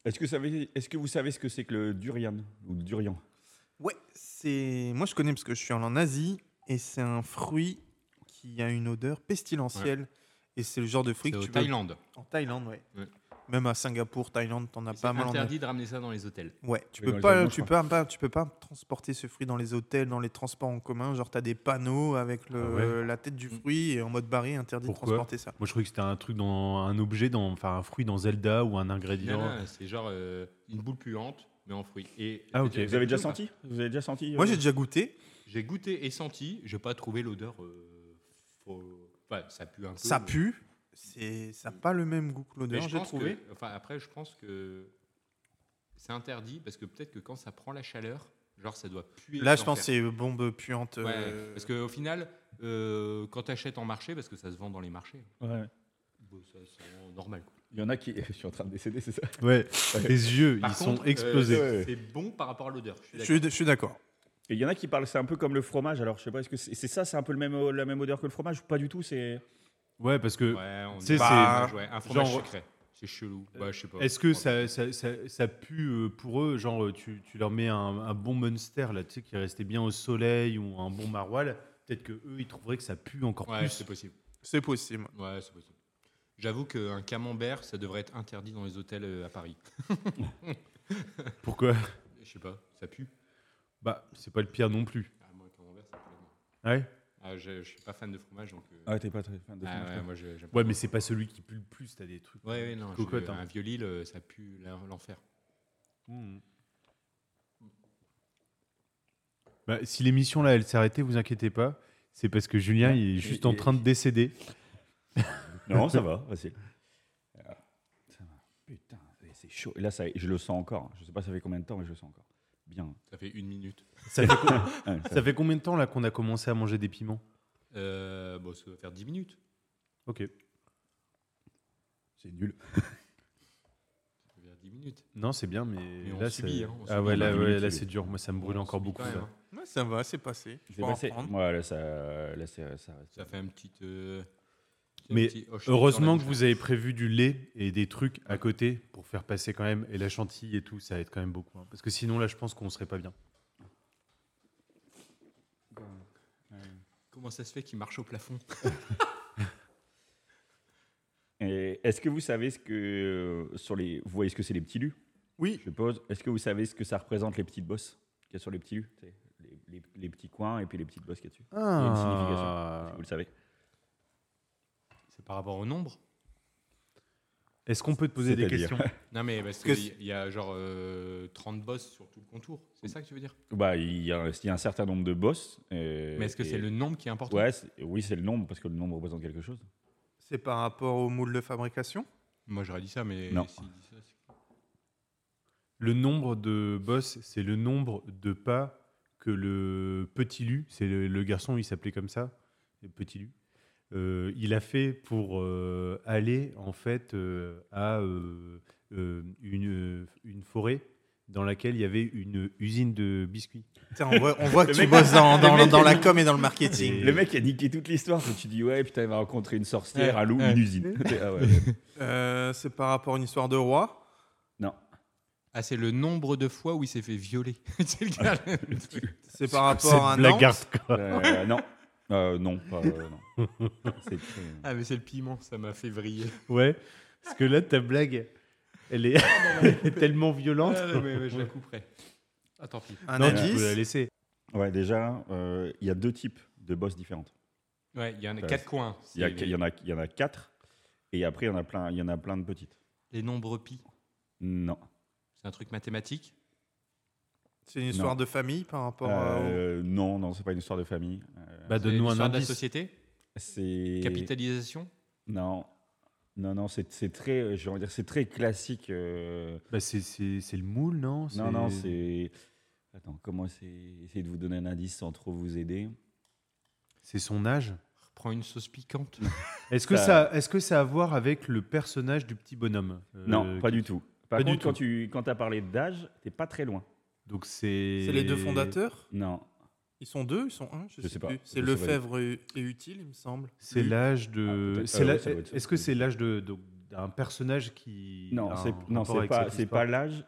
[SPEAKER 4] Est-ce que, ça veut- est-ce que vous savez ce que c'est que le durian Ou le durian
[SPEAKER 3] Ouais, c'est. Moi, je connais parce que je suis allé en Asie et c'est un fruit qui a une odeur pestilentielle. Et c'est le genre de fruit
[SPEAKER 1] C'est
[SPEAKER 3] que
[SPEAKER 1] au
[SPEAKER 3] tu veux
[SPEAKER 1] Thaïlande.
[SPEAKER 3] En Thaïlande, ouais.
[SPEAKER 1] Ouais.
[SPEAKER 3] Même à Singapour, Thaïlande, t'en as
[SPEAKER 1] C'est
[SPEAKER 3] pas mal. en as.
[SPEAKER 1] interdit de ramener ça dans les hôtels.
[SPEAKER 3] Ouais, tu
[SPEAKER 4] Oui, dans
[SPEAKER 3] peux
[SPEAKER 4] les
[SPEAKER 3] pas,
[SPEAKER 4] avions, je
[SPEAKER 3] tu peux pas, tu peux pas transporter ce fruit dans les hôtels, dans les transports en commun. Genre t'as des panneaux avec le,
[SPEAKER 2] Ah
[SPEAKER 3] la tête du fruit et en mode barré interdit
[SPEAKER 2] Pourquoi
[SPEAKER 3] de transporter ça.
[SPEAKER 2] Moi, je croyais que c'était un truc dans un objet, dans, enfin un fruit dans Zelda ou un ingrédient.
[SPEAKER 1] Non, non, c'est genre euh, une boule puante, mais en fruits. Et
[SPEAKER 2] Ah, ok.
[SPEAKER 1] j'ai-
[SPEAKER 4] Vous avez déjà senti Vous avez déjà senti
[SPEAKER 3] Moi
[SPEAKER 4] euh,
[SPEAKER 3] j'ai déjà goûté,
[SPEAKER 1] J'ai goûté et senti, je n'ai pas trouvé l'odeur. euh, faux- enfin, ça pue un peu.
[SPEAKER 3] ça
[SPEAKER 1] mais-
[SPEAKER 3] pue, c'est ça a pas le même goût que
[SPEAKER 1] Mais
[SPEAKER 3] l'odeur.
[SPEAKER 1] je
[SPEAKER 3] J'ai
[SPEAKER 1] pense
[SPEAKER 3] trouvé.
[SPEAKER 1] que- enfin, après, je pense que c'est interdit parce que peut-être que quand ça prend la chaleur, genre ça doit puer.
[SPEAKER 3] Là je
[SPEAKER 1] d'enfer.
[SPEAKER 3] pense que c'est bombe puante.
[SPEAKER 1] Ouais,
[SPEAKER 3] euh,
[SPEAKER 1] Parce qu'au final, euh, quand tu achètes en marché, parce que ça se vend dans les marchés,
[SPEAKER 4] Ouais.
[SPEAKER 1] bon, ça c'est normal. quoi.
[SPEAKER 4] Il y en a qui. Je suis en train de décéder, c'est ça
[SPEAKER 2] Ouais, les yeux,
[SPEAKER 1] Par
[SPEAKER 2] ils
[SPEAKER 1] contre,
[SPEAKER 2] sont
[SPEAKER 1] euh,
[SPEAKER 2] explosés.
[SPEAKER 1] c'est- c'est bon par rapport à l'odeur. je suis
[SPEAKER 3] je
[SPEAKER 1] d'accord.
[SPEAKER 3] suis je suis d'accord.
[SPEAKER 4] Et il y en a qui parlent, c'est un peu comme le fromage, alors je sais pas, est-ce que c'est c'est ça, c'est un peu le même, euh, la même odeur que le fromage ou pas du tout c'est...
[SPEAKER 2] Ouais, parce que
[SPEAKER 1] Ouais, on
[SPEAKER 2] Tu sais,
[SPEAKER 1] est-
[SPEAKER 2] c'est-
[SPEAKER 1] Bah, ouais, un fromage
[SPEAKER 2] genre-
[SPEAKER 1] sucré. C'est chelou. Bah, je sais pas.
[SPEAKER 2] Est-ce que ça, ça, ça- ça pue euh, pour eux Genre, euh, tu, tu leur mets un, un bon Munster, là, tu sais, qui restait bien au soleil, ou un bon Maroilles. Peut-être que eux, ils trouveraient que ça pue encore
[SPEAKER 1] Ouais,
[SPEAKER 2] plus.
[SPEAKER 1] c'est possible.
[SPEAKER 3] C'est possible.
[SPEAKER 1] Ouais, c'est possible. J'avoue qu'un camembert, ça devrait être interdit dans les hôtels euh, à Paris.
[SPEAKER 2] Pourquoi
[SPEAKER 1] Je sais pas, ça pue.
[SPEAKER 2] Bah, c'est pas le pire non plus.
[SPEAKER 1] Ah, moi, le camembert, ça pue.
[SPEAKER 2] Ouais,
[SPEAKER 1] Ah, je, je suis pas fan de fromage, donc. euh,
[SPEAKER 4] Ah, t'es pas très fan de
[SPEAKER 1] ah,
[SPEAKER 4] fromage,
[SPEAKER 1] ouais,
[SPEAKER 4] toi.
[SPEAKER 1] moi, je- j'aime pas.
[SPEAKER 2] ouais mais c'est pas celui qui pue le plus. T'as des trucs.
[SPEAKER 1] Ouais, ouais, non. je-
[SPEAKER 2] Cocotte, hein.
[SPEAKER 1] Un vieux Lille, euh, ça pue la- l'enfer.
[SPEAKER 2] Mmh. Bah, si l'émission là, elle s'est arrêtée, vous inquiétez pas. C'est parce que Julien,
[SPEAKER 4] Ouais.
[SPEAKER 2] il est juste en
[SPEAKER 4] Et-
[SPEAKER 2] train de décéder.
[SPEAKER 4] Non, ça va, facile. Ah, ça va. Putain, c'est- c'est chaud. Et là, ça, je le sens encore. Je sais pas ça fait combien de temps, mais je le sens encore. Bien.
[SPEAKER 1] Ça fait une minute.
[SPEAKER 2] Ça fait, co-
[SPEAKER 4] Ouais, ça-
[SPEAKER 2] ça fait combien de temps là qu'on a commencé à manger des piments
[SPEAKER 1] Euh, bon, ça va faire 10 minutes.
[SPEAKER 2] Ok.
[SPEAKER 4] c'est nul.
[SPEAKER 1] Ça va faire 10 minutes.
[SPEAKER 2] Non, c'est bien, mais,
[SPEAKER 1] Mais on
[SPEAKER 2] là,
[SPEAKER 1] subit,
[SPEAKER 2] c'est-
[SPEAKER 1] hein, on
[SPEAKER 2] ah
[SPEAKER 1] subit.
[SPEAKER 2] ouais, là,
[SPEAKER 4] On
[SPEAKER 2] ouais,
[SPEAKER 4] subit.
[SPEAKER 2] là, c'est dur. Moi, ça me brûle
[SPEAKER 1] On
[SPEAKER 2] encore
[SPEAKER 1] subit
[SPEAKER 2] beaucoup.
[SPEAKER 1] quand même,
[SPEAKER 2] ça.
[SPEAKER 1] hein.
[SPEAKER 3] Ouais, ça va, c'est passé. Je
[SPEAKER 4] C'est
[SPEAKER 3] peux en
[SPEAKER 4] passé.
[SPEAKER 3] reprendre.
[SPEAKER 4] Moi, là, ça. Là, c'est- ça reste.
[SPEAKER 1] Ça fait un petit. euh, petit-
[SPEAKER 2] Mais
[SPEAKER 1] un petit hoche
[SPEAKER 2] Heureusement
[SPEAKER 1] dans
[SPEAKER 2] que
[SPEAKER 1] la bouche.
[SPEAKER 2] vous avez prévu du lait et des trucs à côté pour faire passer quand même et la chantilly et tout, ça aide quand même beaucoup. hein. Parce que sinon, là, je pense qu'on serait pas bien.
[SPEAKER 1] Comment ça se fait qu'il marche au plafond
[SPEAKER 4] Et Est-ce que vous savez ce que. euh, Sur les... Vous voyez ce que c'est les petits lus
[SPEAKER 3] Oui.
[SPEAKER 4] Je pose. Est-ce que vous savez ce que ça représente les petites bosses qu'il y a sur les petits lus Tu sais, les, les- les petits coins et puis les petites bosses qu'il y a dessus Il y a une signification. Vous le savez.
[SPEAKER 1] C'est par rapport au nombre
[SPEAKER 2] Est-ce qu'on peut te poser des
[SPEAKER 4] C'est-à-dire
[SPEAKER 2] questions
[SPEAKER 1] Non, mais parce
[SPEAKER 3] Que
[SPEAKER 1] qu'il
[SPEAKER 3] c'est-
[SPEAKER 1] y a genre euh, 30 bosses sur tout le contour. C'est ça que tu veux dire
[SPEAKER 4] Bah, il y, a un- il y a un certain nombre de bosses. euh,
[SPEAKER 1] Mais est-ce que
[SPEAKER 4] et-
[SPEAKER 1] c'est le nombre qui est important
[SPEAKER 4] Ouais, c'est- oui, c'est le nombre, parce que le nombre représente quelque chose.
[SPEAKER 3] C'est par rapport au moule de fabrication.
[SPEAKER 1] Moi, j'aurais dit ça, mais.
[SPEAKER 4] Non.
[SPEAKER 1] s'il dit ça, c'est-
[SPEAKER 2] Le nombre de bosses, c'est le nombre de pas que le petit Lu, c'est le, le garçon, il s'appelait comme ça, le petit Lu, euh, il a fait pour euh, aller en fait euh, à euh, euh, une, une forêt dans laquelle il y avait une usine de biscuits.
[SPEAKER 3] Putain, On voit, on voit que
[SPEAKER 5] Le
[SPEAKER 3] tu
[SPEAKER 5] mec-
[SPEAKER 3] bosses dans, dans-
[SPEAKER 5] le mec
[SPEAKER 3] dans
[SPEAKER 5] a
[SPEAKER 3] la
[SPEAKER 5] dit-
[SPEAKER 3] com et dans le marketing.
[SPEAKER 5] Le mec a niqué toute l'histoire. Je me suis dit, ouais, putain, il va rencontrer une sorcière,
[SPEAKER 1] Ouais,
[SPEAKER 5] un loup,
[SPEAKER 1] ouais.
[SPEAKER 5] une usine. Ah ouais.
[SPEAKER 3] Euh, c'est par rapport à une histoire de roi.
[SPEAKER 1] Ah, c'est le nombre de fois où il s'est fait violer. c'est le gars.
[SPEAKER 3] C'est par
[SPEAKER 2] Cette
[SPEAKER 3] rapport à
[SPEAKER 2] blague
[SPEAKER 3] Nantes.
[SPEAKER 2] hardcore.
[SPEAKER 4] Euh, non. Euh, non, pas, euh, non. C'est euh, très-
[SPEAKER 1] Ah, mais c'est le piment, ça m'a fait vriller.
[SPEAKER 2] Ouais, parce que là, ta blague, elle est, elle est tellement violente.
[SPEAKER 1] je la couperai. Ah, tant pis.
[SPEAKER 3] Un
[SPEAKER 2] Non, tu
[SPEAKER 3] indice.
[SPEAKER 2] peux la laisser.
[SPEAKER 4] Ouais, déjà, euh, il y a deux types de boss différentes.
[SPEAKER 1] Ouais, il y en a
[SPEAKER 4] Ouais.
[SPEAKER 1] quatre coins.
[SPEAKER 4] Il y, a-
[SPEAKER 1] C'est
[SPEAKER 4] il y en a, il y en a quatre, et après, il y en a plein, il y en a plein de petites.
[SPEAKER 1] Les nombres pi.
[SPEAKER 4] Non.
[SPEAKER 1] C'est un truc mathématique.
[SPEAKER 3] C'est une histoire de famille par rapport à.
[SPEAKER 4] Euh, non, non, c'est pas une histoire de famille. Euh,
[SPEAKER 2] Bah,
[SPEAKER 1] C'est
[SPEAKER 2] donne-nous un
[SPEAKER 1] l'histoire de la
[SPEAKER 2] indice.
[SPEAKER 1] société.
[SPEAKER 4] c'est
[SPEAKER 1] Capitalisation.
[SPEAKER 4] Non, non, non, c'est c'est très, euh, j'ai envie de dire, c'est très classique. euh,
[SPEAKER 2] Bah, c'est- c'est c'est le moule, non
[SPEAKER 4] Non, non, c'est. Attends, comment c'est Essayer de vous donner un indice sans trop vous aider.
[SPEAKER 2] C'est son âge.
[SPEAKER 1] Prends une sauce piquante.
[SPEAKER 2] Est-ce que
[SPEAKER 4] Ça-
[SPEAKER 2] ça, est-ce que ça a à voir avec le personnage du petit bonhomme euh,
[SPEAKER 4] non, pas
[SPEAKER 2] qui-
[SPEAKER 4] du tout. Par
[SPEAKER 2] pas du
[SPEAKER 4] contre, quand tu quand as parlé d'âge, t'es pas très loin.
[SPEAKER 2] Donc c'est.
[SPEAKER 3] C'est les deux fondateurs
[SPEAKER 4] Non,
[SPEAKER 3] Ils sont deux Ils sont un Je,
[SPEAKER 4] Je
[SPEAKER 3] sais,
[SPEAKER 4] sais pas.
[SPEAKER 3] plus.
[SPEAKER 4] Je
[SPEAKER 3] C'est
[SPEAKER 4] sais
[SPEAKER 3] Lefebvre et et Utile, il me semble.
[SPEAKER 2] C'est
[SPEAKER 3] là.
[SPEAKER 2] l'âge
[SPEAKER 4] Ah,
[SPEAKER 2] de.
[SPEAKER 4] peut-être.
[SPEAKER 2] c'est
[SPEAKER 4] Ah
[SPEAKER 2] la-
[SPEAKER 4] ouais, ça doit être ça.
[SPEAKER 2] Est-ce que c'est l'âge de donc, d'un personnage qui. a
[SPEAKER 4] non,
[SPEAKER 2] un
[SPEAKER 4] c'est non,
[SPEAKER 2] rapport
[SPEAKER 4] c'est
[SPEAKER 2] avec
[SPEAKER 4] pas,
[SPEAKER 2] cette
[SPEAKER 4] c'est
[SPEAKER 2] histoire
[SPEAKER 4] pas l'âge.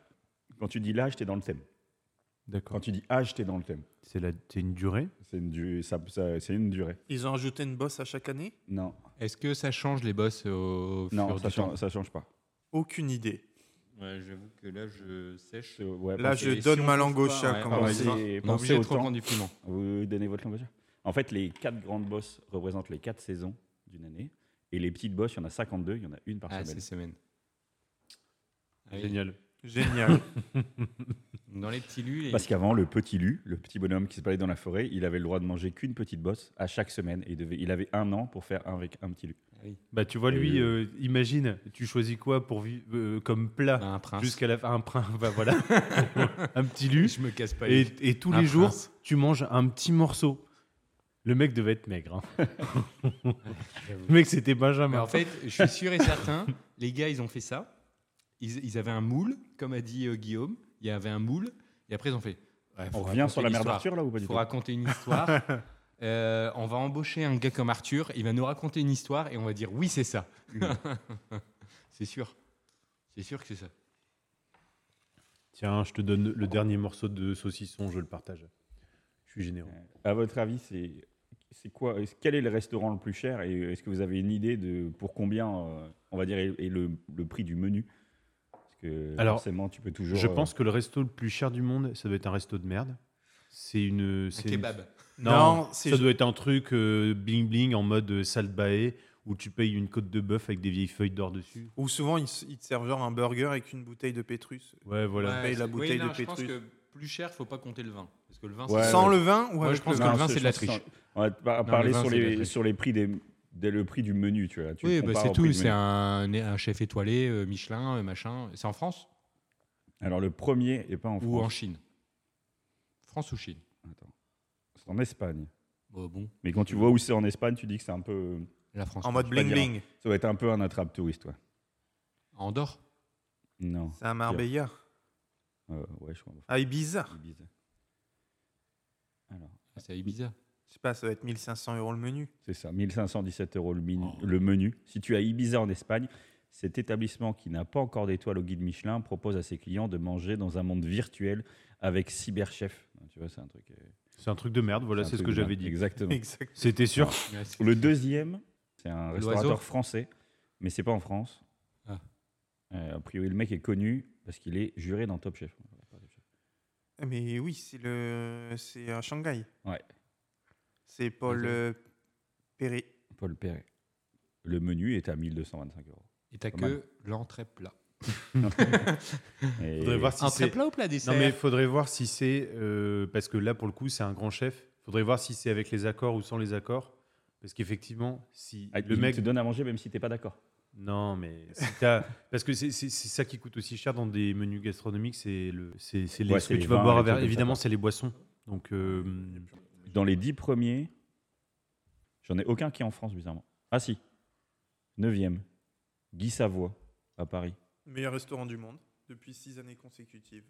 [SPEAKER 4] Quand tu dis l'âge, t'es dans le thème. Quand
[SPEAKER 2] D'accord.
[SPEAKER 4] tu dis âge, t'es dans le thème.
[SPEAKER 2] C'est la- c'est une durée.
[SPEAKER 4] C'est une, du- ça- ça- c'est une durée.
[SPEAKER 3] Ils ont ajouté une bosse à chaque année
[SPEAKER 4] Non,
[SPEAKER 1] Est-ce que ça change les boss au
[SPEAKER 4] non,
[SPEAKER 1] fur
[SPEAKER 4] ça
[SPEAKER 1] du temps
[SPEAKER 4] change, ça change pas.
[SPEAKER 3] Aucune idée.
[SPEAKER 1] Ouais, J'avoue que là, je sèche.
[SPEAKER 4] C'est- ouais,
[SPEAKER 3] Là,
[SPEAKER 4] pensez-
[SPEAKER 3] je
[SPEAKER 1] Et
[SPEAKER 3] donne
[SPEAKER 1] si on
[SPEAKER 3] ma
[SPEAKER 1] trouve
[SPEAKER 3] langue au
[SPEAKER 1] pas,
[SPEAKER 3] chat,
[SPEAKER 1] ouais,
[SPEAKER 3] comme
[SPEAKER 1] bah,
[SPEAKER 3] on
[SPEAKER 4] pensez-
[SPEAKER 3] dit.
[SPEAKER 1] On est
[SPEAKER 4] pensez
[SPEAKER 1] obligé de
[SPEAKER 4] au temps.
[SPEAKER 1] reprendre du piment.
[SPEAKER 4] Vous donnez votre langage En fait, les quatre grandes bosses représentent les quatre saisons d'une année. Et les petites bosses, il y en a 52, il y en a une par
[SPEAKER 1] Ah,
[SPEAKER 4] semaine.
[SPEAKER 1] ces semaines. Ah oui.
[SPEAKER 2] Génial.
[SPEAKER 3] Génial.
[SPEAKER 1] Dans les petits lus. les-
[SPEAKER 4] Parce qu'avant, le petit Lu, le petit bonhomme qui se baladait dans la forêt, il avait le droit de manger qu'une petite bosse à chaque semaine. Et il, devait, il avait un an pour faire un, avec un petit Lu.
[SPEAKER 2] Bah tu vois lui,
[SPEAKER 4] Et-
[SPEAKER 2] euh, imagine, tu choisis quoi pour vi- euh, comme plat
[SPEAKER 1] Bah, un prince.
[SPEAKER 2] jusqu'à la fin un prince. bah, voilà, un petit lu.
[SPEAKER 1] Je me casse pas.
[SPEAKER 2] Et,
[SPEAKER 1] les-
[SPEAKER 2] et tous
[SPEAKER 1] Un
[SPEAKER 2] les jours,
[SPEAKER 1] prince.
[SPEAKER 2] tu manges un petit morceau. Le mec devait être maigre. hein. Le mec, c'était
[SPEAKER 1] Mais
[SPEAKER 2] Benjamin.
[SPEAKER 1] en fait, je suis sûr et certain, les gars, ils ont fait ça. Ils, ils avaient un moule, comme a dit euh, Guillaume. Il y avait un moule. Et après, ils ont fait. ouais, faut
[SPEAKER 4] On revient
[SPEAKER 1] raconter
[SPEAKER 4] sur la
[SPEAKER 1] une
[SPEAKER 4] mère
[SPEAKER 1] histoire.
[SPEAKER 4] d'Arthur, là, ou pas
[SPEAKER 1] Il
[SPEAKER 4] du
[SPEAKER 1] faut
[SPEAKER 4] tout
[SPEAKER 1] raconter une histoire. Euh, on va embaucher un gars comme Arthur. Il va nous raconter une histoire et on va dire oui, c'est ça.
[SPEAKER 4] Mmh.
[SPEAKER 1] c'est sûr. C'est sûr que c'est ça.
[SPEAKER 2] Tiens, je te donne le dernier morceau de saucisson, je le partage. Je suis généreux.
[SPEAKER 4] À votre avis, c'est c'est quoi est-ce- Quel est le restaurant le plus cher Et est-ce que vous avez une idée de pour combien, euh, on va dire, est, est le, le prix du menu Parce que
[SPEAKER 2] Alors,
[SPEAKER 4] forcément, tu peux toujours.
[SPEAKER 2] Je
[SPEAKER 4] euh,
[SPEAKER 2] pense que le resto le plus cher du monde, ça doit être un resto de merde. C'est une.
[SPEAKER 1] Un
[SPEAKER 2] c'est une-
[SPEAKER 1] kebab.
[SPEAKER 2] Non,
[SPEAKER 3] Non, c'est
[SPEAKER 2] ça doit être un truc euh, bling bling en mode euh, salle bae où tu payes une côte de bœuf avec des vieilles feuilles d'or dessus.
[SPEAKER 3] Ou souvent, ils, s- ils te servent genre un burger avec une bouteille de Pétrus.
[SPEAKER 2] Ouais, voilà.
[SPEAKER 1] Ouais,
[SPEAKER 3] paye la
[SPEAKER 1] c'est-
[SPEAKER 3] bouteille
[SPEAKER 1] non,
[SPEAKER 3] de
[SPEAKER 1] Je pense
[SPEAKER 3] Pétrus.
[SPEAKER 1] que plus cher, faut pas compter le vin. Parce que le vin,
[SPEAKER 4] Ouais,
[SPEAKER 1] c'est-
[SPEAKER 3] Sans le vin ou
[SPEAKER 1] Moi,
[SPEAKER 3] avec
[SPEAKER 1] je pense
[SPEAKER 3] le
[SPEAKER 1] que
[SPEAKER 3] vin
[SPEAKER 1] le vin,
[SPEAKER 4] ça,
[SPEAKER 1] c'est de
[SPEAKER 4] je
[SPEAKER 1] la
[SPEAKER 4] pense que
[SPEAKER 1] triche.
[SPEAKER 4] ça- On va par-
[SPEAKER 1] le
[SPEAKER 4] parler
[SPEAKER 1] vin,
[SPEAKER 4] sur,
[SPEAKER 1] c'est de la
[SPEAKER 4] les,
[SPEAKER 1] triche.
[SPEAKER 4] sur les prix des, des- le prix du menu, tu vois. Tu
[SPEAKER 1] Oui, bah,
[SPEAKER 4] compares
[SPEAKER 1] c'est
[SPEAKER 4] au prix
[SPEAKER 1] tout.
[SPEAKER 4] du
[SPEAKER 1] C'est
[SPEAKER 4] menu.
[SPEAKER 1] un, un chef étoilé, euh, Michelin, euh, machin. C'est en France
[SPEAKER 4] Alors le premier est pas en
[SPEAKER 1] ou en
[SPEAKER 4] France.
[SPEAKER 1] Chine France ou Chine
[SPEAKER 4] Attends. C'est en Espagne.
[SPEAKER 1] Bon, Bah, Bon,
[SPEAKER 4] Mais quand tu vois où c'est en Espagne, tu dis que c'est un peu.
[SPEAKER 1] la France.
[SPEAKER 3] En mode
[SPEAKER 4] je peux pas
[SPEAKER 3] bling
[SPEAKER 4] dire.
[SPEAKER 3] bling.
[SPEAKER 4] Ça doit être un peu un attrape touriste, ouais.
[SPEAKER 1] Andorre
[SPEAKER 4] Non.
[SPEAKER 3] C'est un Marbella.
[SPEAKER 4] Euh, ouais, je crois.
[SPEAKER 3] Ah, Ibiza.
[SPEAKER 4] Ibiza. Alors,
[SPEAKER 1] C'est à Ibiza.
[SPEAKER 3] Je sais pas, ça doit être 1500 euros le menu.
[SPEAKER 4] c'est ça, 1517 euros le, minu-
[SPEAKER 1] Oh.
[SPEAKER 4] le menu. Si tu as Ibiza en Espagne, cet établissement qui n'a pas encore d'étoile au guide Michelin propose à ses clients de manger dans un monde virtuel avec cyberchef. Tu vois, c'est un truc. euh,
[SPEAKER 2] C'est un truc de merde, voilà,
[SPEAKER 4] un
[SPEAKER 2] c'est ce
[SPEAKER 4] truc
[SPEAKER 2] que
[SPEAKER 4] de
[SPEAKER 2] j'avais
[SPEAKER 4] merde.
[SPEAKER 2] dit.
[SPEAKER 4] Exactement.
[SPEAKER 3] Exact.
[SPEAKER 2] C'était sûr.
[SPEAKER 1] Ouais, c'est-
[SPEAKER 4] Le deuxième, c'est un
[SPEAKER 1] L'oiseau.
[SPEAKER 4] restaurateur français, mais c'est pas en France.
[SPEAKER 1] Ah.
[SPEAKER 4] Euh, a priori, le mec est connu parce qu'il est juré dans Top Chef.
[SPEAKER 3] Mais oui, c'est le, c'est à Shanghai.
[SPEAKER 4] Ouais.
[SPEAKER 3] C'est Paul
[SPEAKER 1] Vas-y.
[SPEAKER 3] euh, Perret.
[SPEAKER 4] Paul Perret. Le menu est à 1225 euros.
[SPEAKER 1] Et t'as
[SPEAKER 4] Pas mal.
[SPEAKER 1] que l'entrée plat.
[SPEAKER 4] Et-
[SPEAKER 2] Faudrait voir si
[SPEAKER 1] entrée
[SPEAKER 2] c'est.
[SPEAKER 1] plat ou plat dessert
[SPEAKER 2] Non mais faudrait voir si c'est euh, parce que là pour le coup c'est un grand chef. Faudrait voir si c'est avec les accords ou sans les accords. Parce qu'effectivement si
[SPEAKER 4] Ah,
[SPEAKER 2] le
[SPEAKER 4] il
[SPEAKER 2] mec
[SPEAKER 4] te donne à manger même si t'es pas d'accord.
[SPEAKER 2] non mais si t'as- parce que c'est c'est- c'est ça qui coûte aussi cher dans des menus gastronomiques c'est le c'est c'est les-
[SPEAKER 4] Ouais,
[SPEAKER 2] ce
[SPEAKER 4] c'est
[SPEAKER 2] que
[SPEAKER 4] les
[SPEAKER 2] tu vas
[SPEAKER 4] vins,
[SPEAKER 2] boire
[SPEAKER 4] les
[SPEAKER 2] à verre.
[SPEAKER 4] trucs comme ça,
[SPEAKER 2] Évidemment
[SPEAKER 4] quoi.
[SPEAKER 2] c'est les boissons donc euh,
[SPEAKER 4] Dans les dix premiers, J'en ai aucun qui est en France, bizarrement. Ah si, 9e, Guy Savoie, à Paris.
[SPEAKER 3] Meilleur restaurant du monde depuis six années consécutives.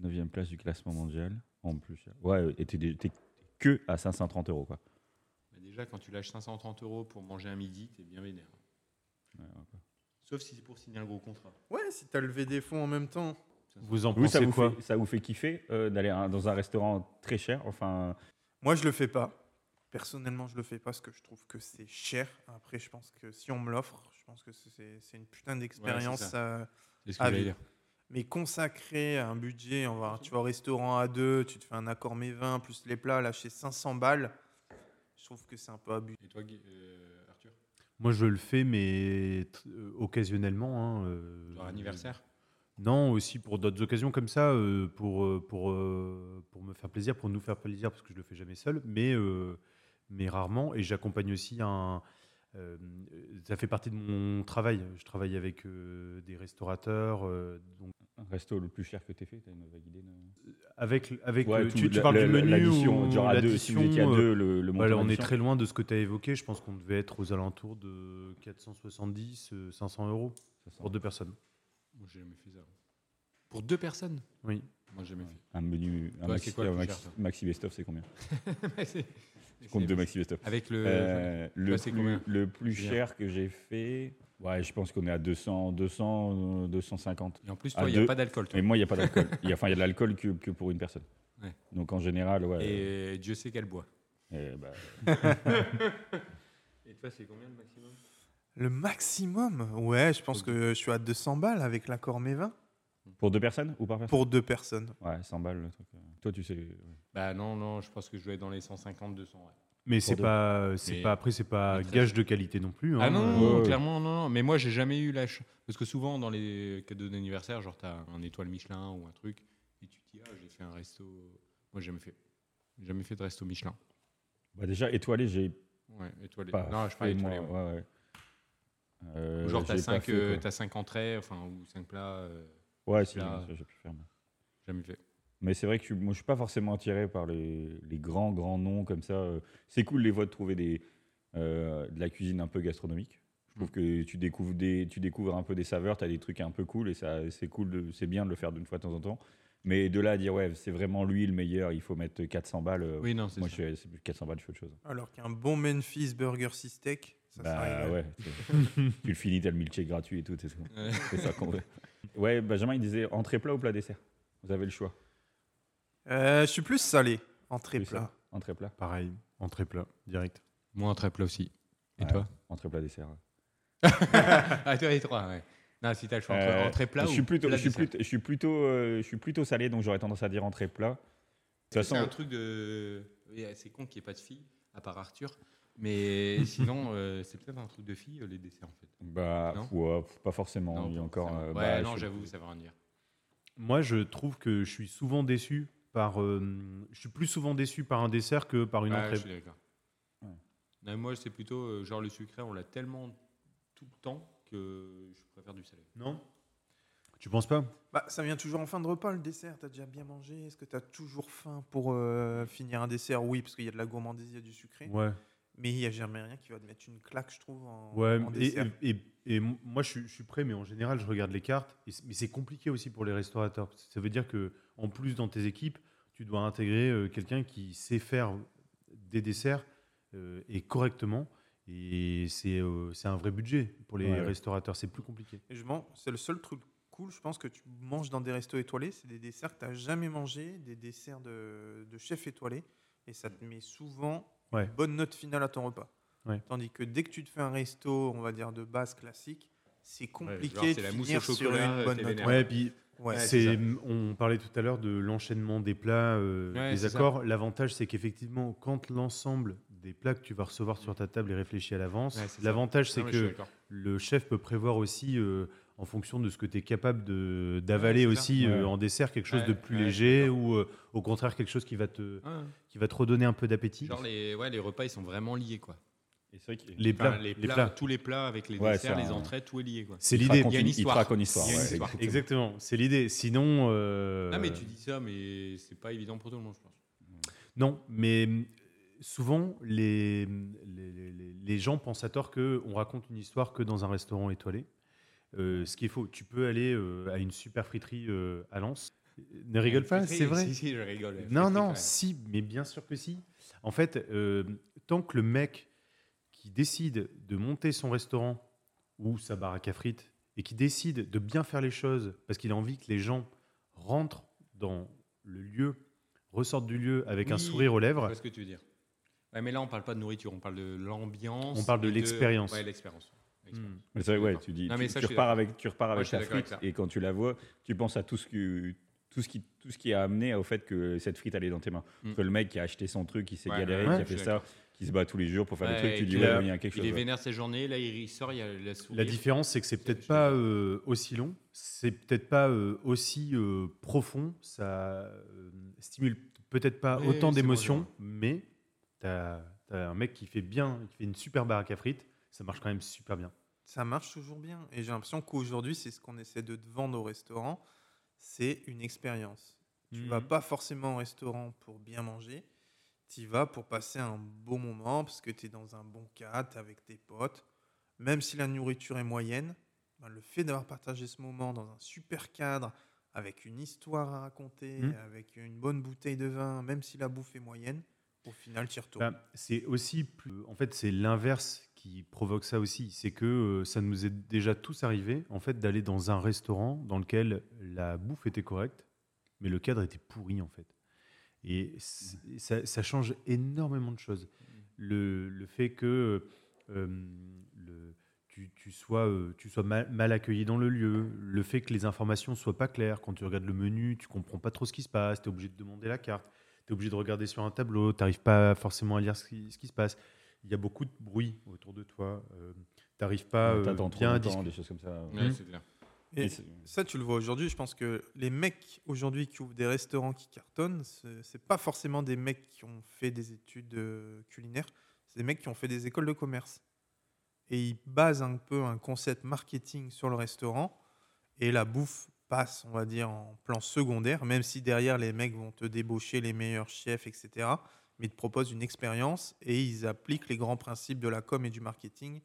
[SPEAKER 4] 9e place du classement mondial, en plus. Ouais, et t'es dé- t'es que à 530 euros, quoi.
[SPEAKER 1] Bah, déjà, quand tu lâches 530 euros pour manger un midi, t'es bien vénère.
[SPEAKER 4] Ouais, ouais, quoi.
[SPEAKER 1] Sauf si c'est pour signer un gros contrat.
[SPEAKER 3] Ouais, si t'as levé des fonds en même temps.
[SPEAKER 2] Vous en
[SPEAKER 4] Vous, ça
[SPEAKER 2] pensez
[SPEAKER 4] vous,
[SPEAKER 2] quoi
[SPEAKER 4] fait, ça vous fait kiffer euh, d'aller à un- dans un restaurant très cher, enfin,
[SPEAKER 3] Moi, je le fais pas. Personnellement, je le fais pas parce que je trouve que c'est cher. Après, je pense que si on me l'offre, je pense que c'est c'est une putain d'expérience. euh,
[SPEAKER 1] C'est ce
[SPEAKER 3] Ah,
[SPEAKER 1] que j'allais
[SPEAKER 3] oui.
[SPEAKER 1] dire.
[SPEAKER 3] mais consacrer un budget, on va, tu vas au restaurant à deux, tu te fais un accord mes vins plus les plats, lâcher 500 balles. Je trouve que c'est un peu abusé.
[SPEAKER 1] Et toi, Guy- euh, Arthur
[SPEAKER 2] Moi, je le fais, mais t- euh, occasionnellement. hein, euh,
[SPEAKER 1] Leur anniversaire
[SPEAKER 2] Non, aussi pour d'autres occasions comme ça, euh, pour, euh, pour, euh, pour me faire plaisir, pour nous faire plaisir, parce que je le fais jamais seul, mais, euh, mais rarement. Et j'accompagne aussi un. euh, ça fait partie de mon travail. Je travaille avec euh, des restaurateurs. euh, donc
[SPEAKER 4] un resto le plus cher que t'aies fait, t'as une vague idée de-
[SPEAKER 2] avec avec
[SPEAKER 4] Ouais,
[SPEAKER 2] le-
[SPEAKER 4] tout,
[SPEAKER 2] tu, tu
[SPEAKER 4] la-
[SPEAKER 2] parles
[SPEAKER 4] la-
[SPEAKER 2] du menu
[SPEAKER 4] l'addition,
[SPEAKER 2] ou
[SPEAKER 4] genre à deux, si vous étiez à
[SPEAKER 2] l'addition, euh,
[SPEAKER 4] deux, le, le montant
[SPEAKER 2] Voilà, on est
[SPEAKER 4] d'addition.
[SPEAKER 2] très loin de ce que tu as évoqué. Je pense qu'on devait être aux alentours de 470, euh, 500 euros
[SPEAKER 4] Ça sent
[SPEAKER 2] pour deux personnes.
[SPEAKER 1] Moi, j'ai jamais fait ça. Pour deux personnes
[SPEAKER 2] Oui.
[SPEAKER 1] Moi, j'ai jamais
[SPEAKER 4] Un menu, un
[SPEAKER 1] Toi,
[SPEAKER 4] maxi,
[SPEAKER 1] c'est quoi le
[SPEAKER 4] un
[SPEAKER 1] plus cher,
[SPEAKER 4] maxi-
[SPEAKER 1] toi
[SPEAKER 4] maxi best-of, c'est combien
[SPEAKER 1] fait. C'est-
[SPEAKER 4] Je compte
[SPEAKER 1] c'est-
[SPEAKER 4] deux maxi best-of.
[SPEAKER 1] Avec le.
[SPEAKER 4] Euh, le,
[SPEAKER 1] Toi, c'est
[SPEAKER 4] plus,
[SPEAKER 1] combien
[SPEAKER 4] le plus
[SPEAKER 1] Julien
[SPEAKER 4] cher que j'ai fait, ouais, je pense qu'on est à 200, 200, euh, 250.
[SPEAKER 1] Et en plus,
[SPEAKER 4] à
[SPEAKER 1] toi, il n'y a
[SPEAKER 4] deux.
[SPEAKER 1] pas d'alcool. toi.
[SPEAKER 4] Mais moi, il n'y a pas d'alcool. Il y a- Enfin, il y a de l'alcool que, que pour une personne.
[SPEAKER 1] Ouais.
[SPEAKER 4] Donc en général, ouais.
[SPEAKER 1] Et Dieu sait qu'elle boit.
[SPEAKER 4] euh, bah,
[SPEAKER 1] Et toi, c'est combien le maximum
[SPEAKER 3] Le maximum Ouais, je pense
[SPEAKER 1] Ok.
[SPEAKER 3] que je suis à 200 balles avec l'accord mes vins
[SPEAKER 4] pour deux personnes ou par personne
[SPEAKER 3] pour deux personnes.
[SPEAKER 4] Ouais, 100 balles le truc. euh. Toi, tu sais. ouais.
[SPEAKER 1] Bah non, non, je pense que je vais être dans les 150, 200. ouais.
[SPEAKER 2] Mais c'est
[SPEAKER 4] deux.
[SPEAKER 2] pas, c'est
[SPEAKER 1] Mais-
[SPEAKER 2] pas après, c'est pas
[SPEAKER 1] mais très
[SPEAKER 2] gage de qualité non plus.
[SPEAKER 1] Ah
[SPEAKER 2] hein.
[SPEAKER 1] non,
[SPEAKER 4] ouais,
[SPEAKER 1] non,
[SPEAKER 4] ouais.
[SPEAKER 1] clairement, non, non. Mais moi, j'ai jamais eu la chance. Parce que souvent, dans les cadeaux d'anniversaire, genre, t'as un étoile Michelin ou un truc, et tu te dis, ah, j'ai fait un resto. Moi, j'ai jamais fait. J'ai jamais fait de resto Michelin.
[SPEAKER 4] Bah, déjà, étoilé, j'ai
[SPEAKER 1] Ouais, étoilé.
[SPEAKER 4] pas.
[SPEAKER 1] non, je
[SPEAKER 4] fait,
[SPEAKER 1] parle
[SPEAKER 4] Bah, moi,
[SPEAKER 1] étoilé. ouais.
[SPEAKER 4] ouais, ouais. Euh,
[SPEAKER 1] Ou genre, t'as euh,
[SPEAKER 4] j'ai pas
[SPEAKER 1] 5,
[SPEAKER 4] fait, quoi.
[SPEAKER 1] entrées, enfin, ou 5 plats. euh,
[SPEAKER 4] Ouais, si,
[SPEAKER 1] là.
[SPEAKER 4] bien sûr, j'ai pu faire. moi.
[SPEAKER 1] jamais fait.
[SPEAKER 4] Mais c'est vrai que je, moi, je suis pas forcément attiré par les, les grands, grands noms comme ça. euh. C'est cool les voix de trouver des, euh, de la cuisine un peu gastronomique. Je
[SPEAKER 1] Mm.
[SPEAKER 4] trouve que tu découvres, des, tu découvres un peu des saveurs, tu as des trucs un peu cool et ça, c'est cool, de- c'est bien de le faire d'une fois de temps en temps. Mais de là à dire, ouais, c'est vraiment lui le meilleur, il faut mettre 400 balles. euh,
[SPEAKER 1] Oui, non, c'est
[SPEAKER 4] moi,
[SPEAKER 1] ça.
[SPEAKER 4] je fais- c'est plus 400 balles, je fais autre chose.
[SPEAKER 3] Alors qu'un bon Memphis Burger Sea Steak, ça
[SPEAKER 4] bah
[SPEAKER 3] serait euh,
[SPEAKER 4] ouais, c'est- tu le finis, t'as le milkshake gratuit et tout, c'est ça,
[SPEAKER 1] Ouais.
[SPEAKER 4] c'est ça qu'on veut. Ouais, Benjamin, il disait entrée plat ou plat dessert Vous avez le choix.
[SPEAKER 3] Euh, je suis plus salé, entrée
[SPEAKER 4] Plus
[SPEAKER 3] plat.
[SPEAKER 4] salé. Entrée plat
[SPEAKER 2] Pareil, entrée plat, direct.
[SPEAKER 1] Moi, un très plat aussi. Et
[SPEAKER 4] Ouais.
[SPEAKER 1] toi
[SPEAKER 4] Entrée plat dessert. ouais.
[SPEAKER 1] Ah, toi, les trois, ouais. Non, si t'as le choix entre
[SPEAKER 4] Euh,
[SPEAKER 1] entrée plat
[SPEAKER 4] je
[SPEAKER 1] ou.
[SPEAKER 4] suis plutôt,
[SPEAKER 1] plat
[SPEAKER 4] je suis
[SPEAKER 1] dessert.
[SPEAKER 4] plutôt, je suis plutôt, euh, je suis plutôt salé, donc j'aurais tendance à dire entrée plat. De toute
[SPEAKER 1] C'est un
[SPEAKER 4] façon,
[SPEAKER 1] truc de. Et, euh, C'est con qu'il n'y ait pas de fille, à part Arthur. Mais sinon, euh, c'est peut-être un truc de fille, euh, les desserts, en fait.
[SPEAKER 4] bah,
[SPEAKER 1] Non
[SPEAKER 4] ouais, pff, pas forcément. il y a
[SPEAKER 1] pas
[SPEAKER 4] encore.
[SPEAKER 1] forcément.
[SPEAKER 4] euh,
[SPEAKER 1] ouais,
[SPEAKER 4] bah,
[SPEAKER 1] non,
[SPEAKER 4] je-
[SPEAKER 1] j'avoue, ça veut rien dire.
[SPEAKER 2] Moi, je trouve que je suis souvent déçu par. euh, je suis plus souvent déçu par un dessert que par une
[SPEAKER 4] Bah,
[SPEAKER 1] Ouais,
[SPEAKER 2] entrée.
[SPEAKER 1] je suis d'accord.
[SPEAKER 4] Ouais.
[SPEAKER 1] Non, moi, c'est plutôt euh, genre le sucré, on l'a tellement tout le temps que je préfère du salé.
[SPEAKER 2] Non Tu penses pas
[SPEAKER 3] Bah, ça vient toujours en fin de repas le dessert. T'as déjà bien mangé Est-ce que t'as toujours faim pour euh, finir un dessert Oui, parce qu'il y a de la gourmandise, il y a du sucré.
[SPEAKER 2] Ouais.
[SPEAKER 3] Mais il n'y a jamais rien qui va te mettre une claque, je trouve, en,
[SPEAKER 2] Ouais,
[SPEAKER 3] en
[SPEAKER 2] et,
[SPEAKER 3] dessert.
[SPEAKER 2] et- et- et moi je, suis- je suis prêt, mais en général je regarde les cartes. Et c- mais c'est compliqué aussi pour les restaurateurs. Ça veut dire que en plus dans tes équipes, tu dois intégrer euh, quelqu'un qui sait faire des desserts euh, et correctement. Et c'est euh, c'est un vrai budget pour les
[SPEAKER 4] Ouais, ouais.
[SPEAKER 2] restaurateurs. C'est plus compliqué.
[SPEAKER 3] Et je mange- c'est le seul truc cool, je pense, que tu manges dans des restos étoilés. C'est des desserts que t'as jamais mangé, des desserts de, de chef étoilé. Et ça te met souvent
[SPEAKER 2] Ouais.
[SPEAKER 3] une bonne note finale à ton repas.
[SPEAKER 2] Ouais.
[SPEAKER 3] Tandis que dès que tu te fais un resto, on va dire, de base classique, c'est compliqué
[SPEAKER 1] genre, c'est
[SPEAKER 3] de
[SPEAKER 1] la mousse
[SPEAKER 3] finir
[SPEAKER 1] au
[SPEAKER 3] sur
[SPEAKER 1] chocolat, euh,
[SPEAKER 3] une bonne
[SPEAKER 1] t'es
[SPEAKER 3] note.
[SPEAKER 1] vénère.
[SPEAKER 2] Ouais, et puis
[SPEAKER 3] Ouais.
[SPEAKER 1] Ouais.
[SPEAKER 2] c'est-
[SPEAKER 1] c'est ça.
[SPEAKER 2] on parlait tout à l'heure de l'enchaînement des plats, euh,
[SPEAKER 1] Ouais,
[SPEAKER 2] des
[SPEAKER 1] c'est ça.
[SPEAKER 2] accords. L'avantage, c'est qu'effectivement, quand l'ensemble des plats que tu vas recevoir sur ta table est réfléchi à l'avance,
[SPEAKER 1] Ouais, c'est ça.
[SPEAKER 2] l'avantage, c'est
[SPEAKER 1] Non, mais je suis
[SPEAKER 2] que
[SPEAKER 1] d'accord.
[SPEAKER 2] le chef peut prévoir aussi, euh, en fonction de ce que tu es capable de- d'avaler
[SPEAKER 1] Ouais, c'est ça.
[SPEAKER 2] aussi euh,
[SPEAKER 4] Ouais.
[SPEAKER 2] en dessert, quelque chose
[SPEAKER 1] Ouais,
[SPEAKER 2] de plus
[SPEAKER 1] ouais, je suis
[SPEAKER 2] léger
[SPEAKER 1] d'accord.
[SPEAKER 2] ou euh, au contraire quelque chose qui va te,
[SPEAKER 1] Ouais,
[SPEAKER 4] Hein,
[SPEAKER 1] ouais.
[SPEAKER 2] qui va te redonner un peu d'appétit.
[SPEAKER 1] Genre, les, ouais, les repas, ils sont vraiment liés, quoi.
[SPEAKER 4] Et c'est vrai qu'il-
[SPEAKER 2] Les plats.
[SPEAKER 1] Enfin, les,
[SPEAKER 2] les
[SPEAKER 1] plats,
[SPEAKER 2] plats.
[SPEAKER 1] tous les plats avec les
[SPEAKER 4] Ouais,
[SPEAKER 1] desserts,
[SPEAKER 4] ça,
[SPEAKER 1] les
[SPEAKER 4] ouais.
[SPEAKER 1] entrées, tout est lié, quoi.
[SPEAKER 2] C'est
[SPEAKER 4] il te
[SPEAKER 2] l'idée.
[SPEAKER 4] raconte
[SPEAKER 1] Il y a une histoire.
[SPEAKER 4] Il te raconte une
[SPEAKER 1] Il
[SPEAKER 4] histoire.
[SPEAKER 1] y a une
[SPEAKER 4] ouais,
[SPEAKER 1] histoire.
[SPEAKER 4] exactement.
[SPEAKER 2] Exactement, c'est l'idée. Sinon. euh,
[SPEAKER 1] Ah, mais tu dis ça, mais c'est pas évident pour tout le monde, je pense.
[SPEAKER 2] Non, mais euh, souvent, les, les- les les gens pensent à tort qu'on raconte une histoire que dans un restaurant étoilé. Euh, ce qui est faux. Tu peux aller euh, à une super friterie euh, à Lens. Ne rigole pas, c'est vrai.
[SPEAKER 1] Si, si, je rigole.
[SPEAKER 2] Non, non, si, mais bien sûr que si. En fait, euh, tant que le mec qui décide de monter son restaurant ou sa baraque à frites et qui décide de bien faire les choses parce qu'il a envie que les gens rentrent dans le lieu, ressortent du lieu avec un
[SPEAKER 1] Oui.
[SPEAKER 2] sourire aux
[SPEAKER 1] Je
[SPEAKER 2] lèvres,
[SPEAKER 1] vois ce que tu veux dire. Ouais, mais là, on parle pas de nourriture, on parle de l'ambiance.
[SPEAKER 2] On parle de
[SPEAKER 1] et
[SPEAKER 2] l'expérience.
[SPEAKER 1] Ouais, l'expérience. L'expérience.
[SPEAKER 2] Hmm.
[SPEAKER 4] Mais c'est vrai, ouais,
[SPEAKER 1] D'accord.
[SPEAKER 4] tu dis,
[SPEAKER 1] Non,
[SPEAKER 4] tu-
[SPEAKER 1] mais
[SPEAKER 4] tu,
[SPEAKER 1] ça, je suis
[SPEAKER 4] repars
[SPEAKER 1] d'accord.
[SPEAKER 4] avec, tu repars
[SPEAKER 1] Moi,
[SPEAKER 4] avec
[SPEAKER 1] je suis
[SPEAKER 4] ta
[SPEAKER 1] d'accord avec
[SPEAKER 4] frite
[SPEAKER 1] ça.
[SPEAKER 4] et quand tu la vois, tu penses à tout ce que tout ce qui tout ce qui a amené au fait que cette frite allait dans tes mains.
[SPEAKER 1] Mm.
[SPEAKER 4] Que le mec qui a acheté son truc, qui s'est
[SPEAKER 1] Ouais,
[SPEAKER 4] galéré,
[SPEAKER 2] ouais,
[SPEAKER 4] qui
[SPEAKER 1] ouais,
[SPEAKER 4] a fait
[SPEAKER 1] je suis
[SPEAKER 4] ça, qui se bat tous les jours pour faire
[SPEAKER 1] Ouais,
[SPEAKER 4] des trucs,
[SPEAKER 1] et
[SPEAKER 4] tu dis
[SPEAKER 1] qu'il
[SPEAKER 4] ouais,
[SPEAKER 1] a-
[SPEAKER 4] il y a quelque
[SPEAKER 1] Il
[SPEAKER 4] chose.
[SPEAKER 1] est
[SPEAKER 4] ouais.
[SPEAKER 1] vénère ces journées, là, il sort, il y a la souris. hein.
[SPEAKER 2] La différence, c'est que c'est
[SPEAKER 1] C'est
[SPEAKER 2] peut-être
[SPEAKER 1] je
[SPEAKER 2] pas euh, aussi long, c'est peut-être pas euh, aussi euh, profond, ça euh, stimule peut-être pas
[SPEAKER 1] Oui,
[SPEAKER 2] autant
[SPEAKER 1] oui, c'est bon, je
[SPEAKER 2] d'émotions,
[SPEAKER 1] vois.
[SPEAKER 2] mais t'as as un mec qui fait bien, qui fait une super baraque à frites, ça marche quand même super bien.
[SPEAKER 3] Ça marche toujours bien. Et j'ai l'impression qu'aujourd'hui, c'est ce qu'on essaie de te vendre au restaurant. C'est une expérience. Tu vas pas forcément au restaurant pour bien manger. Tu y vas pour passer un beau moment parce que tu es dans un bon cadre, t'es avec tes potes. Même si la nourriture est moyenne, ben, le fait d'avoir partagé ce moment dans un super cadre, avec une histoire à raconter,
[SPEAKER 2] Mhm.
[SPEAKER 3] avec une bonne bouteille de vin, même si la bouffe est moyenne, au final, tu y retournes.
[SPEAKER 2] Bah, c'est aussi, plus- euh, en fait, c'est l'inverse qui provoque ça aussi. C'est que euh, ça nous est déjà tous arrivé, en fait, d'aller dans un restaurant dans lequel la bouffe était correcte, mais le cadre était pourri, en fait. Et c'est- ça, ça change énormément de choses. Le, le fait que euh, le- tu, tu sois, euh, tu sois mal, mal accueilli dans le lieu, le fait que les informations soient pas claires, quand tu regardes le menu, tu comprends pas trop ce qui se passe, tu es obligé de demander la carte tu es obligé de regarder sur un tableau, tu n'arrives pas forcément à lire ce qui, ce qui se passe. Il y a beaucoup de bruit autour de toi. tu n'arrives pas euh,
[SPEAKER 4] Ah, T'attends trop
[SPEAKER 2] bien à
[SPEAKER 4] longtemps,
[SPEAKER 2] discuter.
[SPEAKER 4] des choses comme ça.
[SPEAKER 1] Ouais,
[SPEAKER 2] Hmm.
[SPEAKER 1] c'est clair.
[SPEAKER 4] Et
[SPEAKER 3] Bah, Et-
[SPEAKER 4] c'est-
[SPEAKER 3] Ça, tu le vois aujourd'hui. Je pense que les mecs aujourd'hui qui ouvrent des restaurants qui cartonnent, ce- c'est pas forcément des mecs qui ont fait des études euh, culinaires. C'est des mecs qui ont fait des écoles de commerce. Et ils basent un peu un concept marketing sur le restaurant. Et la bouffe passe, on va dire, en plan secondaire, même si derrière les mecs vont te débaucher les meilleurs chefs, etc. Mais ils te proposent une expérience et ils appliquent les grands principes de la com et du marketing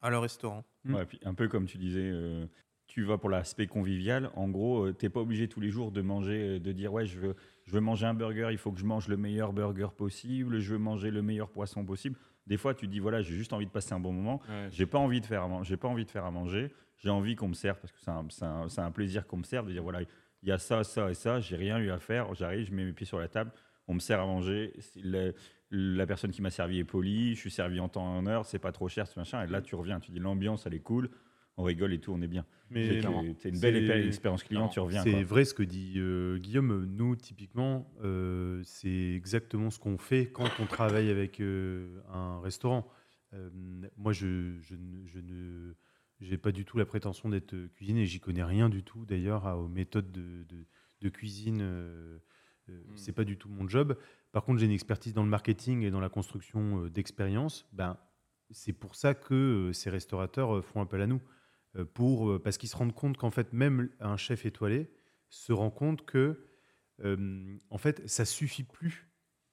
[SPEAKER 3] à leur restaurant.
[SPEAKER 4] Ouais, puis un peu comme tu disais, euh, tu vas pour l'aspect convivial. En gros, euh, t'es pas obligé tous les jours de manger, euh, de dire ouais, je veux, je veux manger un burger. Il faut que je mange le meilleur burger possible. Je veux manger le meilleur poisson possible. Des fois, tu dis voilà, j'ai juste envie de passer un bon moment.
[SPEAKER 1] Ouais,
[SPEAKER 4] J'ai pas envie de faire, à man- j'ai pas envie de faire à manger. J'ai envie qu'on me serve parce que c'est un, c'est un- c'est un plaisir qu'on me serve de dire voilà, il y a ça, ça et ça. J'ai rien eu à faire. J'arrive, je mets mes pieds sur la table. On me sert à manger. c'est le- la personne qui m'a servi est polie. Je suis servi en temps et en heure. C'est pas trop cher, ce machin. Et là, tu reviens. Tu dis l'ambiance, elle est cool. On rigole et tout, on est bien.
[SPEAKER 2] Mais
[SPEAKER 4] C'est
[SPEAKER 1] clairement.
[SPEAKER 4] c'est une belle
[SPEAKER 2] C'est-
[SPEAKER 4] épée- expérience client.
[SPEAKER 1] clairement.
[SPEAKER 4] Tu reviens.
[SPEAKER 2] c'est
[SPEAKER 4] quoi.
[SPEAKER 2] vrai ce que dit euh, Guillaume. Nous, typiquement, euh, c'est exactement ce qu'on fait quand on travaille avec euh, un restaurant. Euh, moi, je, je ne- je ne j'ai pas du tout la prétention d'être euh, cuisinier. J'y connais rien du tout, d'ailleurs, à- aux méthodes de, de- de cuisine. euh, euh,
[SPEAKER 1] Mm.
[SPEAKER 2] C'est pas du tout mon job. Par contre, j'ai une expertise dans le marketing et dans la construction euh, d'expériences. Ben, c'est pour ça que euh, ces restaurateurs euh, font appel à nous, Euh, pour, euh, parce qu'ils se rendent compte qu'en fait, même un chef étoilé se rend compte que, euh, en fait, ça suffit plus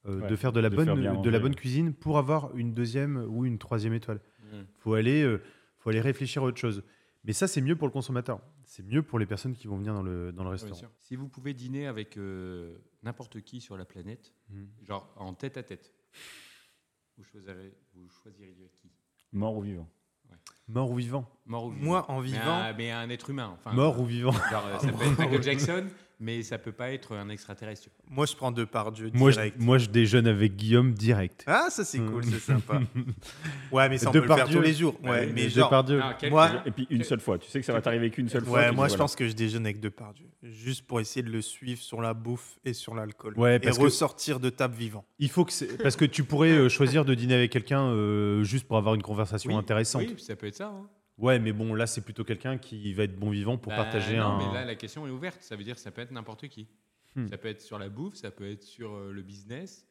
[SPEAKER 2] euh,
[SPEAKER 4] Ouais,
[SPEAKER 2] de faire de la
[SPEAKER 4] de
[SPEAKER 2] bonne,
[SPEAKER 4] faire bien
[SPEAKER 2] de
[SPEAKER 4] manger,
[SPEAKER 2] la bonne
[SPEAKER 4] ouais.
[SPEAKER 2] cuisine pour avoir une deuxième ou une troisième étoile.
[SPEAKER 1] Hmm.
[SPEAKER 2] Faut aller, euh, faut aller réfléchir à autre chose. Mais ça, c'est mieux pour le consommateur. C'est mieux pour les personnes qui vont venir dans le, dans
[SPEAKER 1] Bien
[SPEAKER 2] le restaurant.
[SPEAKER 1] sûr. Si vous pouvez dîner avec euh, n'importe qui sur la planète,
[SPEAKER 2] Mm.
[SPEAKER 1] genre en tête à tête, vous choisirez, vous choisiriez qui
[SPEAKER 4] Mort ou vivant.
[SPEAKER 2] Mort ou vivant.
[SPEAKER 1] Mort ou vivant
[SPEAKER 3] Moi, en
[SPEAKER 1] Mais
[SPEAKER 3] vivant,
[SPEAKER 1] un- Ah, mais un être humain. Enfin,
[SPEAKER 2] Mort ou vivant.
[SPEAKER 1] genre, euh, ça peut être Michael Jackson, mais ça peut pas être un extraterrestre.
[SPEAKER 3] moi, je prends deux parts Dieu
[SPEAKER 2] Moi je,
[SPEAKER 3] direct.
[SPEAKER 2] moi, je déjeune avec Guillaume direct.
[SPEAKER 3] Ah, ça c'est
[SPEAKER 2] Hmm.
[SPEAKER 3] cool, c'est sympa. Ouais, mais ça on peut le
[SPEAKER 2] Depardieu.
[SPEAKER 3] faire tous les jours.
[SPEAKER 2] Euh,
[SPEAKER 3] Ouais, mais genre,
[SPEAKER 2] Depardieu.
[SPEAKER 1] Ah, quel-
[SPEAKER 3] moi-
[SPEAKER 4] Et puis une seule fois. Tu sais que ça va t'arriver qu'une seule fois.
[SPEAKER 3] ouais,
[SPEAKER 4] tu dis,
[SPEAKER 3] moi je
[SPEAKER 4] voilà.
[SPEAKER 3] pense que je déjeune avec Depardieu, juste pour essayer de le suivre sur la bouffe et sur l'alcool.
[SPEAKER 2] Ouais,
[SPEAKER 3] et
[SPEAKER 2] parce que-
[SPEAKER 3] ressortir de table vivant.
[SPEAKER 2] Il faut que c'est- parce que tu pourrais euh, choisir de dîner avec quelqu'un euh, juste pour avoir une conversation
[SPEAKER 1] Oui,
[SPEAKER 2] intéressante.
[SPEAKER 1] Oui, ça peut être ça. hein.
[SPEAKER 2] Ouais, mais bon, là c'est plutôt quelqu'un qui va être bon vivant pour
[SPEAKER 1] Bah,
[SPEAKER 2] partager
[SPEAKER 1] non,
[SPEAKER 2] un.
[SPEAKER 1] mais là, la question est ouverte. Ça veut dire que ça peut être n'importe qui.
[SPEAKER 2] Hmm.
[SPEAKER 1] Ça peut être sur la bouffe, ça peut être sur euh, le business.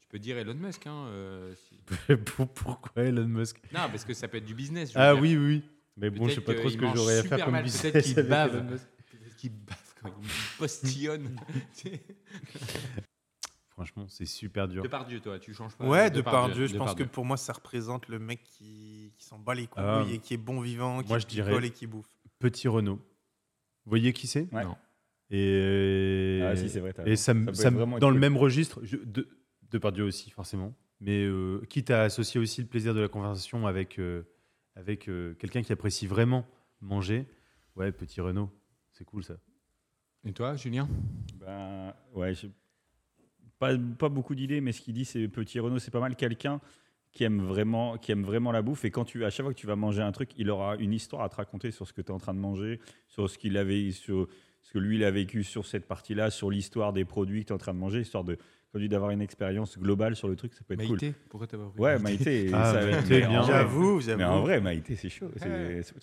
[SPEAKER 1] Tu peux dire Elon Musk. hein, euh, si-
[SPEAKER 2] Pour- Pourquoi Elon Musk
[SPEAKER 1] Non, parce que ça peut être du business. je veux
[SPEAKER 2] Ah
[SPEAKER 1] dire.
[SPEAKER 2] oui, oui. Mais bon, je sais
[SPEAKER 1] Peut-être
[SPEAKER 2] pas trop
[SPEAKER 1] qu'il
[SPEAKER 2] ce que
[SPEAKER 1] mange
[SPEAKER 2] j'aurais à faire
[SPEAKER 1] super
[SPEAKER 2] comme
[SPEAKER 1] mal,
[SPEAKER 2] business.
[SPEAKER 1] peut-être qu'il
[SPEAKER 2] avec
[SPEAKER 1] bave.
[SPEAKER 2] Elon Musk.
[SPEAKER 1] Peut-être qu'il bave quand il postillonne. Tu sais.
[SPEAKER 2] Franchement, c'est super dur.
[SPEAKER 1] De par Dieu, toi, tu changes pas.
[SPEAKER 3] Ouais, de par Dieu, je pense
[SPEAKER 1] Depardieu.
[SPEAKER 3] que pour moi, ça représente le mec qui, qui s'en bat les couilles
[SPEAKER 2] Ah.
[SPEAKER 3] et qui est bon vivant, qui
[SPEAKER 2] Moi, je dirais-
[SPEAKER 3] picole et qui bouffe.
[SPEAKER 2] Petit Renault. Vous voyez qui c'est
[SPEAKER 4] Ouais.
[SPEAKER 1] Non.
[SPEAKER 2] Et,
[SPEAKER 4] Ah, si, c'est vrai. t'as
[SPEAKER 2] et
[SPEAKER 4] raison.
[SPEAKER 2] ça, me-
[SPEAKER 4] peut
[SPEAKER 2] ça
[SPEAKER 4] être
[SPEAKER 2] me-
[SPEAKER 4] vraiment
[SPEAKER 2] dans le
[SPEAKER 4] cool.
[SPEAKER 2] même registre, je, de, Depardieu aussi, forcément. Mais euh, quitte à associer aussi le plaisir de la conversation avec, euh, avec euh, quelqu'un qui apprécie vraiment manger. Ouais, petit Renault, c'est cool ça.
[SPEAKER 1] Et toi, Julien
[SPEAKER 4] Ben, ouais, je- pas, pas beaucoup d'idées, mais ce qu'il dit, c'est petit Renault, c'est pas mal. Quelqu'un qui aime vraiment, qui aime vraiment la bouffe. Et quand tu, à chaque fois que tu vas manger un truc, il aura une histoire à te raconter sur ce que tu es en train de manger, sur ce qu'il avait, sur ce que lui il a vécu sur cette partie-là, sur l'histoire des produits que tu es en train de manger, histoire de, comme dit, d'avoir une expérience globale sur le truc, ça peut être cool.
[SPEAKER 1] Maïté Pourquoi t'as pas pris
[SPEAKER 4] Ouais, Maïté.
[SPEAKER 2] Ah,
[SPEAKER 4] ça-
[SPEAKER 2] Maïté,
[SPEAKER 4] mais en
[SPEAKER 2] bien.
[SPEAKER 4] vrai-
[SPEAKER 3] J'avoue, j'avoue.
[SPEAKER 4] Mais en vrai, Maïté, c'est chaud. c'est-
[SPEAKER 1] Ouais.
[SPEAKER 4] c'est- Tu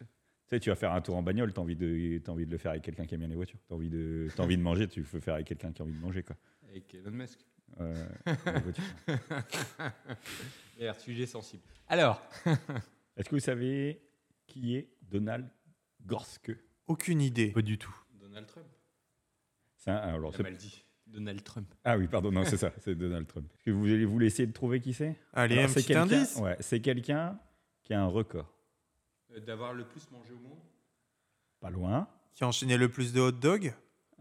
[SPEAKER 4] sais, tu vas faire un tour en bagnole, t'as envie de, t'as envie de le faire avec quelqu'un qui aime bien les voitures. T'as envie de, t'as envie de manger, tu peux faire avec quelqu'un qui a envie de manger, quoi.
[SPEAKER 1] Avec Elon Musk.
[SPEAKER 4] Euh, les voitures.
[SPEAKER 1] D'ailleurs, sujet sensible. Alors,
[SPEAKER 4] Est-ce que vous savez qui est Donald Gorske
[SPEAKER 3] Aucune idée.
[SPEAKER 2] Pas du tout.
[SPEAKER 1] Donald Trump.
[SPEAKER 4] C'est un- ah,
[SPEAKER 1] T'as
[SPEAKER 4] alors, Oh, c'est-
[SPEAKER 1] mal dit. Donald Trump.
[SPEAKER 4] Ah oui, pardon, non, c'est ça, c'est Donald Trump. Est-ce que vous allez vous laisser de trouver qui c'est
[SPEAKER 3] Allez,
[SPEAKER 4] Alors,
[SPEAKER 3] un
[SPEAKER 4] c'est
[SPEAKER 3] petit
[SPEAKER 4] quelqu'un-
[SPEAKER 3] indice.
[SPEAKER 4] ouais, c'est quelqu'un qui a un record.
[SPEAKER 1] Euh, D'avoir le plus mangé au monde
[SPEAKER 4] Pas loin.
[SPEAKER 3] Qui a enchaîné le plus de hot dogs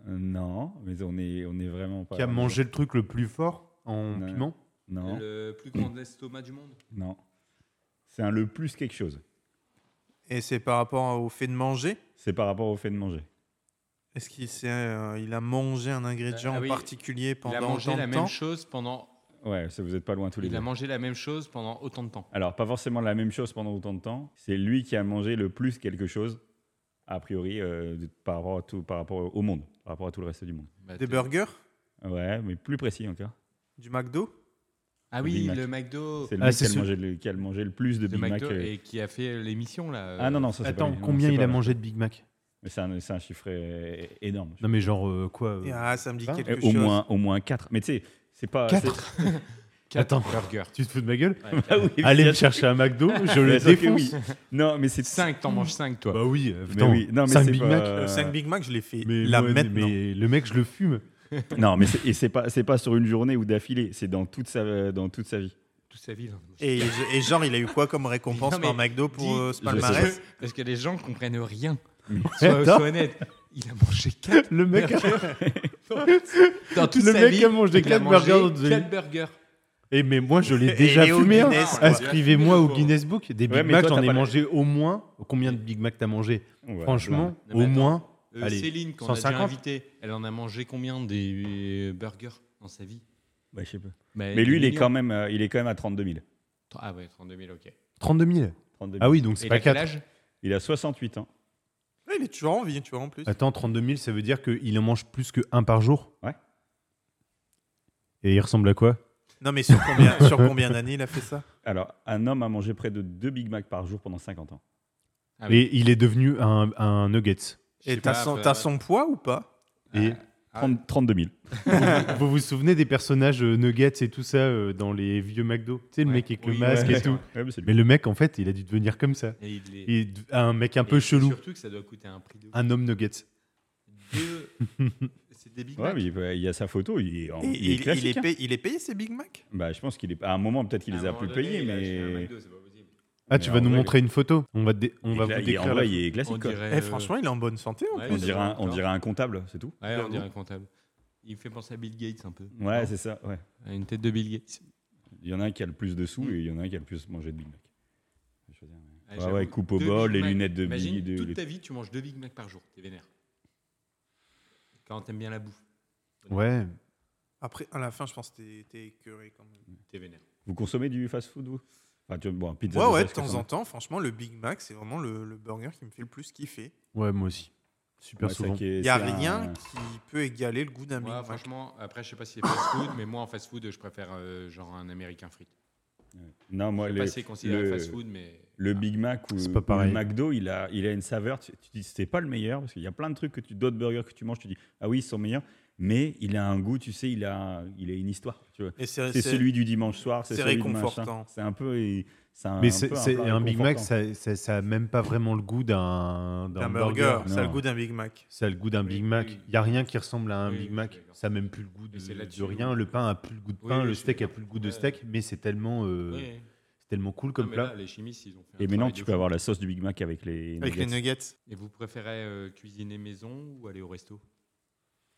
[SPEAKER 4] Euh, Non, mais on est, on est vraiment pas.
[SPEAKER 2] qui a
[SPEAKER 4] loin.
[SPEAKER 2] mangé le truc le plus fort en
[SPEAKER 4] Ouais.
[SPEAKER 2] piment
[SPEAKER 4] Non,
[SPEAKER 1] Le plus grand estomac du monde
[SPEAKER 4] non. C'est un le plus quelque chose.
[SPEAKER 3] Et c'est par rapport au fait de manger
[SPEAKER 4] C'est par rapport au fait de manger.
[SPEAKER 3] Est-ce qu'il s'est, euh, il a mangé un ingrédient
[SPEAKER 1] Ah oui,
[SPEAKER 3] particulier
[SPEAKER 1] Il
[SPEAKER 3] pendant
[SPEAKER 1] a mangé
[SPEAKER 3] tant
[SPEAKER 1] la
[SPEAKER 3] de
[SPEAKER 1] même
[SPEAKER 3] temps
[SPEAKER 1] chose pendant.
[SPEAKER 4] Ouais, ça vous êtes pas loin tous les
[SPEAKER 1] Il
[SPEAKER 4] deux.
[SPEAKER 1] a mangé la même chose pendant autant de temps.
[SPEAKER 4] Alors, pas forcément la même chose pendant autant de temps. C'est lui qui a mangé le plus quelque chose, a priori, euh, de- par, rapport à tout, par rapport au monde, par rapport à tout le reste du monde.
[SPEAKER 1] Bah,
[SPEAKER 3] Des
[SPEAKER 1] t'es-
[SPEAKER 3] burgers
[SPEAKER 4] Ouais, mais plus précis encore.
[SPEAKER 3] Du McDo
[SPEAKER 1] Ah
[SPEAKER 4] Le
[SPEAKER 1] oui,
[SPEAKER 4] Big Mac.
[SPEAKER 1] le McDo.
[SPEAKER 4] C'est
[SPEAKER 1] Le
[SPEAKER 4] le
[SPEAKER 2] Ah,
[SPEAKER 4] mec
[SPEAKER 2] c'est
[SPEAKER 4] qui a,
[SPEAKER 2] ce-
[SPEAKER 4] mangé le, qui a le mangé le plus de Big Mac.
[SPEAKER 1] McDo
[SPEAKER 4] euh.
[SPEAKER 1] et qui a fait l'émission là.
[SPEAKER 4] Ah non, non, ça c'est pas
[SPEAKER 2] Attends,
[SPEAKER 4] lui. Non,
[SPEAKER 2] combien
[SPEAKER 4] c'est
[SPEAKER 2] il
[SPEAKER 4] pas
[SPEAKER 2] a
[SPEAKER 4] lui.
[SPEAKER 2] mangé de Big Mac
[SPEAKER 4] Mais C'est un, c'est un chiffre euh, énorme.
[SPEAKER 2] Non mais genre euh, quoi euh,
[SPEAKER 3] Et, Ah, ça me dit
[SPEAKER 2] vingt
[SPEAKER 3] quelque
[SPEAKER 4] Et au,
[SPEAKER 3] chose.
[SPEAKER 4] moins, au moins 4. Mais tu sais, c'est pas.
[SPEAKER 2] Quatre
[SPEAKER 4] c'est-
[SPEAKER 1] euh,
[SPEAKER 2] Attends,
[SPEAKER 1] Burger.
[SPEAKER 2] tu te fous de ma gueule
[SPEAKER 4] Ah oui,
[SPEAKER 2] Allez me
[SPEAKER 4] bien sûr.
[SPEAKER 2] chercher un McDo, je
[SPEAKER 4] Bien
[SPEAKER 2] le
[SPEAKER 4] sûr que
[SPEAKER 2] défonce.
[SPEAKER 4] oui. Non, mais c'est
[SPEAKER 1] 5, t'en manges 5 toi.
[SPEAKER 2] Bah oui, euh,
[SPEAKER 4] Mais
[SPEAKER 2] putain,
[SPEAKER 4] oui, non, mais
[SPEAKER 2] cinq
[SPEAKER 4] c'est
[SPEAKER 2] Big
[SPEAKER 4] pas-
[SPEAKER 2] Mac.
[SPEAKER 4] euh,
[SPEAKER 3] 5 Big Mac, je l'ai fait
[SPEAKER 2] Mais,
[SPEAKER 3] là
[SPEAKER 2] ouais,
[SPEAKER 3] maintenant.
[SPEAKER 2] mais le mec, je le fume.
[SPEAKER 4] Non, mais c'est- et c'est pas, c'est pas sur une journée ou d'affilée, c'est dans, toute sa- dans toute sa vie.
[SPEAKER 1] Toute sa vie. là.
[SPEAKER 3] Et, et genre, il a eu quoi comme récompense
[SPEAKER 1] Non, mais
[SPEAKER 3] par McDo pour
[SPEAKER 1] dis-
[SPEAKER 3] euh, ce
[SPEAKER 4] je sais
[SPEAKER 3] palmarès
[SPEAKER 1] Parce que les gens comprennent rien.
[SPEAKER 4] Mais-
[SPEAKER 1] Sois,
[SPEAKER 2] Attends.
[SPEAKER 1] sois honnête. Il a mangé 4
[SPEAKER 2] Le mec,
[SPEAKER 1] burgers. Dans toute
[SPEAKER 2] Le
[SPEAKER 1] sa
[SPEAKER 2] mec
[SPEAKER 1] vie,
[SPEAKER 2] a mangé
[SPEAKER 1] il
[SPEAKER 2] quatre
[SPEAKER 1] mangé
[SPEAKER 2] burgers dans sa vie.
[SPEAKER 1] quatre burgers. Ah,
[SPEAKER 2] Eh, mais moi, je l'ai
[SPEAKER 3] Et
[SPEAKER 2] déjà
[SPEAKER 3] il est au
[SPEAKER 2] fumé. hein.
[SPEAKER 3] Guinness, quoi.
[SPEAKER 2] Inscrivez-moi au Guinness Book. Des Big
[SPEAKER 4] Ouais, mais
[SPEAKER 2] Mac,
[SPEAKER 4] toi,
[SPEAKER 2] j'en
[SPEAKER 4] t'as
[SPEAKER 2] ai
[SPEAKER 4] pas la-
[SPEAKER 2] mangé au moins. Combien de Big Mac t'as mangé
[SPEAKER 4] Ouais,
[SPEAKER 2] Franchement,
[SPEAKER 1] Non, mais
[SPEAKER 2] au
[SPEAKER 1] attends.
[SPEAKER 2] moins.
[SPEAKER 1] Euh,
[SPEAKER 2] Allez,
[SPEAKER 1] Céline, quand on a
[SPEAKER 2] 150.
[SPEAKER 1] déjà invité, elle en a mangé combien des euh, burgers dans sa vie
[SPEAKER 4] Ouais, je sais pas.
[SPEAKER 1] Bah,
[SPEAKER 4] Mais lui, il
[SPEAKER 1] des
[SPEAKER 4] est,
[SPEAKER 1] millions.
[SPEAKER 4] quand même, euh, il est quand même à 32 000.
[SPEAKER 1] Ah ouais, 32 000, ok.
[SPEAKER 2] 32 000.
[SPEAKER 4] 32 000.
[SPEAKER 2] Ah oui, donc c'est
[SPEAKER 1] Et
[SPEAKER 2] pas
[SPEAKER 1] t'as quel
[SPEAKER 2] 4.
[SPEAKER 1] âge
[SPEAKER 4] Il a 68 ans.
[SPEAKER 3] Ouais, Il est toujours en vie, tu vois, en plus.
[SPEAKER 2] Attends, 32 000, ça veut dire qu'il en mange plus que un par jour
[SPEAKER 4] Ouais.
[SPEAKER 2] Et il ressemble à quoi
[SPEAKER 3] Non, mais sur combien, sur combien d'années il a fait ça
[SPEAKER 4] Alors, un homme a mangé près de 2 Big Mac par jour pendant 50 ans.
[SPEAKER 1] Ah oui.
[SPEAKER 2] Et il est devenu un, un Nuggets.
[SPEAKER 1] Je sais
[SPEAKER 3] Et t'as
[SPEAKER 1] pas,
[SPEAKER 3] son,
[SPEAKER 1] bah,
[SPEAKER 3] t'as son poids ou pas
[SPEAKER 2] Et
[SPEAKER 1] Ah.
[SPEAKER 4] 30 32 000.
[SPEAKER 2] vous vous souvenez des personnages euh, Nuggets et tout ça euh, dans les vieux McDo Tu sais, le
[SPEAKER 1] Ouais.
[SPEAKER 2] mec avec le
[SPEAKER 1] Oui,
[SPEAKER 2] masque
[SPEAKER 1] ouais.
[SPEAKER 2] et tout.
[SPEAKER 4] Ouais, mais c'est lui.
[SPEAKER 2] Mais le mec, en fait, il a dû devenir comme ça.
[SPEAKER 1] Et il est-
[SPEAKER 2] Et d- un mec un
[SPEAKER 1] et
[SPEAKER 2] peu chelou.
[SPEAKER 1] Surtout que ça doit coûter un prix de.
[SPEAKER 2] Un homme Nuggets.
[SPEAKER 1] Deux. C'est des Big
[SPEAKER 4] Ouais,
[SPEAKER 1] Mac.
[SPEAKER 4] mais il peut- il y a sa photo, il est, en-
[SPEAKER 3] Et
[SPEAKER 4] il est
[SPEAKER 3] il, il,
[SPEAKER 4] classique,
[SPEAKER 3] est
[SPEAKER 4] hein.
[SPEAKER 3] payé, il est payé ses Big Mac
[SPEAKER 4] Bah, je pense qu'il est. À un moment, peut-être qu'il
[SPEAKER 1] À un
[SPEAKER 4] les a
[SPEAKER 1] moment
[SPEAKER 4] plus
[SPEAKER 1] donné,
[SPEAKER 4] payés,
[SPEAKER 1] il a acheté un
[SPEAKER 4] mais.
[SPEAKER 1] McDo, c'est pas possible.
[SPEAKER 2] Ah, tu
[SPEAKER 4] Mais
[SPEAKER 2] vas
[SPEAKER 4] en
[SPEAKER 2] nous
[SPEAKER 4] vrai,
[SPEAKER 2] montrer une photo On va, te dé- on va
[SPEAKER 4] Il est-
[SPEAKER 2] vous
[SPEAKER 4] il est-
[SPEAKER 2] décrire.
[SPEAKER 4] en
[SPEAKER 2] la-
[SPEAKER 4] vrai, il est classique.
[SPEAKER 1] On
[SPEAKER 4] quoi.
[SPEAKER 1] dirait.
[SPEAKER 3] Eh,
[SPEAKER 1] euh,
[SPEAKER 3] franchement, il est en bonne santé. en
[SPEAKER 1] ouais,
[SPEAKER 3] plus.
[SPEAKER 4] On
[SPEAKER 1] c'est
[SPEAKER 4] dirait,
[SPEAKER 1] vrai,
[SPEAKER 4] un, on
[SPEAKER 1] encore.
[SPEAKER 4] dirait un comptable, c'est tout.
[SPEAKER 1] Ouais, on
[SPEAKER 3] J'avoue.
[SPEAKER 1] dirait un comptable. Il me fait penser à Bill Gates un peu.
[SPEAKER 4] Ouais, c'est ça. ouais.
[SPEAKER 1] À Une tête de Bill Gates.
[SPEAKER 4] Il y en a un qui a le plus de
[SPEAKER 1] Mm.
[SPEAKER 4] sous et il y en a un qui a le plus mangé de Big Mac. Je veux dire, mais-
[SPEAKER 1] Ah,
[SPEAKER 4] Ouais,
[SPEAKER 1] j'avoue,
[SPEAKER 4] ouais, coupe au
[SPEAKER 1] deux
[SPEAKER 4] bol,
[SPEAKER 1] Big
[SPEAKER 4] les
[SPEAKER 1] Mac.
[SPEAKER 4] lunettes de
[SPEAKER 1] Imagine,
[SPEAKER 4] Big de-
[SPEAKER 1] toute
[SPEAKER 4] les-
[SPEAKER 1] ta vie, tu manges deux Big Mac par jour. T'es vénère. Quand t'aimes bien la bouffe,
[SPEAKER 2] Ouais.
[SPEAKER 3] Après, à la fin, je pense que t'es- t'es écœuré quand même.
[SPEAKER 1] t'es vénère.
[SPEAKER 4] Vous consommez du fast-food, vous Enfin, tu- bon, pizza,
[SPEAKER 3] Ouais,
[SPEAKER 4] ça,
[SPEAKER 3] ouais, de
[SPEAKER 4] c'est quand
[SPEAKER 3] temps
[SPEAKER 4] même.
[SPEAKER 3] en temps, franchement, le Big Mac, c'est vraiment le, le burger qui me fait le plus kiffer.
[SPEAKER 2] Ouais, moi aussi. Super
[SPEAKER 4] Ouais, ça
[SPEAKER 2] souvent.
[SPEAKER 4] qui est-
[SPEAKER 3] Il n'y a
[SPEAKER 4] c'est un-
[SPEAKER 3] rien qui peut égaler le goût d'un
[SPEAKER 1] Moi,
[SPEAKER 3] Big Mac.
[SPEAKER 1] franchement, après, je sais pas si c'est fast-food, mais moi, en fast-food, je préfère euh, genre un américain frite.
[SPEAKER 4] Non, moi,
[SPEAKER 1] Je sais
[SPEAKER 4] le,
[SPEAKER 1] pas si c'est considéré
[SPEAKER 4] le-
[SPEAKER 1] fast-food, mais.
[SPEAKER 4] le
[SPEAKER 1] Ah.
[SPEAKER 4] Big Mac ou,
[SPEAKER 2] C'est pas
[SPEAKER 4] ou
[SPEAKER 2] pareil.
[SPEAKER 4] le McDo, il a, il a une saveur. Tu, tu dis, c'est pas le meilleur parce qu'il y a plein de trucs que tu, d'autres burgers que tu manges, tu dis, ah oui, ils sont meilleurs.
[SPEAKER 5] mais il a un goût, tu sais, il a, il a une histoire. Tu vois.
[SPEAKER 3] Et c'est
[SPEAKER 5] C'est celui du dimanche soir, c'est
[SPEAKER 3] c'est
[SPEAKER 5] celui du machin.
[SPEAKER 3] réconfortant.
[SPEAKER 5] C'est un peu, c'est un
[SPEAKER 2] Mais
[SPEAKER 5] peu
[SPEAKER 2] c'est
[SPEAKER 5] un
[SPEAKER 2] c'est-
[SPEAKER 5] plat
[SPEAKER 2] un Big Mac,
[SPEAKER 5] réconfortant.
[SPEAKER 2] ça ça- ça a même pas vraiment le goût d'un
[SPEAKER 3] d'un burger. Ça a le
[SPEAKER 5] Non.
[SPEAKER 3] goût d'un Big Mac.
[SPEAKER 2] Ça a le goût d'un
[SPEAKER 1] Oui,
[SPEAKER 2] Big
[SPEAKER 1] oui,
[SPEAKER 2] Mac.
[SPEAKER 1] oui.
[SPEAKER 2] Il n'y a rien qui ressemble à un
[SPEAKER 1] Oui,
[SPEAKER 2] Big
[SPEAKER 1] oui,
[SPEAKER 2] Mac.
[SPEAKER 1] je suis d'accord.
[SPEAKER 2] Ça n'a même plus le goût de,
[SPEAKER 1] Et c'est
[SPEAKER 2] de
[SPEAKER 1] là-dessus
[SPEAKER 2] rien.
[SPEAKER 1] où-
[SPEAKER 2] Le pain a plus le goût de
[SPEAKER 1] Oui,
[SPEAKER 2] pain.
[SPEAKER 1] oui,
[SPEAKER 2] le
[SPEAKER 1] je suis
[SPEAKER 2] steak a
[SPEAKER 1] d'accord.
[SPEAKER 2] plus le goût de
[SPEAKER 1] Ouais.
[SPEAKER 2] steak. Mais c'est tellement, euh,
[SPEAKER 1] Ouais.
[SPEAKER 2] c'est tellement cool
[SPEAKER 1] Non,
[SPEAKER 2] comme
[SPEAKER 1] mais
[SPEAKER 2] plat.
[SPEAKER 1] là, les chimistes, ils ont fait un
[SPEAKER 5] Et maintenant,
[SPEAKER 1] travail
[SPEAKER 5] tu
[SPEAKER 1] de
[SPEAKER 5] peux
[SPEAKER 1] fou.
[SPEAKER 5] avoir la sauce du Big Mac avec les.
[SPEAKER 3] Avec les
[SPEAKER 5] nuggets.
[SPEAKER 3] nuggets.
[SPEAKER 1] Et vous préférez euh, cuisiner maison ou aller au resto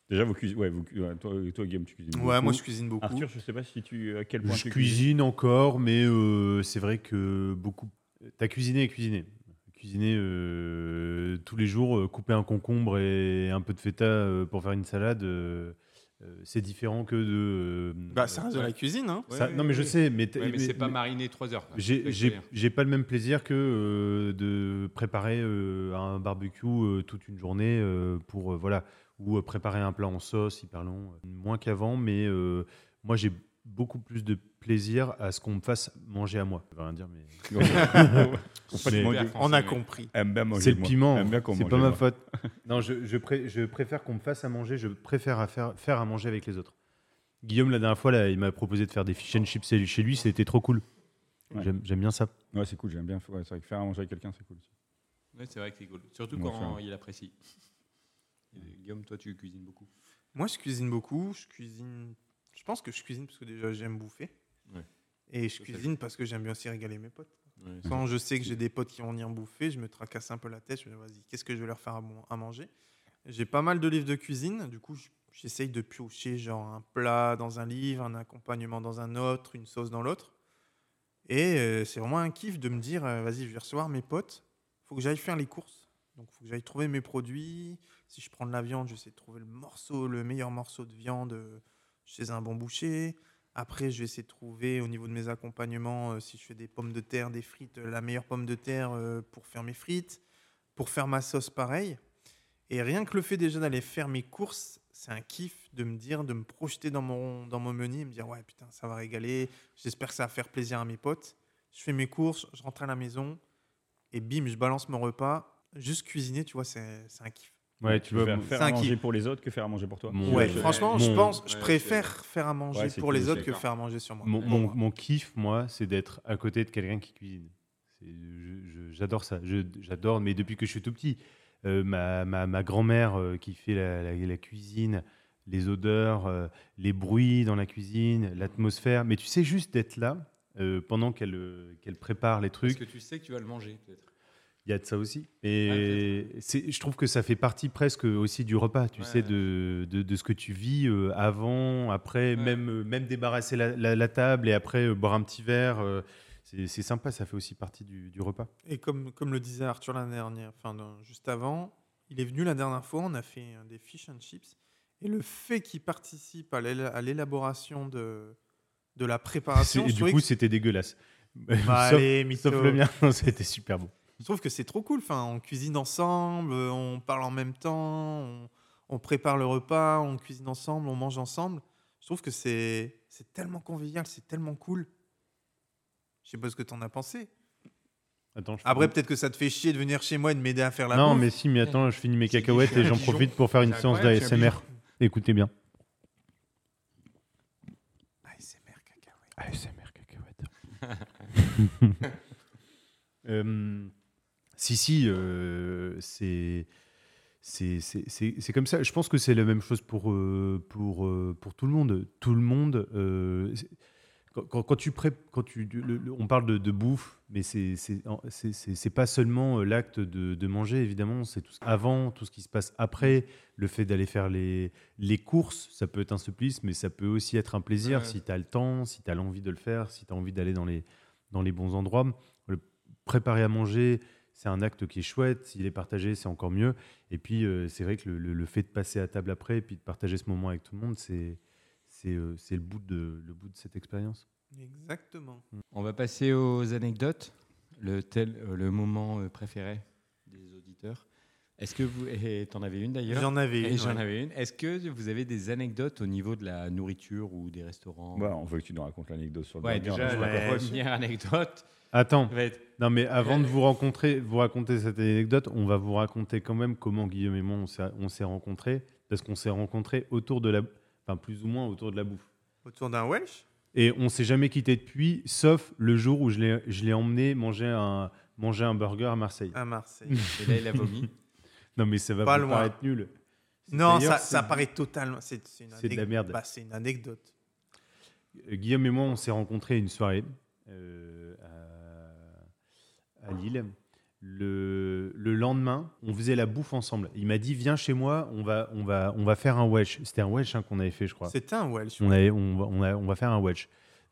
[SPEAKER 5] Déjà, vous cuisinez. Ouais, vous cu- ouais, toi, toi, Guillaume, tu cuisines.
[SPEAKER 3] Ouais, moi
[SPEAKER 5] beaucoup.
[SPEAKER 3] je cuisine beaucoup.
[SPEAKER 5] Arthur, je sais pas si tu à quel point
[SPEAKER 2] Je
[SPEAKER 5] tu
[SPEAKER 2] cuisine encore, mais euh, c'est vrai que beaucoup. T'as cuisiné et cuisiné. Cuisiner euh, tous les jours, euh, couper un concombre et un peu de feta euh, pour faire une salade, euh, euh, c'est différent que de. euh,
[SPEAKER 3] Bah, ça reste de la cuisine, hein.
[SPEAKER 2] ça-
[SPEAKER 1] Ouais,
[SPEAKER 2] non, mais je
[SPEAKER 1] ouais.
[SPEAKER 2] sais, mais, t'as-
[SPEAKER 1] Ouais, mais
[SPEAKER 2] mais-
[SPEAKER 1] c'est pas
[SPEAKER 2] mais-
[SPEAKER 1] mariné 3 heures. quoi.
[SPEAKER 2] J'ai-
[SPEAKER 1] C'est
[SPEAKER 2] J'ai
[SPEAKER 1] clair.
[SPEAKER 2] j'ai pas le même plaisir que euh, de préparer euh, un barbecue euh, toute une journée euh, pour euh, voilà ou euh, préparer un plat en sauce hyper long, euh, moins qu'avant, mais euh, moi j'ai beaucoup plus de plaisir à ce qu'on me fasse manger à moi. Je vais rien dire, mais
[SPEAKER 5] cuisines. Faut pas
[SPEAKER 2] Mais-
[SPEAKER 5] demander-
[SPEAKER 1] Super.
[SPEAKER 3] On a
[SPEAKER 1] Français,
[SPEAKER 3] compris.
[SPEAKER 5] Aime bien manger,
[SPEAKER 2] c'est le
[SPEAKER 5] moi.
[SPEAKER 2] piment,
[SPEAKER 5] Aime bien qu'on
[SPEAKER 2] c'est
[SPEAKER 5] mange,
[SPEAKER 2] pas ma
[SPEAKER 5] moi.
[SPEAKER 2] faute. Non, je, je, pré- je préfère qu'on me fasse à manger, je préfère à faire, faire à manger avec les autres. Guillaume la dernière fois, là, il m'a proposé de faire des fish and chips chez lui, c'était trop cool.
[SPEAKER 5] Ouais.
[SPEAKER 2] J'aime j'aime bien ça.
[SPEAKER 5] Ouais, c'est cool, j'aime bien. Ouais, c'est vrai que faire à manger avec quelqu'un, c'est cool.
[SPEAKER 1] Ouais, c'est vrai que c'est cool. Surtout
[SPEAKER 5] Moi,
[SPEAKER 1] quand
[SPEAKER 5] ça.
[SPEAKER 1] il apprécie. Et, euh, Guillaume, toi, tu cuisines beaucoup.
[SPEAKER 3] Moi, je cuisine beaucoup. Je cuisine. Je pense que je cuisine parce que déjà j'aime bouffer.
[SPEAKER 1] Ouais.
[SPEAKER 3] Et je
[SPEAKER 1] Ça, ça
[SPEAKER 3] cuisine parce que j'aime bien aussi régaler mes potes.
[SPEAKER 1] Ouais,
[SPEAKER 3] Quand je sais que j'ai des potes qui vont venir bouffer, je me tracasse un peu la tête. Je me dis, vas-y, qu'est-ce que je vais leur faire à, mon- à manger J'ai pas mal de livres de cuisine. Du coup, j- j'essaye de piocher genre un plat dans un livre, un accompagnement dans un autre, une sauce dans l'autre. Et euh, c'est vraiment un kiff de me dire, euh, vas-y, je vais recevoir mes potes. faut que j'aille faire les courses. Donc, faut que j'aille trouver mes produits. Si je prends de la viande, j'essaie de trouver le morceau, le meilleur morceau de viande euh, chez un bon boucher. Après, je vais essayer de trouver au niveau de mes accompagnements, euh, si je fais des pommes de terre, des frites, euh, la meilleure pomme de terre euh, pour faire mes frites, pour faire ma sauce pareil. Et rien que le fait déjà d'aller faire mes courses, c'est un kiff de me dire, de me projeter dans mon, dans mon menu et me dire, ouais, putain, ça va régaler, j'espère que ça va faire plaisir à mes potes. Je fais mes courses, je rentre à la maison et bim, je balance mon repas. Juste cuisiner, tu vois, c'est c'est un kiff.
[SPEAKER 2] Ouais, tu vois,
[SPEAKER 5] faire,
[SPEAKER 2] mon-
[SPEAKER 5] faire
[SPEAKER 3] c'est
[SPEAKER 5] à
[SPEAKER 3] un
[SPEAKER 5] manger
[SPEAKER 3] kiff.
[SPEAKER 5] pour les autres que faire à manger pour toi.
[SPEAKER 2] Mon-
[SPEAKER 3] Ouais,
[SPEAKER 2] Ouais,
[SPEAKER 3] franchement,
[SPEAKER 2] ouais,
[SPEAKER 3] je
[SPEAKER 2] mon-
[SPEAKER 3] pense,
[SPEAKER 1] ouais,
[SPEAKER 3] je
[SPEAKER 1] c'est-
[SPEAKER 3] préfère faire à manger
[SPEAKER 5] Ouais, c'est
[SPEAKER 3] pour
[SPEAKER 5] cool,
[SPEAKER 3] les autres que
[SPEAKER 1] d'accord.
[SPEAKER 3] faire à manger sur moi.
[SPEAKER 2] Mon,
[SPEAKER 3] Pour
[SPEAKER 2] mon-
[SPEAKER 3] moi.
[SPEAKER 2] mon kiff, moi, c'est d'être à côté de quelqu'un qui cuisine. C'est- je- je- J'adore ça. Je- J'adore, mais depuis que je suis tout petit, euh, ma, ma- ma grand-mère euh, qui fait la, la- la cuisine, les odeurs, euh, les bruits dans la cuisine, l'atmosphère. Mais tu sais, juste d'être là euh, pendant qu'elle euh, qu'elle prépare les
[SPEAKER 1] Parce
[SPEAKER 2] trucs,
[SPEAKER 1] que tu sais que tu vas le manger, peut-être.
[SPEAKER 2] il y a de ça aussi.
[SPEAKER 1] Ah,
[SPEAKER 2] Et c'est- je trouve que ça fait partie presque aussi du repas, tu
[SPEAKER 1] Ouais, ouais.
[SPEAKER 2] sais, de, de, de ce que tu vis euh, avant, après,
[SPEAKER 1] Ouais.
[SPEAKER 2] même, euh, même débarrasser la, la- la table et après euh, boire un petit verre. euh, c'est c'est sympa, ça fait aussi partie du, du repas.
[SPEAKER 3] Et comme, comme le disait Arthur l'année dernière, enfin non, juste avant, il est venu la dernière fois, on a fait euh, des fish and chips. Et le fait qu'il participe à l'éla- à l'élaboration de, de la
[SPEAKER 2] C'est-
[SPEAKER 3] préparation,
[SPEAKER 2] et
[SPEAKER 3] je
[SPEAKER 2] du
[SPEAKER 3] trouvais
[SPEAKER 2] coup,
[SPEAKER 3] que,
[SPEAKER 2] c'était dégueulasse.
[SPEAKER 3] Bah,
[SPEAKER 2] sauf,
[SPEAKER 3] allez, mytho.
[SPEAKER 2] sauf le mien, Non, c'était super bon.
[SPEAKER 3] je trouve que c'est trop cool. Enfin, on cuisine ensemble, euh, on parle en même temps, on, on prépare le repas, on cuisine ensemble, on mange ensemble. Je trouve que c'est c'est tellement convivial, c'est tellement cool. Je sais pas ce que t'en as pensé.
[SPEAKER 2] Attends, je
[SPEAKER 3] Après,
[SPEAKER 2] finis.
[SPEAKER 3] peut-être que ça te fait chier de venir chez moi et de m'aider à faire la
[SPEAKER 2] Non,
[SPEAKER 3] bouffe.
[SPEAKER 2] mais si, mais attends, je finis mes
[SPEAKER 1] C'est
[SPEAKER 2] cacahuètes
[SPEAKER 1] Bichon.
[SPEAKER 2] et j'en
[SPEAKER 1] Bichon.
[SPEAKER 2] profite pour faire une
[SPEAKER 1] C'est
[SPEAKER 2] séance
[SPEAKER 1] incroyable, c'est un
[SPEAKER 2] d'ASMR. Écoutez bien.
[SPEAKER 3] ASMR, cacahuète.
[SPEAKER 2] ASMR cacahuète. Euh, si, si, euh, c'est. C'est c'est- c'est- c'est comme ça. Je pense que c'est la même chose pour, euh, pour, euh, pour tout le monde. Tout le monde. euh, c'est- quand, quand- quand tu pré- quand tu, le- le- on parle de, de bouffe, mais c'est c'est- c'est- c'est- c'est pas seulement euh, l'acte de, de manger, évidemment. C'est tout ce- avant, tout ce qui se passe après, le fait d'aller faire les, les courses. Ça peut être un supplice, mais ça peut aussi être un plaisir
[SPEAKER 1] Ouais.
[SPEAKER 2] si tu as le temps, si tu as l'envie de le faire, si tu as envie d'aller dans les, dans les bons endroits. Le préparer à manger, c'est un acte qui est chouette. S'il est partagé, c'est encore mieux. Et puis, euh, c'est vrai que le, le- le fait de passer à table après et puis de partager ce moment avec tout le monde, c'est c'est euh, c'est le, bout de- le bout de cette expérience.
[SPEAKER 3] Exactement.
[SPEAKER 1] On va passer aux anecdotes, le, tel, euh, le moment euh, préféré des auditeurs. Est-ce que vous. Et t'en avais une d'ailleurs
[SPEAKER 3] J'en avais
[SPEAKER 1] Et
[SPEAKER 3] une,
[SPEAKER 1] j'en
[SPEAKER 3] ouais.
[SPEAKER 1] avais une. Est-ce que vous avez des anecdotes au niveau de la nourriture ou des restaurants
[SPEAKER 3] Bah,
[SPEAKER 5] Ouais, Bah, on veut que tu nous racontes l'anecdote sur le
[SPEAKER 1] Ouais,
[SPEAKER 5] burger,
[SPEAKER 1] déjà,
[SPEAKER 5] mais-
[SPEAKER 1] la
[SPEAKER 3] Ouais.
[SPEAKER 1] première anecdote
[SPEAKER 2] Attends,
[SPEAKER 1] va être.
[SPEAKER 2] non mais avant de vous rencontrer, vous raconter cette anecdote, on va vous raconter quand même comment Guillaume et moi on s'est- on s'est rencontrés. parce qu'on s'est rencontrés autour de la, enfin plus ou moins autour de la bouffe.
[SPEAKER 3] Autour d'un Welsh
[SPEAKER 2] Et on s'est jamais quitté depuis, sauf le jour où je l'ai- je l'ai emmené manger un, manger un burger à Marseille.
[SPEAKER 3] à Marseille.
[SPEAKER 1] Et là, il a vomi.
[SPEAKER 2] Non, mais ça va
[SPEAKER 3] Ah, Pas
[SPEAKER 2] vous
[SPEAKER 3] loin.
[SPEAKER 2] paraître nul.
[SPEAKER 3] non,
[SPEAKER 2] D'ailleurs,
[SPEAKER 3] ça,
[SPEAKER 2] c'est-
[SPEAKER 3] ça paraît totalement. C'est c'est une,
[SPEAKER 2] C'est de
[SPEAKER 3] anec-
[SPEAKER 2] la merde.
[SPEAKER 3] bah, c'est une anecdote.
[SPEAKER 2] Euh, Guillaume et moi, on s'est rencontrés à une soirée euh, à, à Lille. Le, le lendemain, on faisait la bouffe ensemble. Il m'a dit Viens chez moi, on va, on va, on va faire un Welsh. C'était un Welsh hein, qu'on avait fait, je crois.
[SPEAKER 3] C'était un Welsh.
[SPEAKER 2] On, avait- on, va, on a- on va faire un Welsh.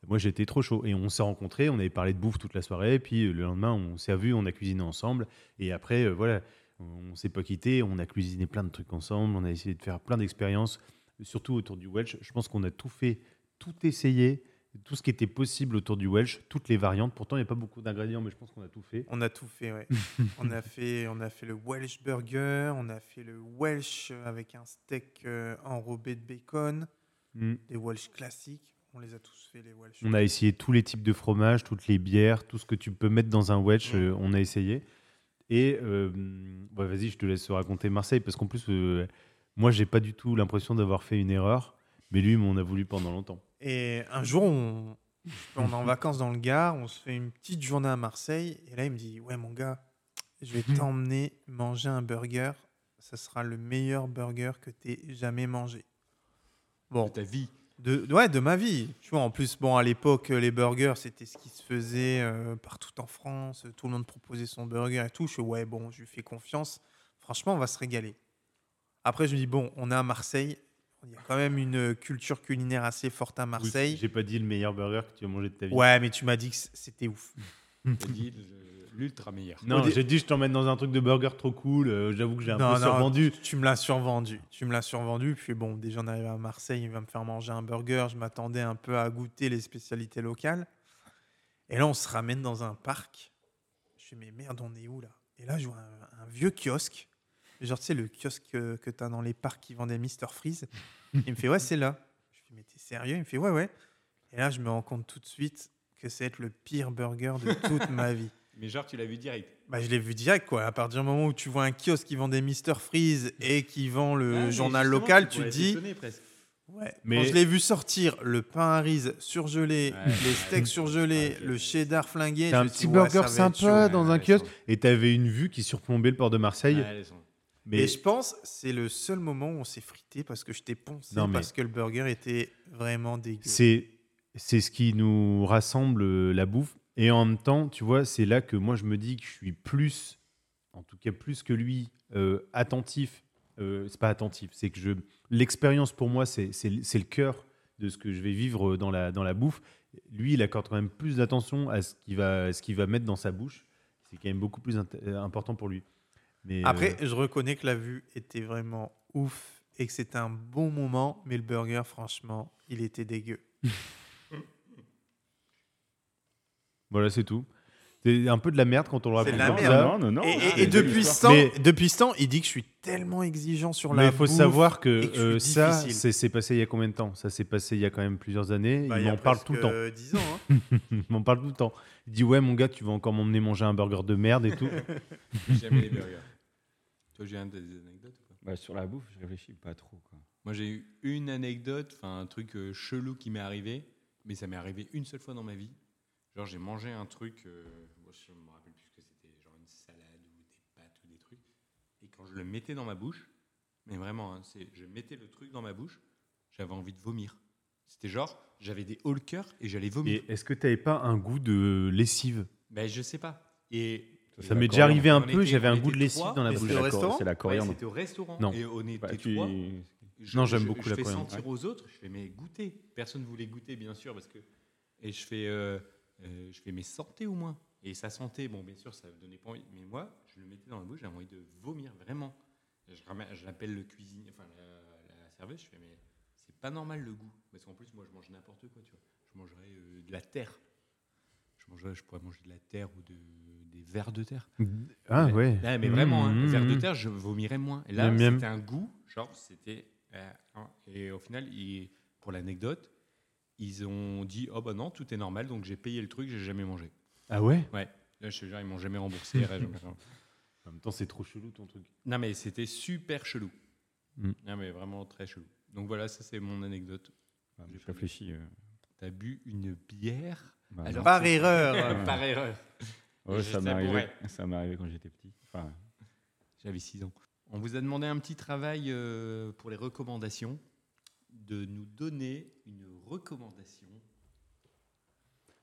[SPEAKER 2] Moi, j'étais trop chaud. Et on s'est rencontrés, on avait parlé de bouffe toute la soirée. Puis euh, le lendemain, on s'est vu, on a cuisiné ensemble. Et après, euh, voilà, on on s'est pas quittés. On a cuisiné plein de trucs ensemble. On a essayé de faire plein d'expériences, surtout autour du Welsh. Je pense qu'on a tout fait, tout essayé, tout ce qui était possible autour du Welsh, toutes les variantes. Pourtant, il n'y a pas beaucoup d'ingrédients, mais je pense qu'on a tout fait.
[SPEAKER 3] On a tout fait, ouais. on, a fait, on a fait le Welsh Burger, on a fait le Welsh avec un steak euh, enrobé de bacon, des Welsh classiques. On les a tous fait, les Welsh.
[SPEAKER 2] On a essayé tous les types de fromages, toutes les bières, tout ce que tu peux mettre dans un wedge, euh, on a essayé. Et euh, bah, vas-y, je te laisse raconter Marseille, parce qu'en plus, euh, moi, j'ai pas du tout l'impression d'avoir fait une erreur, mais lui, on a voulu pendant longtemps.
[SPEAKER 3] Et un jour, on, on est en vacances dans le Gard, on se fait une petite journée à Marseille. Et là, il me dit Ouais, mon gars, je vais t'emmener manger un burger. Ça sera le meilleur burger que t'aies jamais mangé. Bon,
[SPEAKER 1] De ta vie.
[SPEAKER 3] de, ouais, de ma vie. Tu vois, en plus, bon, à l'époque, les burgers, c'était ce qui se faisait euh, partout en France. Tout le monde proposait son burger et tout. Je fais, ouais, bon, je lui fais confiance. Franchement, on va se régaler. Après, je me dis, bon, on est à Marseille. Il y a quand même une culture culinaire assez forte à Marseille.
[SPEAKER 2] J'ai pas dit le meilleur burger que tu as mangé de ta vie.
[SPEAKER 3] Ouais, mais tu m'as dit que c- c'était ouf.
[SPEAKER 1] Il dit le- l'ultra meilleur.
[SPEAKER 2] Non,
[SPEAKER 3] Au dé-
[SPEAKER 2] j'ai dit, je t'emmène dans un truc de burger trop cool, euh, j'avoue que j'ai un
[SPEAKER 3] Non,
[SPEAKER 2] peu
[SPEAKER 3] non,
[SPEAKER 2] survendu.
[SPEAKER 3] Tu, tu me l'as survendu. Tu me l'as survendu. Puis bon, déjà, on arrive à Marseille, il va me faire manger un burger. Je m'attendais un peu à goûter les spécialités locales. Et là, on se ramène dans un parc. Je fais, mais merde, on est où là Et là, je vois un, un vieux kiosque. Genre, tu sais, le kiosque que, que t'as dans les parcs qui vend des Mr. Freeze. Il me fait, ouais, c'est là. Je fais, mais t'es sérieux Il me fait, ouais, ouais. Et là, je me rends compte tout de suite que c'est être le pire burger de toute ma vie.
[SPEAKER 1] Mais genre, tu l'as vu direct.
[SPEAKER 3] Bah, je l'ai vu direct, quoi. À partir du moment où tu vois un kiosque qui vend des Mister Freeze et qui vend
[SPEAKER 1] Ah,
[SPEAKER 3] le journal local, tu te dis. Ouais.
[SPEAKER 2] Mais-
[SPEAKER 3] Quand je l'ai vu sortir, le pain à riz surgelé, les steaks
[SPEAKER 2] Ah,
[SPEAKER 3] surgelés, le cheddar flingué.
[SPEAKER 2] T'as
[SPEAKER 3] je
[SPEAKER 2] un
[SPEAKER 3] me suis
[SPEAKER 2] petit
[SPEAKER 3] dit, ouais, ça
[SPEAKER 2] burger
[SPEAKER 3] va être
[SPEAKER 2] sympa
[SPEAKER 3] chaud.
[SPEAKER 2] Ah, dans
[SPEAKER 1] Ah,
[SPEAKER 2] un
[SPEAKER 1] ouais,
[SPEAKER 2] kiosque,
[SPEAKER 1] ça
[SPEAKER 2] et t'avais une vue qui surplombait le port de Marseille. mais
[SPEAKER 3] Et je pense, c'est le seul moment où on s'est frité parce que je t'ai poncé
[SPEAKER 2] Non, mais-
[SPEAKER 3] parce que le burger était vraiment dégueu.
[SPEAKER 2] c'est c'est ce qui nous rassemble euh, la bouffe et en même temps tu vois c'est là que moi je me dis que je suis plus en tout cas plus que lui euh, attentif Euh, c'est pas attentif c'est que je l'expérience pour moi c'est c'est le c'est le cœur de ce que je vais vivre dans la dans la bouffe lui il accorde quand même plus d'attention à ce qu'il va à ce qu'il va mettre dans sa bouche c'est quand même beaucoup plus int- euh, important pour lui mais
[SPEAKER 3] Après,
[SPEAKER 2] euh,
[SPEAKER 3] je reconnais que la vue était vraiment ouf et que c'était un bon moment, mais le burger, franchement, il était dégueu.
[SPEAKER 2] voilà c'est tout c'est un peu de la merde quand on le
[SPEAKER 3] C'est
[SPEAKER 2] raconte
[SPEAKER 3] de la
[SPEAKER 2] comme
[SPEAKER 3] merde.
[SPEAKER 2] ça.
[SPEAKER 5] non, non, non. Ah,
[SPEAKER 3] Et, et-
[SPEAKER 5] c'est
[SPEAKER 3] et
[SPEAKER 5] une belle
[SPEAKER 3] depuis,
[SPEAKER 5] histoire.
[SPEAKER 3] ce temps,
[SPEAKER 2] Mais-
[SPEAKER 3] depuis ce temps, il dit que je suis tellement exigeant sur
[SPEAKER 2] Mais
[SPEAKER 3] la
[SPEAKER 2] il faut
[SPEAKER 3] bouffe.
[SPEAKER 2] savoir que,
[SPEAKER 3] et que je suis
[SPEAKER 2] euh, ça,
[SPEAKER 3] difficile.
[SPEAKER 2] c'est c'est passé il y a combien de temps Ça s'est passé il y a quand même plusieurs années.
[SPEAKER 3] Bah,
[SPEAKER 2] il
[SPEAKER 3] y a
[SPEAKER 2] m'en parle tout le temps.
[SPEAKER 3] presque 10 ans. hein.
[SPEAKER 2] Il m'en parle tout le temps. Il dit Ouais, mon gars, tu vas encore m'emmener manger un burger de merde et tout.
[SPEAKER 1] J'aime les burgers. Toi, j'ai un des anecdotes ou pas
[SPEAKER 5] Bah, sur la bouffe, je réfléchis pas trop. Quoi.
[SPEAKER 1] Moi, j'ai eu une anecdote, enfin un truc euh, chelou qui m'est arrivé, mais ça m'est arrivé une seule fois dans ma vie. Genre, j'ai mangé un truc, euh, moi, je me rappelle plus ce que c'était, genre une salade ou des pâtes ou des trucs. Et quand je le mettais dans ma bouche, mais vraiment, hein, c'est, je mettais le truc dans ma bouche, j'avais envie de vomir. C'était genre, j'avais des hauts le cœur et j'allais vomir.
[SPEAKER 2] et est-ce que t'avais pas un goût de lessive
[SPEAKER 1] Ben, je sais pas. Et
[SPEAKER 2] Ça m'est
[SPEAKER 5] la
[SPEAKER 2] déjà arrivé un
[SPEAKER 1] On
[SPEAKER 2] peu,
[SPEAKER 1] était-
[SPEAKER 2] j'avais
[SPEAKER 1] on
[SPEAKER 2] un goût
[SPEAKER 1] était
[SPEAKER 2] de lessive
[SPEAKER 1] trois,
[SPEAKER 2] dans la
[SPEAKER 3] mais
[SPEAKER 2] bouche.
[SPEAKER 3] c'était- au
[SPEAKER 5] cor-
[SPEAKER 3] restaurant
[SPEAKER 5] C'est la
[SPEAKER 1] ouais,
[SPEAKER 5] coriandre.
[SPEAKER 1] c'était au restaurant.
[SPEAKER 2] Non.
[SPEAKER 1] Et on était
[SPEAKER 5] Bah, tu-
[SPEAKER 1] trois. Je-
[SPEAKER 2] Non, j'aime
[SPEAKER 1] je-
[SPEAKER 2] beaucoup
[SPEAKER 1] je
[SPEAKER 2] la
[SPEAKER 1] fais
[SPEAKER 2] coriandre.
[SPEAKER 1] sentir aux autres, je fais mais goûter. Personne ne voulait goûter, bien sûr, parce que. Et je fais, euh, euh, je fais mais sortez au moins. Et ça sentait, bon, bien sûr, ça ne donnait pas envie. Mais moi, je le mettais dans la bouche, j'avais envie de vomir, vraiment. Je, ramène- je l'appelle le cuisinier, enfin la, la serveuse, je fais mais c'est pas normal le goût. Parce qu'en plus, moi, je mange n'importe quoi, tu vois. Je mangerais euh, de la terre. Je, mangerais, je pourrais manger de la terre ou de- des vers de terre.
[SPEAKER 2] Ah ouais.
[SPEAKER 1] Ouais, mais vraiment, hein,
[SPEAKER 2] Mmh,
[SPEAKER 1] vers de
[SPEAKER 2] mmh.
[SPEAKER 1] terre, je vomirais moins. Et là,
[SPEAKER 2] Miam, miam.
[SPEAKER 1] c'était un goût, genre, c'était. euh, hein. et au final, ils- pour l'anecdote, ils ont dit Oh bah non, tout est normal, donc j'ai payé le truc, j'ai jamais mangé.
[SPEAKER 2] Ah ouais
[SPEAKER 1] Là, je te jure, ils m'ont jamais remboursé. rien, genre.
[SPEAKER 2] En même temps, c'est trop chelou ton truc.
[SPEAKER 1] non, mais c'était super chelou.
[SPEAKER 2] Mmh.
[SPEAKER 1] Non, mais vraiment très chelou. Donc voilà, ça c'est mon anecdote.
[SPEAKER 4] Bah,
[SPEAKER 1] J'ai
[SPEAKER 4] je réfléchis. euh,
[SPEAKER 1] T'as bu une bière
[SPEAKER 4] bah,
[SPEAKER 1] Alors-
[SPEAKER 4] non.
[SPEAKER 3] Par
[SPEAKER 2] Ah.
[SPEAKER 3] erreur.
[SPEAKER 1] Par erreur.
[SPEAKER 4] Ouais, ça
[SPEAKER 1] j'étais
[SPEAKER 4] m'est arrivé.
[SPEAKER 1] bourré.
[SPEAKER 4] Ça m'est arrivé quand j'étais petit. Enfin,
[SPEAKER 1] J'avais 6 ans. On vous a demandé un petit travail euh, pour les recommandations, de nous donner une recommandation.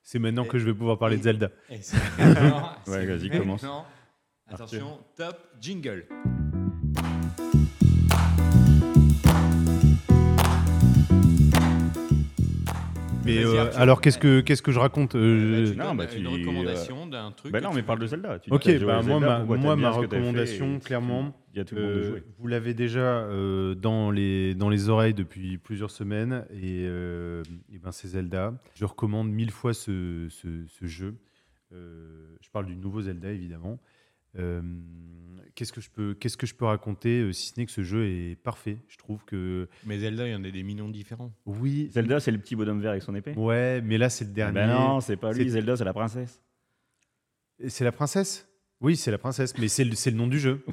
[SPEAKER 2] C'est maintenant que je vais pouvoir parler de
[SPEAKER 1] Et-
[SPEAKER 2] Zelda.
[SPEAKER 1] Et c'est- Alors,
[SPEAKER 4] Ouais,
[SPEAKER 1] c'est
[SPEAKER 4] vas-y,
[SPEAKER 1] maintenant.
[SPEAKER 4] commence.
[SPEAKER 1] Attention, top jingle.
[SPEAKER 2] Mais
[SPEAKER 1] Vas-y,
[SPEAKER 2] euh,
[SPEAKER 1] Arthur.
[SPEAKER 2] alors qu'est-ce que qu'est-ce que je raconte euh,
[SPEAKER 1] Bah,
[SPEAKER 2] je-
[SPEAKER 1] tu
[SPEAKER 4] non,
[SPEAKER 1] donnes
[SPEAKER 4] bah, tu
[SPEAKER 1] une
[SPEAKER 4] dis, euh,
[SPEAKER 1] recommandation d'un truc.
[SPEAKER 4] bah
[SPEAKER 1] que
[SPEAKER 4] non,
[SPEAKER 1] tu-
[SPEAKER 4] mais parle de Zelda. Tu dis
[SPEAKER 2] Ok,
[SPEAKER 4] t'as joué
[SPEAKER 2] bah,
[SPEAKER 4] à
[SPEAKER 2] moi,
[SPEAKER 4] Zelda,
[SPEAKER 2] ma-
[SPEAKER 4] pourquoi
[SPEAKER 2] moi,
[SPEAKER 4] t'aimes
[SPEAKER 2] ma
[SPEAKER 4] bien ce que t'as fait
[SPEAKER 2] recommandation,
[SPEAKER 4] et-
[SPEAKER 2] clairement,
[SPEAKER 4] Il y a tout le monde de
[SPEAKER 2] Euh,
[SPEAKER 4] jouer.
[SPEAKER 2] vous l'avez déjà euh, dans, les, dans les oreilles depuis plusieurs semaines, et, euh, et ben c'est Zelda. Je recommande mille fois ce, ce- ce jeu. Euh, je parle du nouveau Zelda, évidemment. Euh, Qu'est-ce que je peux, qu'est-ce que je peux raconter, euh, si ce n'est que ce jeu est parfait Je trouve que
[SPEAKER 1] Mais Zelda, il y en a des millions de différents.
[SPEAKER 2] oui,
[SPEAKER 4] Zelda, c'est le petit bonhomme vert avec son épée.
[SPEAKER 2] ouais, mais là c'est
[SPEAKER 1] Eh
[SPEAKER 2] le
[SPEAKER 1] ben
[SPEAKER 2] dernier.
[SPEAKER 4] Bah non, c'est pas lui.
[SPEAKER 2] C'est-
[SPEAKER 4] Zelda, c'est la princesse.
[SPEAKER 2] Et C'est la princesse. Oui, c'est la princesse, mais c'est le, c'est le nom du jeu.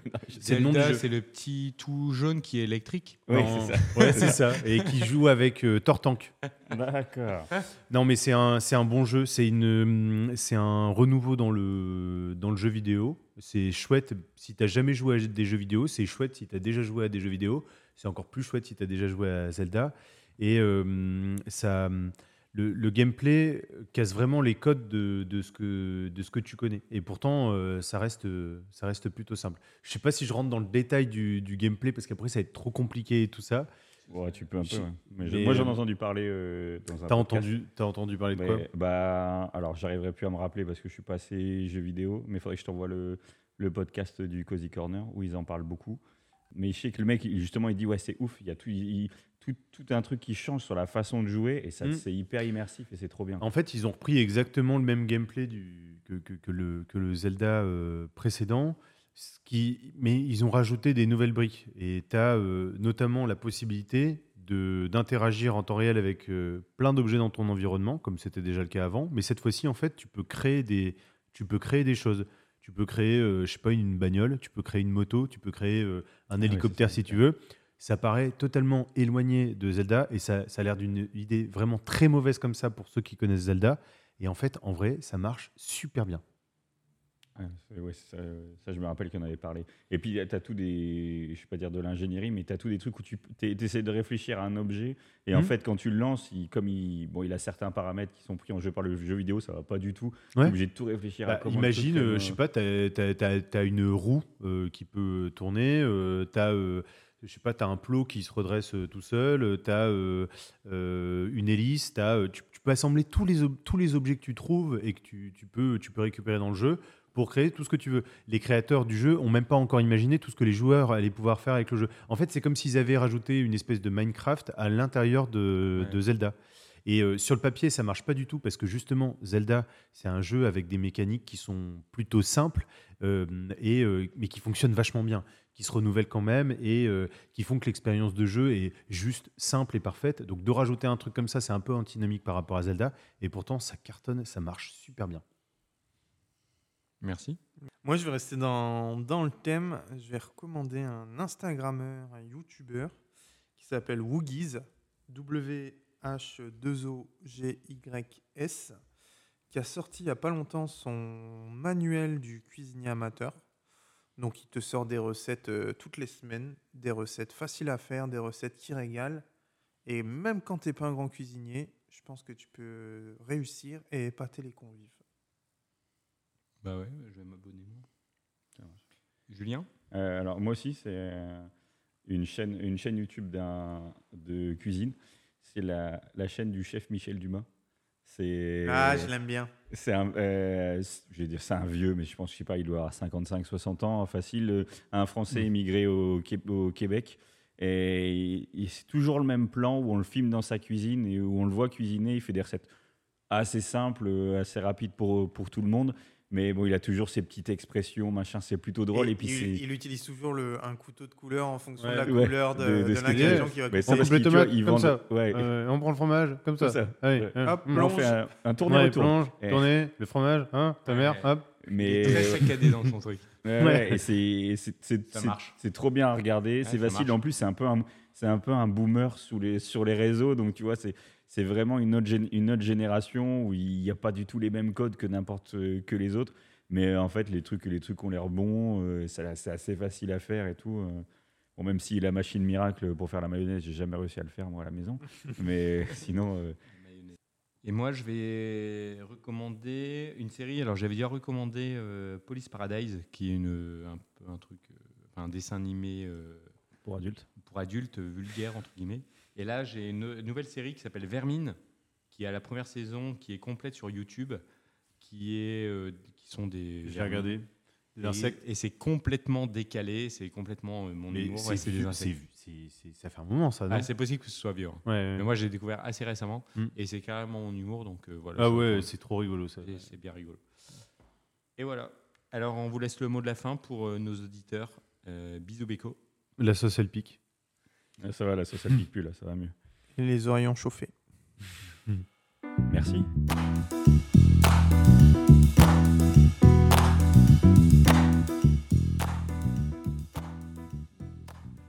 [SPEAKER 2] C'est le nom du
[SPEAKER 1] Zelda,
[SPEAKER 2] jeu.
[SPEAKER 1] c'est le petit tout jaune qui est électrique.
[SPEAKER 4] Oui,
[SPEAKER 2] Non.
[SPEAKER 4] c'est ça.
[SPEAKER 2] Ouais, c'est ça. Et qui joue avec euh, Tortank.
[SPEAKER 4] D'accord.
[SPEAKER 2] Non, mais c'est un, c'est un bon jeu. C'est une, hum, c'est un renouveau dans le, dans le jeu vidéo. C'est chouette si t'as jamais joué à des jeux vidéo. C'est chouette si t'as déjà joué à des jeux vidéo. C'est encore plus chouette si t'as déjà joué à Zelda. Et euh, ça, hum, le, le gameplay casse vraiment les codes de, de ce, que, de ce que tu connais. Et pourtant, euh, ça, reste, euh, ça reste plutôt simple. Je sais pas si je rentre dans le détail du, du gameplay parce qu'après, ça va être trop compliqué et tout ça.
[SPEAKER 4] Ouais, tu peux un peu.
[SPEAKER 2] Je-
[SPEAKER 4] ouais. Mais je-
[SPEAKER 2] mais,
[SPEAKER 4] moi, j'en
[SPEAKER 2] euh,
[SPEAKER 4] ai entendu parler euh, dans un.
[SPEAKER 2] T'as
[SPEAKER 4] podcast.
[SPEAKER 2] entendu, t'as entendu parler de
[SPEAKER 4] Mais,
[SPEAKER 2] quoi
[SPEAKER 4] bah, alors, j'arriverai plus à me rappeler parce que je suis pas assez jeux vidéo, mais il faudrait que je t'envoie le, le podcast du Cozy Corner où ils en parlent beaucoup. Mais je sais que le mec, il- justement, il dit Ouais, c'est ouf, il y a tout, il- tout, tout un truc qui change sur la façon de jouer et ça,
[SPEAKER 2] Mm.
[SPEAKER 4] c'est hyper immersif et c'est trop bien.
[SPEAKER 2] En fait, ils ont repris exactement le même gameplay du, que, que- que le, que le Zelda euh, précédent, ce qui, mais ils ont rajouté des nouvelles briques. Et tu as notamment la possibilité de- d'interagir en temps réel avec euh, plein d'objets dans ton environnement, comme c'était déjà le cas avant. Mais cette fois-ci, en fait, tu peux créer des, tu peux créer des choses. Tu peux créer, euh, je sais pas, une bagnole, tu peux créer une moto, tu peux créer euh, un hélicoptère
[SPEAKER 4] Ah ça,
[SPEAKER 2] si
[SPEAKER 4] c'est
[SPEAKER 2] tu veux. Ça paraît totalement éloigné de Zelda et ça, ça a l'air d'une idée vraiment très mauvaise comme ça pour ceux qui connaissent Zelda. Et en fait, en vrai, ça marche super bien.
[SPEAKER 4] Ouais, Ah, c'est- ouais, c'est ça, euh, ça, je me rappelle qu'on avait parlé. Et puis, tu as tout des. Je vais pas dire de l'ingénierie, mais tu as tous des trucs où tu essaies de réfléchir à un objet. Et en
[SPEAKER 2] Mhm.
[SPEAKER 4] fait, quand tu le lances, il, comme il, bon, il a certains paramètres qui sont pris en jeu par le jeu vidéo, ça va pas du tout. Tu
[SPEAKER 2] Ouais.
[SPEAKER 4] obligé de tout réfléchir à
[SPEAKER 2] Bah,
[SPEAKER 4] comment. le truc,
[SPEAKER 2] imagine, euh,
[SPEAKER 4] euh,
[SPEAKER 2] je sais pas, tu as, une roue euh, qui peut tourner, tu as, je sais pas, t'as un plot qui se redresse euh, tout seul, tu as une hélice, t'as, euh, tu, tu peux assembler tous les, ob- tous les objets que tu trouves et que tu, tu peux, tu peux récupérer dans le jeu pour créer tout ce que tu veux. Les créateurs du jeu ont même pas encore imaginé tout ce que les joueurs allaient pouvoir faire avec le jeu. En fait, c'est comme s'ils avaient rajouté une espèce de Minecraft à l'intérieur de,
[SPEAKER 1] Ouais.
[SPEAKER 2] de Zelda. Et euh, sur le papier, ça marche pas du tout parce que justement, Zelda, c'est un jeu avec des mécaniques qui sont plutôt simples, euh, et, euh, mais qui fonctionnent vachement bien, qui se renouvellent quand même et euh, qui font que l'expérience de jeu est juste simple et parfaite. Donc de rajouter un truc comme ça, c'est un peu antinomique par rapport à Zelda, et pourtant ça cartonne, ça marche super bien.
[SPEAKER 1] Merci.
[SPEAKER 3] Moi, je vais rester dans, dans le thème. Je vais recommander un Instagrammeur, un YouTuber qui s'appelle Woogies, W-H-2-O-G-Y-S, qui a sorti il n'y a pas longtemps son manuel du cuisinier amateur. Donc, il te sort des recettes euh, toutes les semaines, des recettes faciles à faire, des recettes qui régalent. Et même quand tu n'es pas un grand cuisinier, je pense que tu peux réussir et épater les convives.
[SPEAKER 1] Bah ouais, je vais m'abonner. moi. Julien
[SPEAKER 4] Euh, alors moi aussi, c'est euh, une chaîne, une chaîne YouTube d'un- de cuisine. C'est la, la chaîne du chef Michel Dumas. C'est
[SPEAKER 3] Ah, je l'aime bien.
[SPEAKER 4] c'est un, euh, c- je vais dire c'est un vieux, mais je pense je sais pas, il doit avoir 55, 60 ans, facile. euh, Un
[SPEAKER 3] Mmh.
[SPEAKER 4] Français immigré au, Qué- au Québec. Et il- il- c'est toujours le même plan où on le filme dans sa cuisine et où on le voit cuisiner. Il fait des recettes assez simples, euh, assez rapides pour, pour tout le monde. Mais bon, il a toujours ses petites expressions, machin. C'est plutôt drôle. Et,
[SPEAKER 3] Et
[SPEAKER 4] puis c'est-
[SPEAKER 3] il, il utilise toujours le, un couteau de couleur en fonction de la
[SPEAKER 4] Ouais,
[SPEAKER 3] couleur de,
[SPEAKER 4] de- de
[SPEAKER 3] de
[SPEAKER 4] ce que-
[SPEAKER 3] l'ingrédient qui va
[SPEAKER 4] Mais
[SPEAKER 3] couper.
[SPEAKER 4] c'est parce
[SPEAKER 2] coupe les
[SPEAKER 4] qu'ils, tu vois,
[SPEAKER 2] tomates
[SPEAKER 4] ils
[SPEAKER 2] comme
[SPEAKER 4] vendent-
[SPEAKER 2] ça.
[SPEAKER 4] ouais,
[SPEAKER 1] Euh,
[SPEAKER 2] on prend le fromage comme
[SPEAKER 1] Ah
[SPEAKER 4] comme ça. Ouais.
[SPEAKER 1] hein.
[SPEAKER 3] Hop,
[SPEAKER 4] On
[SPEAKER 1] Hum.
[SPEAKER 3] plonge.
[SPEAKER 2] Eh.
[SPEAKER 4] fait un, un tournoi retour.
[SPEAKER 3] plonge,
[SPEAKER 4] Et-
[SPEAKER 2] le fromage, hein,
[SPEAKER 1] ta mère,
[SPEAKER 2] hop.
[SPEAKER 4] Mais euh,
[SPEAKER 1] Très saccadé dans son truc.
[SPEAKER 4] Ouais, ouais, et c'est- et c'est- c'est-
[SPEAKER 1] Ça
[SPEAKER 4] c'est-
[SPEAKER 1] marche.
[SPEAKER 4] c'est trop bien à regarder, c'est
[SPEAKER 1] ça
[SPEAKER 4] facile.
[SPEAKER 1] marche.
[SPEAKER 4] En plus, c'est un peu un, c'est un peu un boomer sous les, sur les réseaux, donc tu vois, c'est c'est vraiment une autre, gén- une autre génération où il n'y a pas du tout les mêmes codes que n'importe euh, que les autres. Mais euh, en fait, les trucs, les trucs ont l'air bons, euh, ça- c'est assez facile à faire et tout. euh. Bon, même si la machine miracle pour faire la mayonnaise, j'ai jamais réussi à le faire moi à la maison. Mais sinon, euh,
[SPEAKER 1] Et moi, je vais recommander une série. Alors, j'avais déjà recommandé euh, Police Paradise, qui est une, un, peu un truc, euh, enfin, un dessin animé euh,
[SPEAKER 4] pour adultes.
[SPEAKER 1] pour adultes, euh, vulgaire, entre guillemets. Et là, j'ai une une nouvelle série qui s'appelle Vermine, qui a la première saison, qui est complète sur YouTube, qui, est, euh, qui sont des.
[SPEAKER 2] J'ai
[SPEAKER 1] vermines.
[SPEAKER 2] regardé.
[SPEAKER 1] Et-
[SPEAKER 2] Des insectes.
[SPEAKER 1] Et, c'est complètement décalé, c'est complètement euh, mon
[SPEAKER 2] Mais
[SPEAKER 1] humour.
[SPEAKER 2] c'est
[SPEAKER 1] ouais, c'est des
[SPEAKER 2] vieux,
[SPEAKER 1] insectes.
[SPEAKER 2] c'est- c'est- c'est- ça fait un moment, ça. non
[SPEAKER 1] Ah, c'est possible que ce soit vieux. hein.
[SPEAKER 2] Ouais, ouais.
[SPEAKER 1] Mais moi, j'ai découvert assez récemment
[SPEAKER 2] Mm.
[SPEAKER 1] et c'est carrément mon humour, donc euh, voilà.
[SPEAKER 2] Ah
[SPEAKER 1] ça
[SPEAKER 2] ouais,
[SPEAKER 1] prend-
[SPEAKER 2] c'est trop rigolo ça.
[SPEAKER 1] c'est- c'est bien rigolo. Et voilà. Alors, on vous laisse le mot de la fin pour euh, nos auditeurs. Euh, bisous, Beko.
[SPEAKER 2] La sauce elle pique.
[SPEAKER 4] Ah, Ça va, la sauce, ça pique plus là, ça va mieux.
[SPEAKER 7] Les oreillons chauffés.
[SPEAKER 4] Merci.